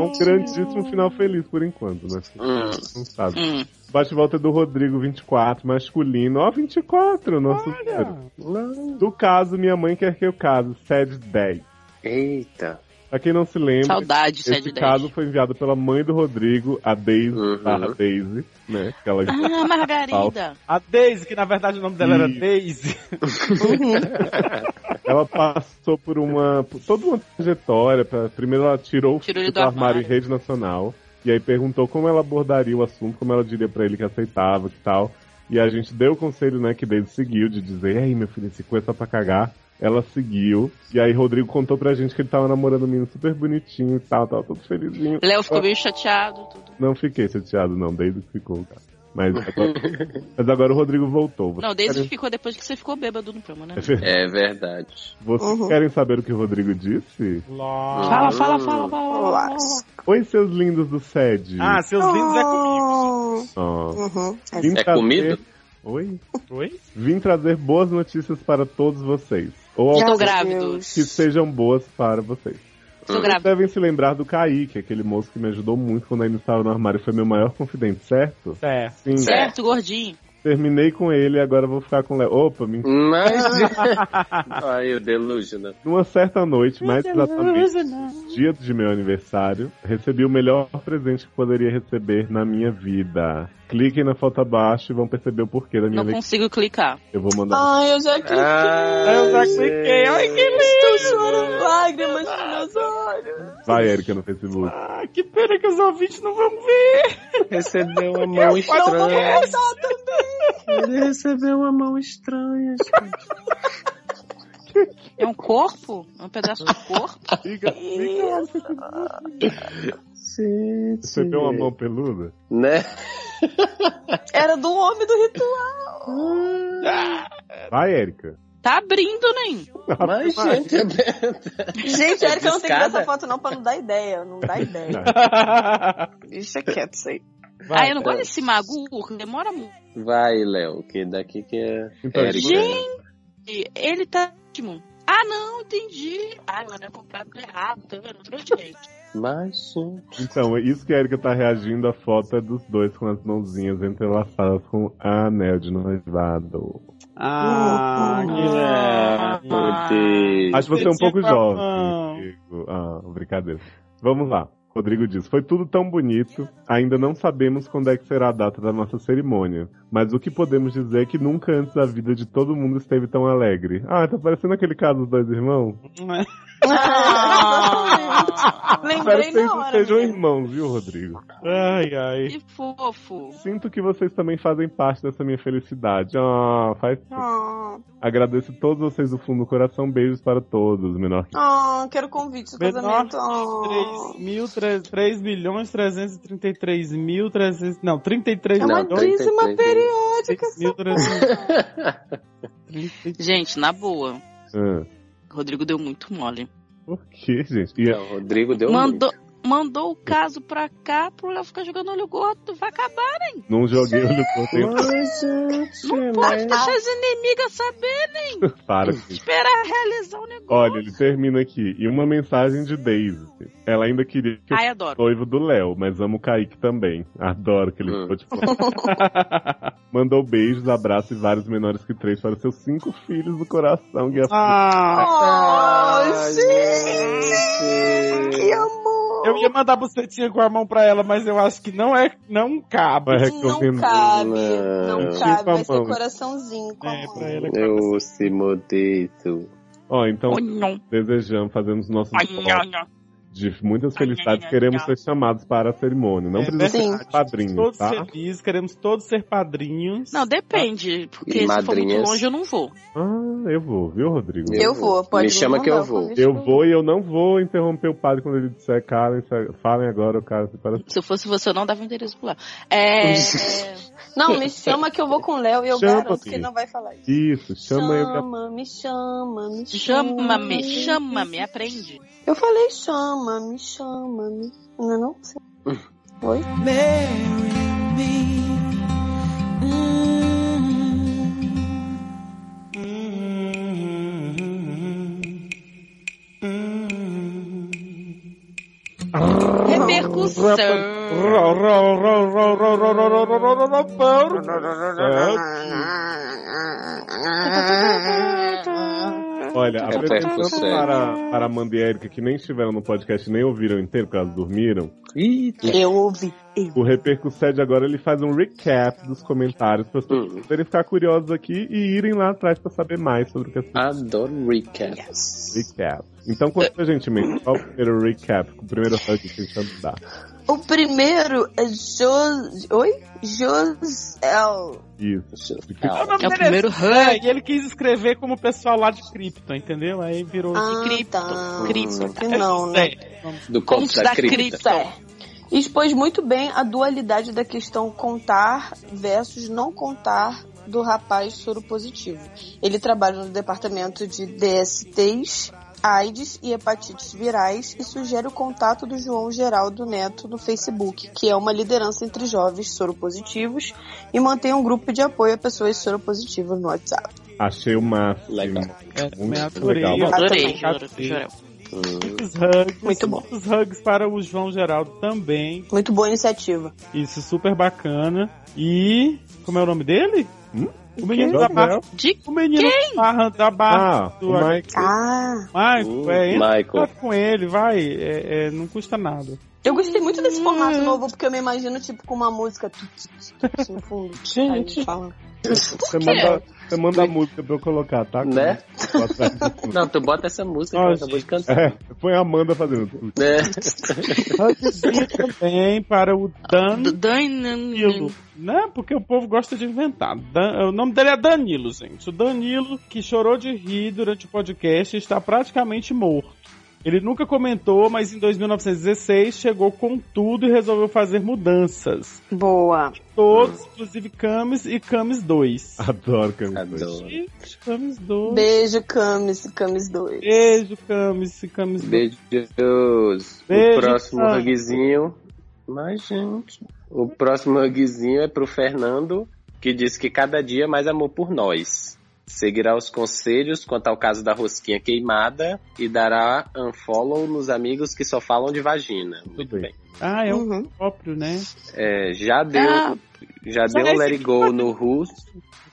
Speaker 1: Um grandíssimo final feliz por enquanto, né? Não sabe.
Speaker 5: Hum.
Speaker 1: Bate-volta é do Rodrigo 24, masculino. Ó, 24, nosso número.
Speaker 4: Ah!
Speaker 1: Do caso, minha mãe quer que eu case, sede 10.
Speaker 3: Eita.
Speaker 1: Pra quem não se lembra,
Speaker 5: Saudade,
Speaker 1: esse
Speaker 5: 710.
Speaker 1: caso foi enviado pela mãe do Rodrigo, a Daisy,
Speaker 3: Uhum.
Speaker 1: barra Daisy, né? Que ela-
Speaker 5: Ah, Margarida.
Speaker 4: A Daisy, que na verdade o nome dela era
Speaker 1: Isso.
Speaker 4: Daisy.
Speaker 2: Uhum.
Speaker 1: Ela passou por uma. por toda uma trajetória. pra- primeiro ela tirou o
Speaker 5: Tirou
Speaker 1: filho
Speaker 5: ele
Speaker 1: do
Speaker 5: do
Speaker 1: armário em
Speaker 5: armário.
Speaker 1: rede nacional. E aí perguntou como ela abordaria o assunto, como ela diria pra ele que aceitava que tal. E a gente deu o conselho, né, que Daisy seguiu, de dizer, ei meu filho, esse cu é só pra cagar. Ela seguiu. E aí Rodrigo contou pra gente que ele tava namorando um menino super bonitinho e tal, tava todo felizinho.
Speaker 5: Léo ficou
Speaker 1: Ah.
Speaker 5: meio chateado. Tudo.
Speaker 1: Não fiquei chateado, não, Daisy que ficou, cara. Mas agora, mas agora o Rodrigo voltou. Vocês
Speaker 5: Não, desde
Speaker 1: querem-
Speaker 5: que ficou depois que você ficou bêbado no programa, né?
Speaker 1: É verdade.
Speaker 3: É verdade.
Speaker 1: Vocês
Speaker 2: Uhum.
Speaker 1: querem saber o que o Rodrigo disse?
Speaker 5: Fala, fala, fala, fala, fala. fala.
Speaker 2: Relax.
Speaker 1: Oi, seus lindos do SED.
Speaker 4: Ah, seus lindos é comigo.
Speaker 1: Ó.
Speaker 2: Uhum.
Speaker 1: Vim
Speaker 3: É comido?
Speaker 1: Oi.
Speaker 4: Oi?
Speaker 1: Vim trazer boas notícias para todos vocês. Ou
Speaker 5: Estou
Speaker 1: algumas
Speaker 2: Graças a
Speaker 5: grávido.
Speaker 2: Deus.
Speaker 1: que sejam boas para vocês.
Speaker 5: Estou grávida.
Speaker 1: Devem se lembrar do Kaique, aquele moço que me ajudou muito quando ainda estava no armário. Foi meu maior confidente, certo?
Speaker 4: É.
Speaker 1: Sim.
Speaker 5: Certo, gordinho.
Speaker 1: Terminei com ele e agora vou ficar com o Léo. Opa, me...
Speaker 3: *laughs* Mas. Ai, o delúgio, né?
Speaker 1: Numa certa noite, mais exatamente dia de meu aniversário, recebi o melhor presente que poderia receber na minha vida. Cliquem na foto abaixo e vão perceber o porquê da minha
Speaker 5: Não
Speaker 1: alegria.
Speaker 5: consigo clicar.
Speaker 1: Eu vou mandar. um,
Speaker 2: Ai, eu já
Speaker 3: é?
Speaker 2: cliquei.
Speaker 4: Eu já
Speaker 3: Ah,
Speaker 4: cliquei. Ai, que lindo.
Speaker 2: Estou chorando lágrimas nos meus olhos.
Speaker 1: Vai, Erika, no Facebook.
Speaker 4: Ah, que pena que os ouvintes não vão *laughs* ver.
Speaker 3: recebeu uma mão estranha. Ele recebeu uma mão estranha, gente.
Speaker 5: É um corpo? É um pedaço do corpo?
Speaker 1: Fica, fica. Você deu uma mão peluda?
Speaker 3: Né?
Speaker 2: Era do homem do ritual.
Speaker 1: Vai, Erika.
Speaker 5: Tá abrindo, nem.
Speaker 3: Mas, gente,
Speaker 2: Gente,
Speaker 3: É
Speaker 2: Erika, eu não tenho que
Speaker 3: discada?
Speaker 2: ver essa foto não pra não dar ideia. Não dá ideia. Deixa quieto isso aí.
Speaker 5: ah, eu não gosto desse magurro, demora muito.
Speaker 3: Vai, Léo, que daqui que é.
Speaker 1: Então,
Speaker 3: Érica.
Speaker 5: Gente! Ele tá ótimo. Ah, não, entendi. Ah, mas é comprado errado, tá vendo? Trouxe direito. *laughs*
Speaker 3: Mas, gente.
Speaker 1: então, isso que a Erika tá reagindo, a foto é dos dois com as mãozinhas entrelaçadas com anel de noivado.
Speaker 4: Ah,
Speaker 3: Ah,
Speaker 4: que
Speaker 3: meu Deus.
Speaker 1: Acho você um pouco
Speaker 4: Entendi,
Speaker 1: jovem.
Speaker 4: papão.
Speaker 1: Rodrigo. Ah, brincadeira. Vamos lá. Rodrigo diz: Foi tudo tão bonito, ainda não sabemos quando é que será a data da nossa cerimônia. Mas o que podemos dizer é que nunca antes a vida de todo mundo esteve tão alegre. Ah, tá parecendo aquele caso dos dois irmãos?
Speaker 2: Tá
Speaker 1: Espero que
Speaker 5: Ah.
Speaker 2: Lembrei
Speaker 1: vocês
Speaker 2: na
Speaker 1: não
Speaker 2: hora. né?
Speaker 1: sejam
Speaker 2: menino.
Speaker 1: irmãos, viu, Rodrigo?
Speaker 4: Ai, ai.
Speaker 5: Que fofo.
Speaker 1: Sinto que vocês também fazem parte dessa minha felicidade. Ah, faz.
Speaker 2: Ah,
Speaker 1: Agradeço a todos vocês do fundo do coração. Beijos para todos, menor.
Speaker 2: ah, quero convite do
Speaker 4: Menor
Speaker 2: casamento. Ah.
Speaker 4: 3 milhões 333 mil 300, não, 33
Speaker 2: É uma
Speaker 3: Não,
Speaker 4: milhões
Speaker 2: crise
Speaker 3: 33
Speaker 2: periódica.
Speaker 4: 3.300.
Speaker 5: Gente, na boa,
Speaker 1: Ah,
Speaker 5: Rodrigo deu muito mole.
Speaker 1: por que, gente? E,
Speaker 3: Não, o Rodrigo deu
Speaker 5: Mandou, mandou o caso pra cá pro Léo ficar jogando olho gordo. Vai acabar.
Speaker 1: Não joguei o tempo.
Speaker 5: Não pode deixar as inimigas saber.
Speaker 1: Para, gente.
Speaker 5: Esperar realizar o negócio.
Speaker 1: Olha, ele termina aqui. E uma mensagem de Daisy. Ela ainda queria que eu
Speaker 5: Ai, adoro.
Speaker 1: noivo do Léo, mas amo o Kaique também. Adoro que ele
Speaker 3: Hum.
Speaker 1: ficou de fora. *laughs* Mandou beijos, abraço e vários menores que três para os seus cinco filhos do coração. E a-
Speaker 4: *laughs* Ah,
Speaker 2: Ah,
Speaker 3: gente!
Speaker 2: Que amor!
Speaker 4: eu ia mandar a bucetinha com a mão pra ela, mas eu acho que não é, não cabe.
Speaker 1: Vai
Speaker 2: Não
Speaker 1: recomendo.
Speaker 2: cabe,
Speaker 3: Não.
Speaker 2: não
Speaker 1: Tipo
Speaker 2: cabe,
Speaker 1: a
Speaker 2: vai ser
Speaker 1: mão.
Speaker 2: coraçãozinho com a
Speaker 4: É,
Speaker 2: mão.
Speaker 4: pra ela
Speaker 3: Eu se modito.
Speaker 1: Ó, então
Speaker 5: Ai, não.
Speaker 1: desejamos, fazemos nossos
Speaker 5: Ai,
Speaker 1: votos
Speaker 5: não, não.
Speaker 1: de muitas
Speaker 5: Ai,
Speaker 1: felicidades.
Speaker 5: ai, ai,
Speaker 1: Queremos
Speaker 5: ai.
Speaker 1: ser chamados para a cerimônia. Não
Speaker 4: É
Speaker 1: precisa
Speaker 2: verdade.
Speaker 1: ser padrinhos,
Speaker 4: todos
Speaker 1: tá?
Speaker 4: felizes, queremos todos ser padrinhos.
Speaker 5: Não, depende. Porque
Speaker 3: E
Speaker 5: se for muito
Speaker 3: Ah, madrinhas.
Speaker 5: longe, eu não vou.
Speaker 1: Ah, eu vou, viu, Rodrigo?
Speaker 2: Eu vou, pode
Speaker 3: Me chama que eu
Speaker 2: mandar o
Speaker 3: vou.
Speaker 2: convite
Speaker 1: Eu
Speaker 2: pra mim.
Speaker 1: vou e eu não vou interromper o padre quando ele disser, cara, falem agora, o cara se para
Speaker 5: Se eu fosse você, eu não dava endereço pro Léo. É.
Speaker 3: *laughs*
Speaker 5: é,
Speaker 2: Não, me chama que eu vou com o Léo e eu
Speaker 1: Chama,
Speaker 2: garanto que
Speaker 1: filho.
Speaker 2: não vai falar isso.
Speaker 1: Isso, chama eu que a-
Speaker 2: Chama, me chama, me chama.
Speaker 5: Chama-me, chama-me, aprende.
Speaker 2: Eu falei chama, me chama, me... Não, não sei. Oi?
Speaker 5: Repercussão.
Speaker 4: Ro, ro, ro, ro, ro, ro, ro, ro, ro, ro, ro, ro, pão.
Speaker 1: Olha,
Speaker 3: Café com
Speaker 1: apresentando
Speaker 3: sério.
Speaker 1: para, para Amanda e Erika, que nem estiveram no podcast nem ouviram inteiro, porque elas dormiram,
Speaker 5: Eu ouvi.
Speaker 1: o Repercussede agora ele faz um recap dos comentários para as pessoas
Speaker 3: Hum,
Speaker 1: poderem ficar curiosas aqui e irem lá atrás para saber mais sobre o que as pessoas
Speaker 3: adoro recaps.
Speaker 1: recap. Então, quando a gente mente, qual o primeiro recap? O primeiro site que a gente dá.
Speaker 2: O primeiro é Jos... Oi? Josel.
Speaker 1: Isso.
Speaker 4: Eu
Speaker 3: Calma.
Speaker 4: não
Speaker 5: É o
Speaker 4: mereço.
Speaker 5: primeiro
Speaker 4: É,
Speaker 5: rank.
Speaker 4: e ele quis escrever como o pessoal lá de cripto, entendeu? Aí virou.
Speaker 2: Ah,
Speaker 5: cripto,
Speaker 2: tá.
Speaker 5: cripto.
Speaker 2: Que não, né?
Speaker 4: É.
Speaker 3: Do conto
Speaker 5: Contos
Speaker 3: da,
Speaker 5: da
Speaker 3: cripta.
Speaker 5: cripta.
Speaker 2: É. Expôs muito bem a dualidade da questão contar versus não contar do rapaz soro positivo. Ele trabalha no departamento de DSTs, AIDS e hepatites virais e sugere o contato do João Geraldo Neto no Facebook, que é uma liderança entre jovens soropositivos e mantém um grupo de apoio a pessoas soropositivas no WhatsApp.
Speaker 1: Achei o máximo.
Speaker 3: Legal.
Speaker 1: Muito
Speaker 4: É, adorei.
Speaker 1: legal.
Speaker 5: Adorei,
Speaker 2: Ah,
Speaker 4: também.
Speaker 5: Jorel.
Speaker 1: É
Speaker 3: Hum,
Speaker 4: Muitos hugs,
Speaker 2: Muito bom.
Speaker 4: Muitos hugs para o João Geraldo também.
Speaker 2: Muito boa iniciativa.
Speaker 4: Isso, super bacana. E. Como é o nome dele?
Speaker 1: Hum?
Speaker 4: O menino da
Speaker 1: Quem?
Speaker 4: barra.
Speaker 5: De
Speaker 4: O menino da barra, da barra
Speaker 1: Ah,
Speaker 4: do
Speaker 1: o Mike.
Speaker 2: Ah,
Speaker 4: Michael, é, entra em
Speaker 3: Hum, Michael.
Speaker 4: contato com ele, vai. É, é, não custa nada.
Speaker 2: eu gostei muito desse formato
Speaker 4: Uhum.
Speaker 2: novo porque eu me imagino tipo com uma música tu, tu, tu, tu, no fundo.
Speaker 3: Gente.
Speaker 2: Aí fala.
Speaker 1: Você manda, você manda a música pra eu colocar, tá?
Speaker 3: Né?
Speaker 1: Bota aí.
Speaker 3: *laughs* Não, tu bota essa música que
Speaker 4: Ó,
Speaker 3: eu acabou de cantar.
Speaker 1: É, põe a Amanda fazendo.
Speaker 3: Né?
Speaker 4: Hugzinho também para o Dan
Speaker 5: Danilo.
Speaker 4: Danilo, né? Porque o povo gosta de inventar. Dan- o nome dele é Danilo, gente. O Danilo, que chorou de rir durante o podcast, está praticamente morto. Ele nunca comentou, mas em 2016 chegou com tudo e resolveu fazer mudanças.
Speaker 2: Boa.
Speaker 4: Todos, inclusive Camis e Camis 2.
Speaker 1: Adoro camisa.
Speaker 3: Adoro.
Speaker 4: E Camis 2.
Speaker 2: Beijo, Camis, Camis 2.
Speaker 4: Beijo, Camis e Camis 2.
Speaker 3: Beijos.
Speaker 4: Beijo,
Speaker 3: o próximo
Speaker 4: Fran.
Speaker 3: hugzinho. Mas, gente. O próximo hugzinho é pro Fernando, que diz que cada dia é mais amor por nós. Seguirá os conselhos quanto ao caso da rosquinha queimada e dará unfollow nos amigos que só falam de vagina. Muito
Speaker 1: bem.
Speaker 3: bem.
Speaker 4: Ah, é o
Speaker 2: Uhum.
Speaker 4: próprio, né?
Speaker 5: Ah,
Speaker 3: É, já deu, já deu um let it go no Russo.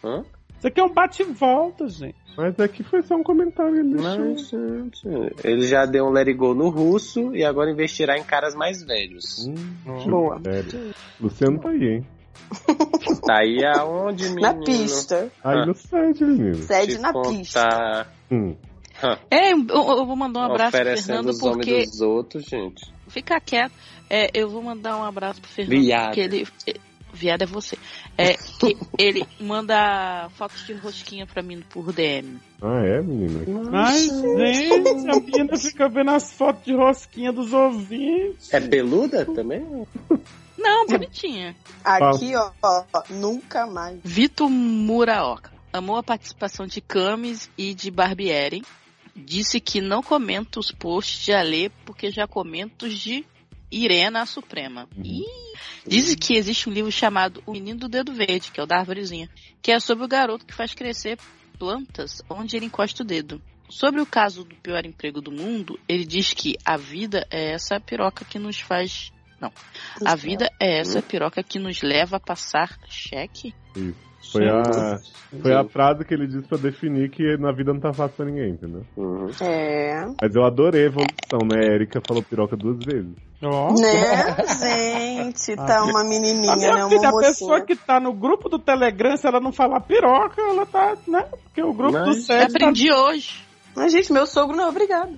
Speaker 3: Hã?
Speaker 4: Isso aqui é um bate-volta, gente.
Speaker 1: Mas aqui foi só um comentário. Ele deixou.
Speaker 3: Mas, gente, ele já deu um let it go no russo e agora investirá em caras mais velhos.
Speaker 1: Hum,
Speaker 2: Boa.
Speaker 1: velho. Luciano tá aí, hein?
Speaker 3: Tá aí aonde, menino?
Speaker 2: Na pista.
Speaker 1: Tá Aí
Speaker 3: Ah.
Speaker 1: no site, menino.
Speaker 2: Sede
Speaker 3: Te
Speaker 2: na pista.
Speaker 3: contar,
Speaker 1: Hum.
Speaker 5: É, eu, eu vou mandar um abraço pro
Speaker 3: Tá oferecendo
Speaker 5: Fernando
Speaker 3: os
Speaker 5: porque.
Speaker 3: homens dos outros, gente.
Speaker 5: Fica quieto. É, eu vou mandar um abraço pro Fernando
Speaker 3: Viado.
Speaker 5: porque ele. é, Viado é você. É, que ele manda fotos de rosquinha pra mim por DM.
Speaker 1: Ah, é, menino?
Speaker 4: Mas, gente, a menina fica vendo as fotos de rosquinha dos ouvintes.
Speaker 3: É peluda também?
Speaker 5: Não, bonitinha.
Speaker 2: Aqui, ó, ó, ó, nunca mais.
Speaker 5: Vitor Muraoka amou a participação de Camis e de Barbieri. Disse que não comenta os posts de Alê porque já comenta os de Irena a Suprema. Ih! Diz que existe um livro chamado O Menino do Dedo Verde, que é o da árvorezinha, que é sobre o garoto que faz crescer plantas onde ele encosta o dedo. Sobre o caso do pior emprego do mundo, ele diz que a vida é essa piroca que nos faz. Não. A vida é essa piroca que nos leva a passar cheque?
Speaker 1: Foi a, foi a frase que ele disse pra definir que na vida não tá fácil pra ninguém, entendeu?
Speaker 3: Uhum.
Speaker 2: É.
Speaker 1: Mas eu adorei a evolução, né? A Erika falou piroca duas vezes.
Speaker 4: Ó.
Speaker 2: Né,
Speaker 4: *laughs*
Speaker 2: gente? Tá uma
Speaker 4: A
Speaker 2: menininha, né?
Speaker 4: minha
Speaker 2: Uma
Speaker 4: filha, a pessoa
Speaker 2: mocinha.
Speaker 4: que tá no grupo do Telegram, se ela não falar piroca, ela tá, né? Porque o grupo do
Speaker 3: Mas-
Speaker 5: Eu
Speaker 2: É
Speaker 4: SED tá...
Speaker 5: aprendi hoje.
Speaker 2: Mas, gente, meu sogro não é obrigado.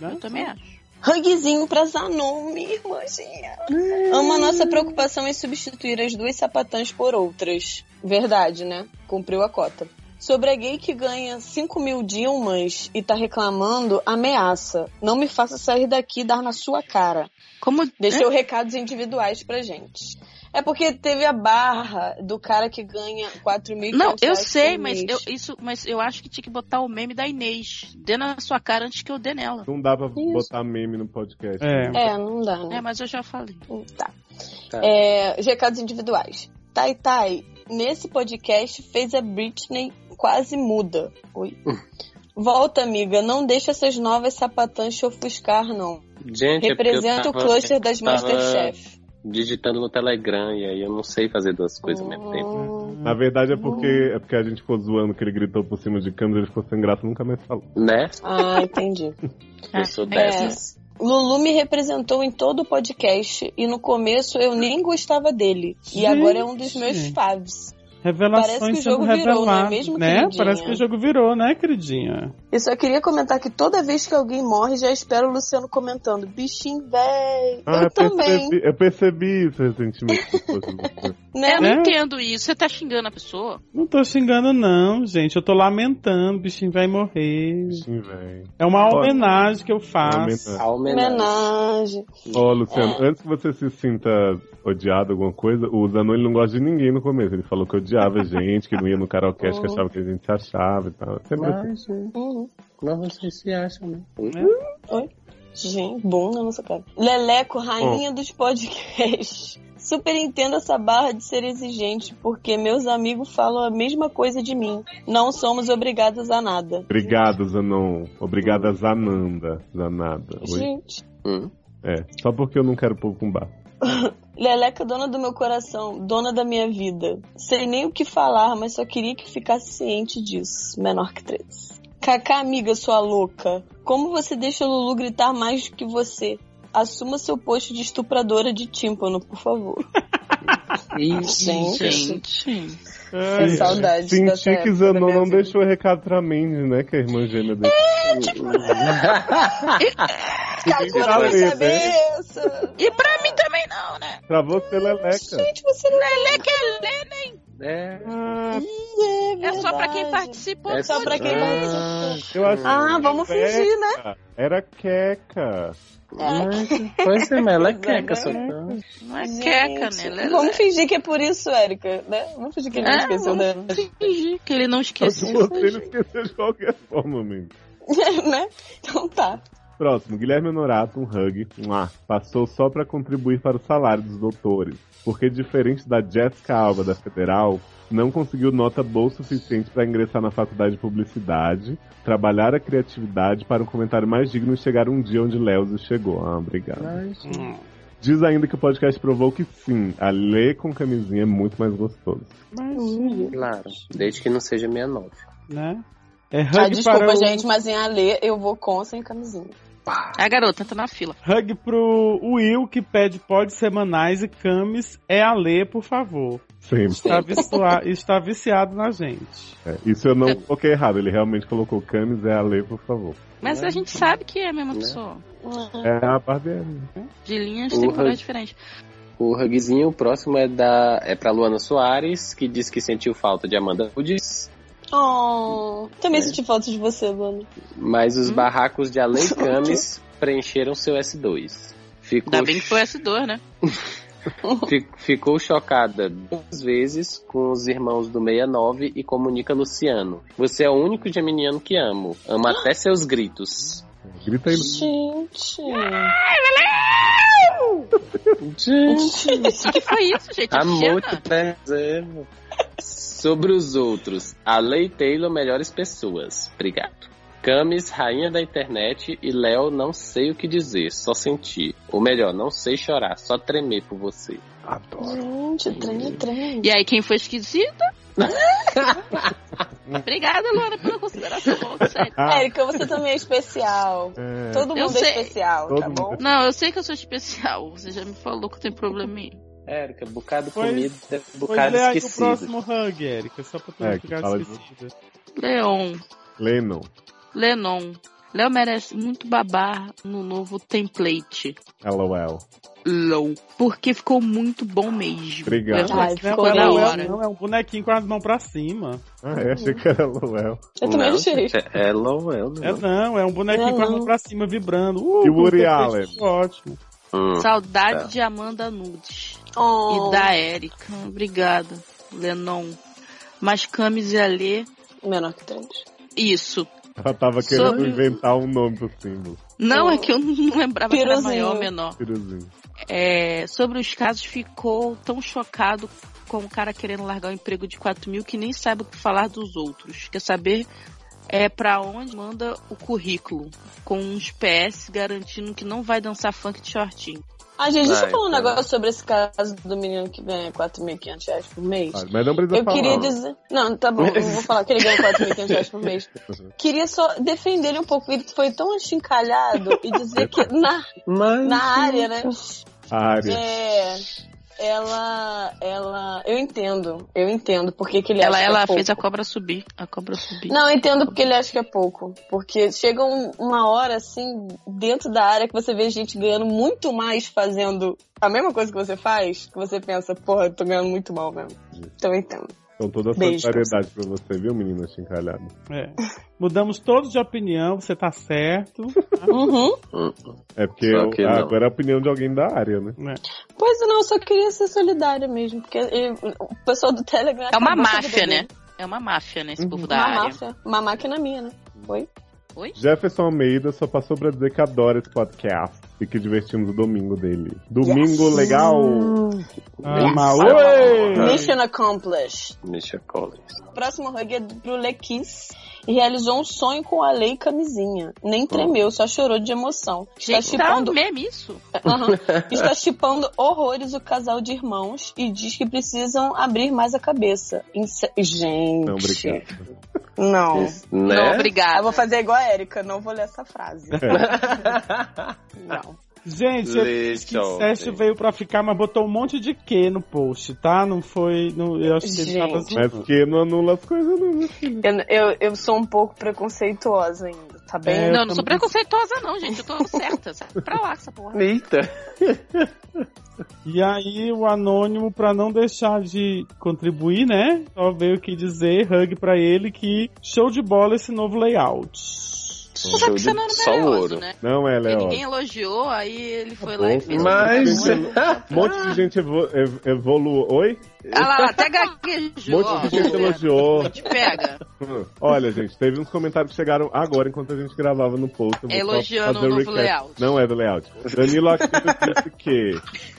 Speaker 5: Eu também acho.
Speaker 2: Rugzinho pra Zanon, minha irmãzinha. Ama nossa preocupação em substituir as duas sapatãs por outras. Verdade, né? Cumpriu a cota. Sobre a gay que ganha 5 mil dilmas e tá reclamando, ameaça. Não me faça sair daqui e dar na sua cara.
Speaker 5: Como
Speaker 2: Deixou recados individuais pra gente. É porque teve a barra do cara que ganha 4 mil um
Speaker 5: Não, eu
Speaker 2: é
Speaker 5: sei, mas eu, isso, mas eu acho que tinha que botar o meme da Inês. Dê na sua cara antes que eu dê nela.
Speaker 1: Não dá pra
Speaker 2: Isso.
Speaker 1: botar meme no podcast.
Speaker 4: É.
Speaker 2: É, não dá, né?
Speaker 5: É, mas eu já falei.
Speaker 2: Tá.
Speaker 3: Tá.
Speaker 2: É, os recados individuais. Tai Tai, nesse podcast fez a Britney quase muda. Oi.
Speaker 3: Hum.
Speaker 2: Volta, amiga, não deixa essas novas sapatãs te ofuscar, não.
Speaker 3: Gente, é porque eu
Speaker 2: Representa o
Speaker 3: tava
Speaker 2: cluster das
Speaker 3: tava-
Speaker 2: Masterchef.
Speaker 3: digitando no Telegram e aí eu não sei fazer duas coisas ao mesmo tempo. né?
Speaker 2: Hum,
Speaker 1: Na verdade é porque,
Speaker 2: Uhum.
Speaker 1: é porque a gente ficou zoando que ele gritou por cima de câmera, ele ficou sem graça, nunca mais falou.
Speaker 3: Né?
Speaker 2: Ah, entendi.
Speaker 3: Eu sou
Speaker 2: É,
Speaker 3: *laughs* dessas.
Speaker 2: Lulu me representou em todo o podcast e no começo eu nem gostava dele. E
Speaker 4: Gente.
Speaker 2: agora é um dos meus faves.
Speaker 4: Revelações
Speaker 2: Parece que o
Speaker 4: sendo
Speaker 2: jogo virou,
Speaker 4: reveladas,
Speaker 2: não é mesmo,
Speaker 4: né?
Speaker 2: queridinha?
Speaker 4: Parece que o jogo virou, né, queridinha?
Speaker 2: Eu só queria comentar que toda vez que alguém morre, já espero o Luciano comentando: bichinho véi.
Speaker 1: Ah,
Speaker 2: eu
Speaker 1: é
Speaker 2: também.
Speaker 1: percebi, eu percebi isso recentemente. que fosse
Speaker 2: *laughs*
Speaker 1: você.
Speaker 2: Né?
Speaker 5: eu não
Speaker 4: É.
Speaker 5: entendo isso. Você tá xingando a pessoa?
Speaker 4: Não tô xingando, não, gente. Eu tô lamentando, o bichinho vai morrer.
Speaker 1: Sim, velho.
Speaker 4: É uma
Speaker 1: Olha.
Speaker 4: homenagem que eu faço.
Speaker 2: é
Speaker 1: Lamenta-
Speaker 3: A homenagem.
Speaker 2: Homenagem.
Speaker 1: Ó, Luciano, antes que você se sinta odiado alguma coisa, o Zanon ele não gosta de ninguém no começo. Ele falou que odiava a gente, que não ia no karaokê, que achava que a gente se achava e tal. Sempre assim.
Speaker 3: Mas, gente,
Speaker 2: Uhum.
Speaker 3: mas vocês se acham, né?
Speaker 2: Gente, bom na nossa cara. Leleco, rainha dos podcasts. Super entendo essa barra de ser exigente, porque meus amigos falam a mesma coisa de mim. Não somos obrigados a nada.
Speaker 1: Obrigado, Zanon. Obrigada, Zananda. Zanada. Oi.
Speaker 2: Gente.
Speaker 3: Hum.
Speaker 1: É, só porque eu não quero povo com bar.
Speaker 2: Leleca, dona do meu coração, dona da minha vida. Sei nem o que falar, mas só queria que ficasse ciente disso. Menor que 13. Cacá, amiga, sua louca. Como você deixa o Lulu gritar mais do que você? Assuma seu posto de estupradora de tímpano, por favor.
Speaker 3: Ih,
Speaker 2: Gente.
Speaker 5: Gente.
Speaker 4: Ai,
Speaker 2: Que É saudade dessa
Speaker 1: Senti que
Speaker 2: época da
Speaker 1: Zanon
Speaker 2: minha
Speaker 1: não
Speaker 2: vida.
Speaker 1: deixou recado pra Mandy, né? Que é a irmã gêmea dele.
Speaker 2: É, tipo,
Speaker 3: Hum.
Speaker 2: Cagou na
Speaker 1: Pra
Speaker 2: minha
Speaker 1: ver, né?
Speaker 2: cabeça!
Speaker 5: E pra mim também não, né?
Speaker 1: Pra você, Leleca.
Speaker 2: Gente, você não é
Speaker 3: *laughs* É,
Speaker 1: Ah,
Speaker 5: É só pra quem
Speaker 2: verdade.
Speaker 5: participou.
Speaker 3: É
Speaker 5: do
Speaker 2: só pra quem
Speaker 5: podcast.
Speaker 2: vai.
Speaker 1: eu acho
Speaker 2: Ah, vamos fingir, né?
Speaker 1: Era queca.
Speaker 5: É.
Speaker 3: mas, pois é, mas ela é queca, só
Speaker 5: Não é
Speaker 2: Gente,
Speaker 5: queca, né? Lele-
Speaker 2: Vamos fingir que é por isso, Érica, né? Vamos fingir que ele não
Speaker 5: É,
Speaker 2: esqueceu
Speaker 5: vamos
Speaker 2: dela. *laughs*
Speaker 5: fingir que ele
Speaker 3: Tá
Speaker 5: não
Speaker 1: Você
Speaker 5: esqueceu.
Speaker 1: não esqueceu de qualquer forma, amigo.
Speaker 2: né? Então tá.
Speaker 1: Próximo, Guilherme Honorato, um hug. Um ah, passou só pra contribuir para o salário dos doutores. Porque, diferente da Jessica Alba, da Federal, não conseguiu nota boa o suficiente para ingressar na faculdade de publicidade, trabalhar a criatividade para um comentário mais digno e chegar um dia onde Leozio chegou. Ah, obrigado.
Speaker 3: Mas,
Speaker 4: Hum.
Speaker 1: Diz ainda que o podcast provou que sim, a ler com camisinha é muito mais gostoso.
Speaker 4: Mas,
Speaker 3: Claro, desde que não seja 69.
Speaker 4: né? É hug
Speaker 2: Ah, desculpa,
Speaker 4: para o-
Speaker 2: gente, mas em Alê eu vou com sem camisinha.
Speaker 5: A garota tá na fila.
Speaker 4: Hug pro Will, que pede pods semanais e camis. É a ler, por favor.
Speaker 1: Sempre.
Speaker 4: Está, vicua- está viciado na gente.
Speaker 1: É, Isso eu não coloquei errado, ele realmente colocou camis, é a lei, por favor.
Speaker 5: Mas a gente sabe que é a mesma
Speaker 3: Né?
Speaker 5: pessoa.
Speaker 1: É a Barbieri.
Speaker 5: De linhas
Speaker 3: Porra.
Speaker 5: temporais diferentes.
Speaker 3: O rugzinho, o próximo é da é para Luana Soares, que diz que sentiu falta de Amanda Woods,
Speaker 2: Oh, também
Speaker 3: É.
Speaker 2: senti foto de você, Luana.
Speaker 3: mas os
Speaker 5: Hum.
Speaker 3: barracos de
Speaker 5: *laughs*
Speaker 3: Alei Camis preencheram seu S2. Ficou,
Speaker 5: Ainda bem que foi assim. S2, né?
Speaker 3: fi- ficou chocada duas vezes com os irmãos do 69 e comunica Luciano. Você é o único geminiano que amo.
Speaker 5: *gasps*
Speaker 3: Ama até seus gritos.
Speaker 1: Grita aí.
Speaker 2: Gente.
Speaker 3: Gente,
Speaker 5: O que foi isso, gente? A
Speaker 3: amor
Speaker 5: Xena?
Speaker 3: te preserva. Sobre os outros, a Lei Taylor, melhores pessoas. Obrigado. Camis, rainha da internet, e Léo, não sei o que dizer, só sentir. Ou melhor, não sei chorar, só tremer por você.
Speaker 1: Adoro.
Speaker 2: Gente, trem, é trem.
Speaker 5: E aí, quem foi esquisita? Obrigada, Luana, pela consideração. sério.
Speaker 1: Ah,
Speaker 2: Érica, você também é especial.
Speaker 1: é,
Speaker 2: Todo
Speaker 5: Eu
Speaker 2: mundo
Speaker 5: sei.
Speaker 2: é especial,
Speaker 1: Todo
Speaker 2: tá
Speaker 1: mundo é
Speaker 2: bom?
Speaker 5: Não, eu sei que eu sou especial. Você já me falou que tem probleminha.
Speaker 3: Érica, bocado
Speaker 4: Pois-
Speaker 3: comido,
Speaker 4: Pois
Speaker 3: bocado
Speaker 4: lê aí o
Speaker 3: esquecido.
Speaker 4: próximo hug, Erika, só pra tu não
Speaker 1: É, que
Speaker 4: ficar
Speaker 1: fala de-
Speaker 4: esquecida.
Speaker 5: Leon,
Speaker 1: Lennon.
Speaker 5: Lenon. Léo merece muito babar no novo template.
Speaker 1: LOL.
Speaker 5: LOL. Porque ficou muito bom mesmo.
Speaker 1: Obrigado.
Speaker 5: Leon,
Speaker 2: Ai, Ah, ficou
Speaker 5: da
Speaker 2: legal.
Speaker 5: hora.
Speaker 4: Não, é um bonequinho com as mãos pra cima.
Speaker 1: Ah, é, achei que era LOL.
Speaker 2: Eu também
Speaker 3: Não,
Speaker 2: achei.
Speaker 3: gente, É, é LOL, é
Speaker 4: É
Speaker 3: LOL.
Speaker 4: não, é um bonequinho
Speaker 2: Não,
Speaker 4: com as
Speaker 2: não.
Speaker 4: mãos pra cima vibrando. Uh,
Speaker 1: Uhum. E o Woody
Speaker 4: com certeza,
Speaker 1: Allen?
Speaker 4: ficou Ótimo.
Speaker 3: Hum.
Speaker 5: Saudade
Speaker 3: Tá.
Speaker 5: de Amanda Nudes.
Speaker 2: É. Oh,
Speaker 5: E da Erika. Obrigada, Lenon. Mas Camis e Alê,
Speaker 2: Menor que três.
Speaker 5: isso.
Speaker 1: Ela tava querendo
Speaker 5: Sobre-
Speaker 1: inventar um nome pro símbolo.
Speaker 5: Não,
Speaker 2: Oh.
Speaker 5: é que eu não *laughs* lembrava se era
Speaker 2: Piruzinho.
Speaker 5: maior ou menor.
Speaker 1: Tirozinho.
Speaker 5: É, sobre os casos, ficou tão chocado com o cara querendo largar o emprego de 4 mil que nem sabe o que falar dos outros. Quer saber é para onde manda o currículo, com uns PS garantindo que não vai dançar funk de shortinho.
Speaker 2: Ah, gente, deixa eu
Speaker 3: Vai,
Speaker 2: falar um
Speaker 3: tá.
Speaker 2: negócio sobre esse caso do menino que ganha 4.500 reais por mês.
Speaker 1: Ah, Mas não precisa
Speaker 2: Eu
Speaker 1: falar.
Speaker 2: queria dizer. Não, tá bom, eu não vou falar que ele ganha 4.500 reais por mês. Queria só defender ele um pouco. Ele foi tão achincalhado e dizer que na,
Speaker 3: Mas...
Speaker 2: na área, né?
Speaker 1: A área.
Speaker 2: É. Ela. Ela. Eu entendo. Eu entendo porque que ele
Speaker 5: Ela,
Speaker 2: acha que é
Speaker 5: ela
Speaker 2: pouco.
Speaker 5: fez a cobra subir. A cobra subir.
Speaker 2: Não, eu entendo porque ele acha que é pouco. Porque chega um- uma hora, assim, dentro da área que você vê gente ganhando muito mais fazendo a mesma coisa que você faz, que você pensa, porra, eu tô ganhando muito mal mesmo. Então eu entendo.
Speaker 1: Então toda a
Speaker 2: Beijo pra
Speaker 1: solidariedade pra você, viu, menina chincalhada?
Speaker 4: É. Mudamos todos de opinião, você tá certo.
Speaker 2: Uhum.
Speaker 3: Hum.
Speaker 1: É porque
Speaker 3: Só
Speaker 1: eu-
Speaker 3: que
Speaker 1: ah,
Speaker 3: não.
Speaker 1: agora é a opinião de alguém da área, né? *laughs*
Speaker 2: Pois não, eu só queria ser solidária mesmo, porque eu- o pessoal do Telegram
Speaker 5: É
Speaker 2: acabou
Speaker 5: uma
Speaker 2: com a vida
Speaker 5: máfia, né?
Speaker 2: dele.
Speaker 5: É uma máfia, né? Esse
Speaker 1: Uhum.
Speaker 5: povo da
Speaker 2: Uma
Speaker 5: área.
Speaker 2: máfia. Tá Uma máquina minha, né? Oi?
Speaker 5: Oi?
Speaker 1: Jefferson Almeida só passou pra dizer que adora esse podcast e que divertimos o domingo dele. Domingo legal!
Speaker 4: Ama,
Speaker 3: Isso.
Speaker 4: oi!
Speaker 2: Mission accomplished.
Speaker 3: Misha Collins.
Speaker 2: Próximo hug é pro Lequis e realizou um sonho com a lei camisinha. Nem tremeu, só chorou de emoção. Está
Speaker 5: Gente, tá
Speaker 2: chipando,
Speaker 5: mesmo isso?
Speaker 2: Aham. está chipando horrores o casal de irmãos e diz que precisam abrir mais a cabeça. Inse- Gente.
Speaker 1: Não, obrigado.
Speaker 2: Não.
Speaker 5: Não,
Speaker 3: Né?
Speaker 2: Eu
Speaker 5: obrigada.
Speaker 2: vou fazer igual a Erika, não vou ler essa frase.
Speaker 1: *laughs*
Speaker 2: Não.
Speaker 4: Gente,
Speaker 3: Lê,
Speaker 4: esse
Speaker 3: tchau,
Speaker 4: Sérgio
Speaker 3: gente.
Speaker 4: veio pra ficar, mas botou um monte de que no post, tá? Não foi. Não, eu acho que ele tava
Speaker 2: Gente.
Speaker 1: Mas que não anula as coisas, não, né?
Speaker 2: Eu, eu, eu sou um pouco preconceituosa ainda, tá bem?
Speaker 4: É.
Speaker 5: Não, eu não sou
Speaker 4: também.
Speaker 5: preconceituosa, não, gente. Eu tô certa. Sai pra lá com essa porra.
Speaker 3: Eita.
Speaker 4: E aí, o anônimo, pra não deixar de contribuir, né? Só veio aqui dizer, hug pra ele, que show de bola esse novo layout.
Speaker 5: Você sabe que você não
Speaker 3: Só
Speaker 5: era
Speaker 3: o
Speaker 5: maravilhoso,
Speaker 3: ouro.
Speaker 5: é né?
Speaker 1: Não é,
Speaker 5: Porque
Speaker 1: Léo.
Speaker 5: ninguém elogiou, aí ele foi
Speaker 1: bom,
Speaker 5: lá e fez.
Speaker 3: Mas.
Speaker 5: um
Speaker 1: Um monte
Speaker 2: Ah.
Speaker 1: de gente evo ev- evoluou. Oi?
Speaker 5: Ah lá, lá, até
Speaker 1: Um
Speaker 5: gaguejou.
Speaker 1: monte
Speaker 5: ó.
Speaker 1: de gente elogiou. tipo,
Speaker 5: Te pega.
Speaker 1: Olha, gente, teve uns comentários que chegaram agora enquanto a gente gravava no post. Eu vou só
Speaker 5: Elogiando
Speaker 1: fazer
Speaker 5: o novo
Speaker 1: recap.
Speaker 5: layout.
Speaker 1: Não é do layout. Danilo Aquino disse que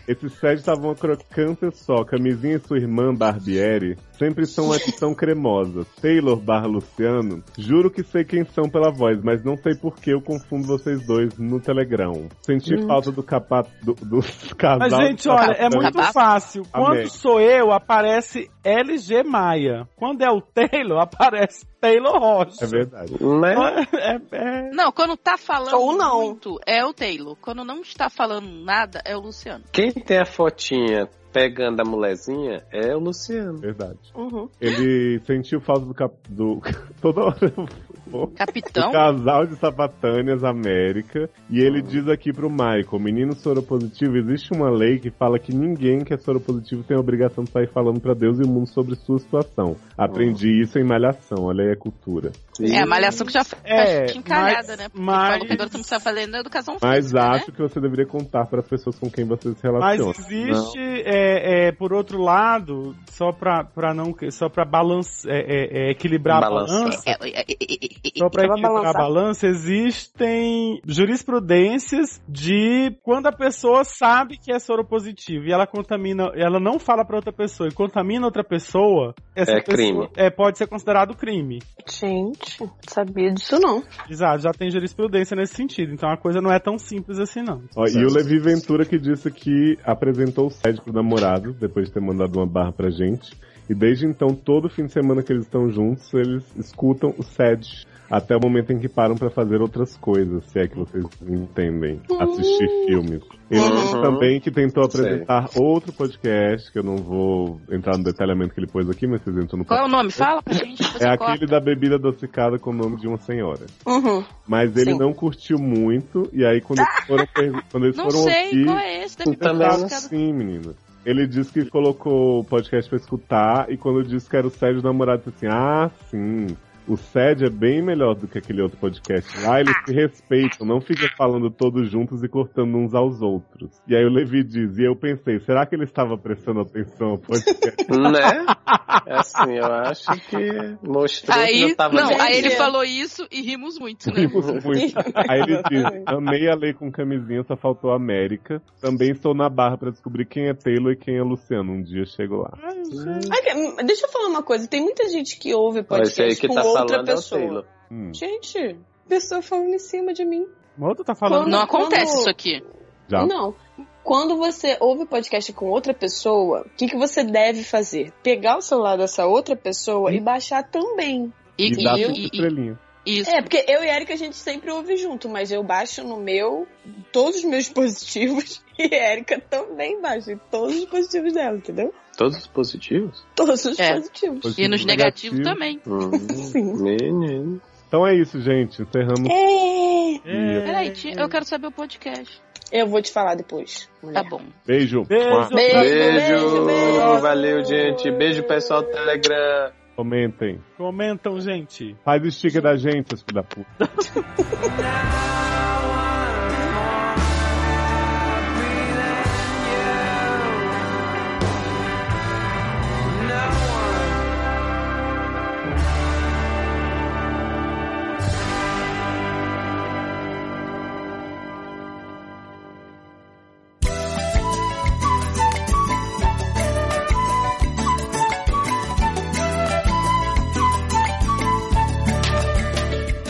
Speaker 1: esse sede estava uma crocância só. Camisinha e sua irmã Barbieri sempre são uma adição cremosa. Taylor barra Luciano, juro que sei quem são pela voz, mas não não sei por que eu confundo vocês dois no Telegram. Senti falta do capa do, dos casal.
Speaker 4: Hum. Mas, gente, olha, é
Speaker 1: capatão.
Speaker 4: muito fácil. Quando
Speaker 1: Amei.
Speaker 4: sou eu, aparece LG Maia. Quando é o Taylor, *laughs* aparece Taylor Rocha.
Speaker 1: É verdade.
Speaker 3: *laughs* Né?
Speaker 4: É, é-
Speaker 5: Não, quando tá falando
Speaker 2: Ou um não.
Speaker 5: muito, é o Taylor. Quando não está falando nada, é o Luciano.
Speaker 3: Quem tem a fotinha pegando a mulherzinha é o Luciano.
Speaker 1: Verdade.
Speaker 2: Uhum.
Speaker 1: Ele sentiu falta do cap... do *laughs* toda hora eu vou. *laughs*
Speaker 5: Capitão?
Speaker 1: O casal de sapatâneas América. E ele diz aqui pro Michael: menino soropositivo, existe uma lei que fala que ninguém que é soropositivo tem a obrigação de sair falando pra Deus e o mundo sobre sua situação. Aprendi isso em Malhação, olha aí a cultura.
Speaker 5: É, a malhação que já foi
Speaker 4: É,
Speaker 5: encalhada,
Speaker 4: mas-
Speaker 5: né? Porque
Speaker 4: mas-
Speaker 5: falou que agora tu não precisa fazer na educação
Speaker 1: Mas
Speaker 5: física, né?
Speaker 1: acho que você deveria contar para as pessoas com quem você se
Speaker 4: Mas
Speaker 1: relaciona.
Speaker 4: existe, é, é, por outro lado, só pra, pra não, só pra balance, é, é, é, equilibrar
Speaker 3: Balançar.
Speaker 4: a balança,
Speaker 5: É, é, é, é, é,
Speaker 4: só
Speaker 1: Então,
Speaker 4: Então, pra
Speaker 2: Vai
Speaker 4: equilibrar a
Speaker 2: balançar.
Speaker 4: balança, existem jurisprudências de quando a pessoa sabe que é soropositivo e ela contamina, ela não fala pra outra pessoa e contamina outra pessoa, essa
Speaker 3: É
Speaker 4: pessoa-
Speaker 3: crime.
Speaker 4: É, pode ser considerado crime.
Speaker 2: Gente, não sabia disso não.
Speaker 4: Exato, já tem jurisprudência nesse sentido, então a coisa não é tão simples assim não.
Speaker 1: Ó, e o Levi Ventura que disse que apresentou o Sede pro namorado, depois de ter mandado uma barra pra gente. E desde então, todo fim de semana que eles estão juntos, eles escutam o Sede. Até o momento em que param pra fazer outras coisas, se é que vocês entendem. Assistir
Speaker 5: Uhum.
Speaker 1: filmes. Ele disse
Speaker 3: Uhum.
Speaker 1: também que tentou
Speaker 3: Sei.
Speaker 1: apresentar outro podcast, que eu não vou entrar no detalhamento que ele pôs aqui, mas vocês entram no
Speaker 5: Qual é o nome? Fala pra gente. depois
Speaker 1: É
Speaker 5: você
Speaker 1: aquele da bebida adocicada com o nome de uma senhora.
Speaker 2: Uhum.
Speaker 1: Mas ele
Speaker 2: Sim.
Speaker 1: não curtiu muito, e aí quando eles foram, pergu- quando eles
Speaker 5: Ah! Não
Speaker 1: foram
Speaker 5: sei
Speaker 1: ouvir,
Speaker 5: qual é esse da
Speaker 3: Eu
Speaker 5: bebida
Speaker 3: também não
Speaker 1: Tava
Speaker 5: adocicada.
Speaker 1: assim, menino. Ele disse que colocou o podcast pra escutar e quando disse que era o Sérgio o namorado, disse assim: Ah, sim. O Sede é bem melhor do que aquele outro podcast lá, eles se respeitam, não fica falando todos juntos e cortando uns aos outros. E aí o Levi diz, e eu pensei, será que ele estava prestando atenção ao
Speaker 5: *laughs*
Speaker 1: podcast?
Speaker 3: Né? É assim, eu acho que mostrou que
Speaker 5: Aí,
Speaker 3: eu tava
Speaker 5: não,
Speaker 3: bem.
Speaker 5: aí ele
Speaker 2: entendendo.
Speaker 5: falou isso e rimos muito, né?
Speaker 1: Rimos muito. Aí ele diz, amei a lei com camisinha, só faltou a América. Também estou na barra pra descobrir quem é Taylor e quem é Luciano. Um dia chego lá.
Speaker 2: Ai, que- Deixa eu falar uma coisa, tem muita gente que ouve
Speaker 3: Mas Esse aí
Speaker 2: podcast
Speaker 3: que
Speaker 2: com
Speaker 3: tá
Speaker 2: outra
Speaker 3: falando é o
Speaker 2: pessoa.
Speaker 3: Taylor.
Speaker 1: Hum,
Speaker 2: Gente, pessoa falando em cima de mim.
Speaker 4: O outro tá falando
Speaker 5: Não
Speaker 2: Quando-
Speaker 5: acontece
Speaker 2: quando-
Speaker 5: isso aqui.
Speaker 1: já.
Speaker 2: Não. Quando você ouve podcast com outra pessoa, o que, que você deve fazer? Pegar o celular dessa outra pessoa e baixar também.
Speaker 5: E,
Speaker 1: E dá
Speaker 5: e-
Speaker 1: cinco
Speaker 5: e-
Speaker 1: estrelinhas.
Speaker 5: e- isso.
Speaker 2: É, porque eu e Eric a gente sempre ouve junto, mas eu baixo no meu, todos os meus *laughs* dispositivos, e a Erika também baixa em todos os dispositivos dela, entendeu?
Speaker 3: Todos os positivos?
Speaker 2: Todos os
Speaker 5: É.
Speaker 2: dispositivos.
Speaker 5: E nos
Speaker 1: Positivo,
Speaker 5: negativos
Speaker 1: negativo.
Speaker 5: também.
Speaker 3: Hum,
Speaker 2: Sim.
Speaker 3: Menino.
Speaker 1: Então é isso, gente. Encerramos.
Speaker 2: É.
Speaker 1: É.
Speaker 5: Peraí, ti- eu quero saber o podcast.
Speaker 2: Eu vou te falar depois.
Speaker 5: Tá
Speaker 2: mulher.
Speaker 5: bom.
Speaker 1: Beijo.
Speaker 4: Beijo.
Speaker 3: Beijo,
Speaker 2: Beijo, beijo.
Speaker 3: Valeu, gente. Beijo, pessoal do Telegram.
Speaker 1: Comentem.
Speaker 4: Comentam,
Speaker 1: *laughs*
Speaker 4: gente.
Speaker 1: Faz o sticker da gente, seus filhos da puta.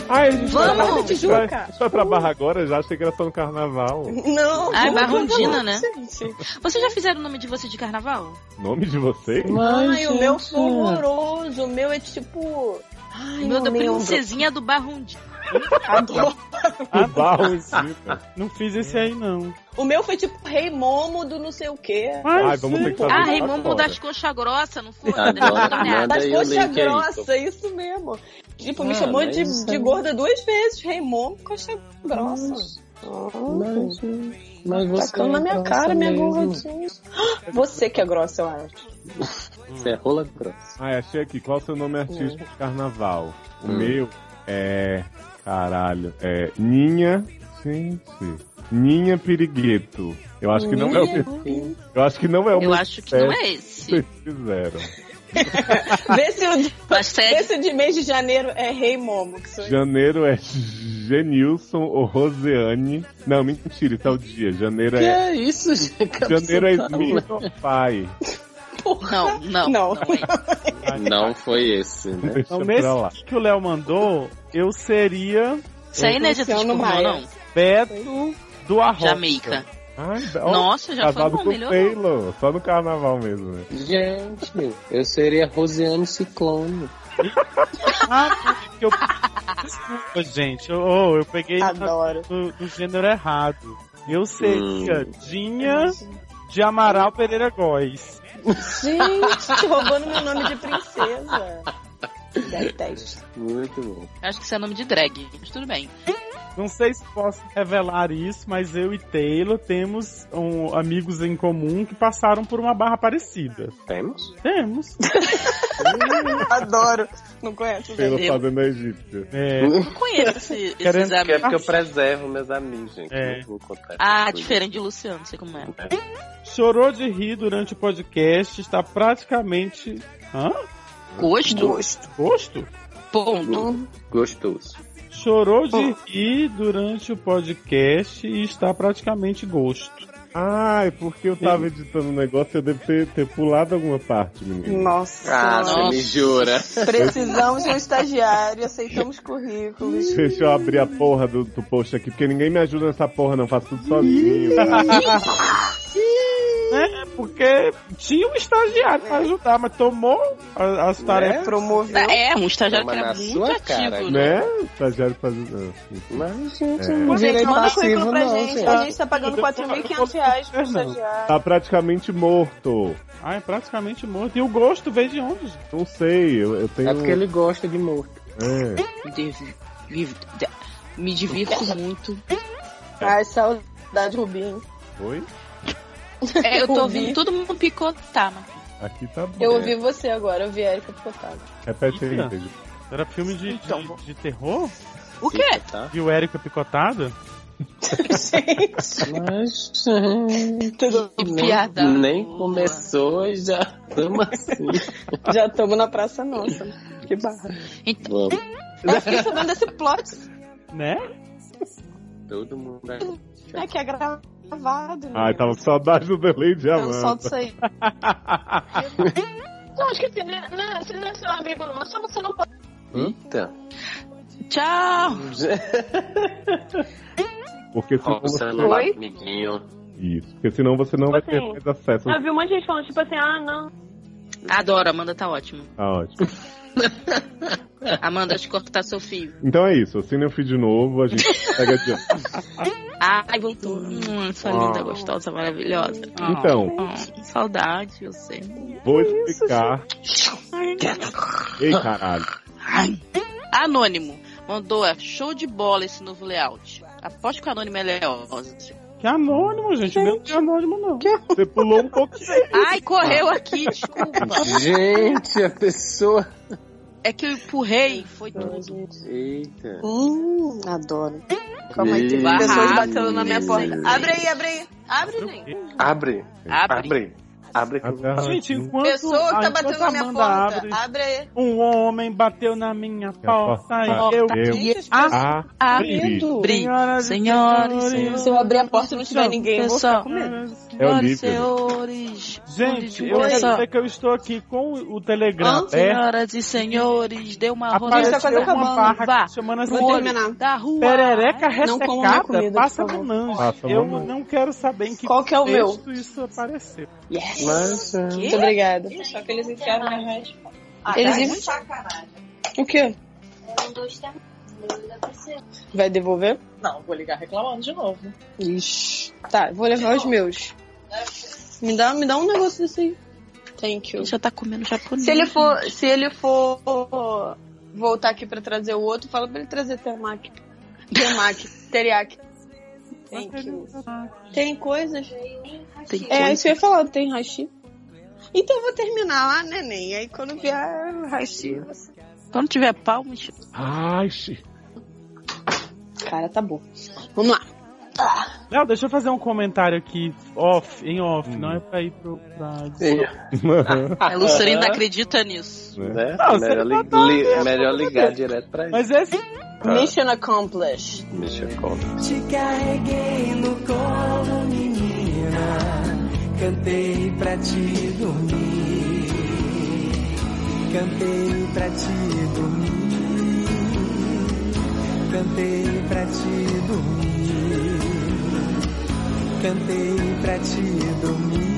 Speaker 1: Ai, a gente
Speaker 5: Vamos,
Speaker 1: vai, pra-
Speaker 2: Tijuca.
Speaker 1: vai- A gente vai pra barra agora já, achei que era só no carnaval.
Speaker 2: Não.
Speaker 5: Ai,
Speaker 2: não,
Speaker 5: Barrondina,
Speaker 2: não,
Speaker 5: né?
Speaker 2: gente.
Speaker 5: Vocês já fizeram o nome de você de carnaval?
Speaker 1: Nome de vocês?
Speaker 2: Ai, o meu foi horroroso. O meu é tipo. Ai,
Speaker 5: O meu
Speaker 2: não
Speaker 5: da
Speaker 2: lembro.
Speaker 5: princesinha do Barrundi.
Speaker 2: Adoro.
Speaker 1: O barro em cima.
Speaker 4: Ah, Não fiz esse aí, não.
Speaker 2: O meu foi tipo Rei Momo do não sei o quê.
Speaker 1: Ai, vamos ter que fazer
Speaker 5: Ah,
Speaker 1: isso
Speaker 5: Raimundo
Speaker 1: agora.
Speaker 5: das Concha Grossa, não foi?
Speaker 3: Adoro,
Speaker 5: Né?
Speaker 3: Manda
Speaker 2: Mas
Speaker 3: aí o
Speaker 2: coxa
Speaker 3: link aí,
Speaker 2: grossa, é isso mesmo. Tipo,
Speaker 3: então.
Speaker 2: me
Speaker 3: Ah,
Speaker 2: chamou
Speaker 3: mas
Speaker 2: de,
Speaker 3: isso
Speaker 2: de
Speaker 3: aí.
Speaker 2: gorda duas vezes. Rei Momo, coxa grossa.
Speaker 3: Mas, mas
Speaker 2: Ah,
Speaker 3: você é
Speaker 2: Tacando na minha
Speaker 3: grossa
Speaker 2: cara, minha
Speaker 3: mesmo.
Speaker 2: gordinha. *gasps* Ah, Você que é grossa, eu acho.
Speaker 3: Você é rola grossa.
Speaker 1: Ai, achei aqui. Qual o seu nome artístico de carnaval? O
Speaker 3: Hum.
Speaker 1: meu é. Caralho. É. Ninha. Gente. Ninha Pirigueto. Eu acho que não é o meu. Eu acho que não é o
Speaker 5: Eu
Speaker 1: meu.
Speaker 5: acho que não é esse.
Speaker 1: Vocês fizeram.
Speaker 2: Vê se o,
Speaker 5: Mas é sério,
Speaker 2: vê se o de mês de janeiro é Rei Momo. Que sou eu.
Speaker 1: Janeiro é Genilson ou Roseane. Não, mentira, isso é o dia. Janeiro
Speaker 3: Que
Speaker 1: é.
Speaker 3: é isso, gente?
Speaker 1: Janeiro é
Speaker 3: Tá
Speaker 1: Smith ou Pai.
Speaker 5: *laughs* não,
Speaker 2: Não.
Speaker 5: não. não é.
Speaker 3: Não foi esse, né?
Speaker 1: Deixa
Speaker 4: Então,
Speaker 1: pra lá.
Speaker 4: nesse que o Léo mandou, eu seria
Speaker 5: Isso aí não é dito
Speaker 2: Luciano
Speaker 5: não,
Speaker 2: Maia.
Speaker 5: não.
Speaker 4: Beto do Arrocha.
Speaker 5: Jamaica.
Speaker 1: Ai, ó,
Speaker 5: Nossa, já foi
Speaker 1: casado
Speaker 5: bom,
Speaker 1: com
Speaker 5: melhorou.
Speaker 1: Taylor, só no carnaval mesmo. Né?
Speaker 3: Gente, eu seria Rosiane Ciclone.
Speaker 4: Ah, eu... Desculpa, gente. Eu, oh, eu
Speaker 2: *laughs*
Speaker 4: peguei
Speaker 2: Ah, Adoro.
Speaker 4: do, do gênero errado. Eu seria Dinha
Speaker 2: Gente,
Speaker 4: de Amaral Pereira Góes.
Speaker 2: roubando meu nome de princesa. Detesto.
Speaker 3: Muito bom.
Speaker 5: Acho que isso é nome de drag, mas tudo bem.
Speaker 4: Não sei se posso revelar isso, mas eu e Taylor temos um, amigos em comum que passaram por uma barra parecida.
Speaker 3: *laughs* Temos?
Speaker 4: Temos.
Speaker 2: Adoro. Não conheço.
Speaker 1: Taylor
Speaker 5: Eu-
Speaker 1: fazendo a Egípcia.
Speaker 4: É,
Speaker 5: Não conheço *laughs* esse,
Speaker 4: Querendo-
Speaker 5: esses
Speaker 3: Porque é
Speaker 5: amigos.
Speaker 3: porque eu preservo meus amigos, gente.
Speaker 4: É.
Speaker 3: Não vou contar.
Speaker 5: Ah, diferente de Luciano, não sei como é.
Speaker 4: chorou de rir durante o podcast, está praticamente. Hã?
Speaker 5: Gosto?
Speaker 4: Gosto?
Speaker 5: Ponto.
Speaker 3: Gostoso.
Speaker 4: Chorou de
Speaker 2: Oh.
Speaker 4: rir durante o podcast e está praticamente gosto.
Speaker 1: Ai, porque eu tava editando um negócio, eu devo ter, ter pulado alguma parte, menino.
Speaker 2: Nossa.
Speaker 3: Ah,
Speaker 5: Nossa.
Speaker 3: você me jura.
Speaker 2: Precisamos de um estagiário, aceitamos currículos.
Speaker 1: Deixa eu abrir a porra do, do post aqui, porque ninguém me ajuda nessa porra, não. Faço tudo sozinho. Né? cara.
Speaker 4: É, porque tinha um estagiário pra ajudar, mas tomou a- as tarefas.
Speaker 2: Promover.
Speaker 5: É, um estagiário
Speaker 3: Toma
Speaker 5: que era
Speaker 3: na
Speaker 5: muito
Speaker 3: sua
Speaker 5: ativo,
Speaker 3: cara,
Speaker 5: né?
Speaker 1: né? Estagiário fazendo. não, enfim.
Speaker 3: Mas, gente,
Speaker 1: É.
Speaker 3: não
Speaker 2: Gente, manda currículo pra
Speaker 3: não,
Speaker 2: gente.
Speaker 3: gente.
Speaker 2: A gente tá pagando 4.500 reais pro estagiário.
Speaker 1: Tá praticamente morto.
Speaker 4: Ah, é praticamente morto. E o gosto veio de onde? gente?
Speaker 1: Não sei, eu, eu tenho.
Speaker 3: É porque ele gosta de morto.
Speaker 1: É.
Speaker 5: Me div- viv- de- Me *laughs* divirto muito.
Speaker 2: Ai, saudade, Rubinho.
Speaker 1: Oi?
Speaker 5: É, eu tô
Speaker 2: Ouvi.
Speaker 5: ouvindo todo mundo picotar, mano.
Speaker 1: Aqui tá bom. É
Speaker 2: Eu ouvi você agora, eu ouvi a Erika Picotada.
Speaker 1: Repete aí,
Speaker 4: Eita.
Speaker 1: Pedro.
Speaker 4: Era filme de, de-
Speaker 5: Então, bom.
Speaker 4: de terror?
Speaker 5: O quê?
Speaker 3: Tá?
Speaker 4: Viu Érica picotada?
Speaker 2: *laughs* Gente,
Speaker 3: Mas
Speaker 2: tudo
Speaker 5: Que
Speaker 2: bem?
Speaker 5: piada.
Speaker 3: nem
Speaker 5: boa.
Speaker 3: começou e já estamos assim.
Speaker 2: Já estamos na Praça Nossa. Que barra.
Speaker 5: Então,
Speaker 3: Vamos.
Speaker 2: Eu fiquei sabendo desse plot,
Speaker 4: Né?
Speaker 3: Todo mundo é
Speaker 2: né, que é gravado. Né?
Speaker 1: Ai, Ah, tava com saudade do delay de
Speaker 2: Eu solto
Speaker 1: Amanda.
Speaker 2: isso aí.
Speaker 7: Não, acho que assim, né? Não, se não é seu amigo, não. Só você não pode.
Speaker 3: Eita.
Speaker 5: tchau.
Speaker 1: Porque senão
Speaker 3: Ó, o
Speaker 1: você...
Speaker 3: celular,
Speaker 7: Oi?
Speaker 3: amiguinho.
Speaker 1: Isso, porque senão você não vai ter
Speaker 7: Assim.
Speaker 1: mais acesso.
Speaker 7: Eu vi um monte de gente falando, tipo assim, ah, não.
Speaker 5: Adoro, Amanda tá ótima.
Speaker 1: Ah, ótimo.
Speaker 5: Amanda, acho que cortar seu fio.
Speaker 1: Então é isso, assinem o feed novo, a gente pega adiante.
Speaker 5: Ai, voltou. Hum, sua
Speaker 2: Ah.
Speaker 5: linda, gostosa, maravilhosa. Ah,
Speaker 1: Então.
Speaker 5: ah, saudade, de você.
Speaker 1: Vou explicar. Ei, caralho.
Speaker 5: Ai. Anônimo. Mandou, é, show de bola esse novo layout. Aposto que o Anônimo é leosa.
Speaker 4: Que anônimo, gente. Meu não é anônimo, não.
Speaker 1: Você pulou um pouquinho.
Speaker 5: Ai, correu
Speaker 2: *laughs*
Speaker 5: aqui, desculpa.
Speaker 3: Gente, a pessoa.
Speaker 5: É que eu empurrei, foi
Speaker 2: Ai,
Speaker 5: tudo.
Speaker 2: gente.
Speaker 3: Eita.
Speaker 2: Hum, adoro. Calma aí, tem
Speaker 5: Barra-
Speaker 2: pessoas batendo na minha porta.
Speaker 3: Ih.
Speaker 2: Abre aí, abre aí. Abre, gente.
Speaker 3: Abre,
Speaker 2: Ah,
Speaker 5: Abre.
Speaker 3: abre. Abre.
Speaker 4: Gente, enquanto.
Speaker 2: Pessoa que
Speaker 4: ah,
Speaker 1: então
Speaker 2: tá
Speaker 4: enquanto
Speaker 2: batendo na minha
Speaker 4: Amanda
Speaker 2: porta.
Speaker 4: abre,
Speaker 2: Abre aí.
Speaker 4: Um homem bateu na minha porta e eu.
Speaker 1: Eu-
Speaker 2: Gente, as pessoas-
Speaker 1: Ah,
Speaker 5: Abre. Abre.
Speaker 4: Senhoras e
Speaker 5: Senhoras e
Speaker 4: senhores.
Speaker 2: Se eu abrir a porta e não tiver ninguém, eu vou ficar
Speaker 5: Pessoal.
Speaker 2: com medo.
Speaker 1: É o
Speaker 5: Senhoras e
Speaker 1: Olívia.
Speaker 5: senhores.
Speaker 4: Gente, eu
Speaker 5: Olha
Speaker 4: quero
Speaker 5: só.
Speaker 4: dizer que eu estou aqui com o Telegram
Speaker 2: Hã?
Speaker 4: aberto.
Speaker 5: Senhoras e senhores, deu uma
Speaker 2: Gente,
Speaker 5: rodada.
Speaker 2: tá quase
Speaker 4: Apareceu uma
Speaker 2: acabando.
Speaker 4: barra
Speaker 5: Vá.
Speaker 4: chamando
Speaker 2: Vou
Speaker 4: assim,
Speaker 2: terminar.
Speaker 5: da rua.
Speaker 4: perereca
Speaker 2: Não como minha
Speaker 4: ressecada,
Speaker 2: comida,
Speaker 4: passa
Speaker 2: por favor.
Speaker 4: Monange.
Speaker 1: Passa
Speaker 4: eu
Speaker 1: Monange.
Speaker 4: não quero saber em que
Speaker 2: Qual que é o meu?
Speaker 4: texto isso apareceu.
Speaker 2: Yes.
Speaker 3: Mas, ah,
Speaker 2: Muito
Speaker 5: Que?
Speaker 2: obrigada.
Speaker 7: Só que eles enfiaram na raiz.
Speaker 5: Ah,
Speaker 2: Ah,
Speaker 5: tá.
Speaker 2: Eles... O quê?
Speaker 7: Um, dois, três.
Speaker 2: Vai devolver?
Speaker 7: Não, vou ligar reclamando de novo.
Speaker 2: Ixi. Tá, vou levar os meus. Me dá, me dá um negócio desse aí. Thank you.
Speaker 5: Já tá comendo japonês.
Speaker 2: Se ele for, se ele for voltar aqui pra trazer o outro, fala pra ele trazer Termac. Termac, Teriac. Thank you.
Speaker 4: tá
Speaker 2: Tem coisas?
Speaker 5: Tem
Speaker 2: É,
Speaker 5: coisa.
Speaker 2: isso eu ia falar, tem hashi. Então eu vou terminar lá, neném. Aí quando vier o hashi, você...
Speaker 5: Quando tiver pau, me chama.
Speaker 1: Ai, xi.
Speaker 2: Cara, tá bom. Vamos lá.
Speaker 4: Léo, deixa eu fazer um comentário aqui, off, em off, não é pra ir pro... Pra...
Speaker 3: Iya.
Speaker 4: Ah,
Speaker 5: A Lucerina acredita nisso.
Speaker 3: né?
Speaker 4: Não, você
Speaker 3: melhor,
Speaker 4: não
Speaker 3: li-
Speaker 4: tá
Speaker 3: li-
Speaker 4: vendo,
Speaker 3: melhor
Speaker 4: tá
Speaker 3: ligar
Speaker 4: vendo.
Speaker 3: direto pra ele.
Speaker 4: Mas esse...
Speaker 2: Mission accomplished.
Speaker 3: Deixa eu contar.
Speaker 6: Te carreguei no colo, menina. Cantei pra te dormir. Cantei pra te dormir.
Speaker 8: Cantei pra te dormir. Cantei pra te dormir.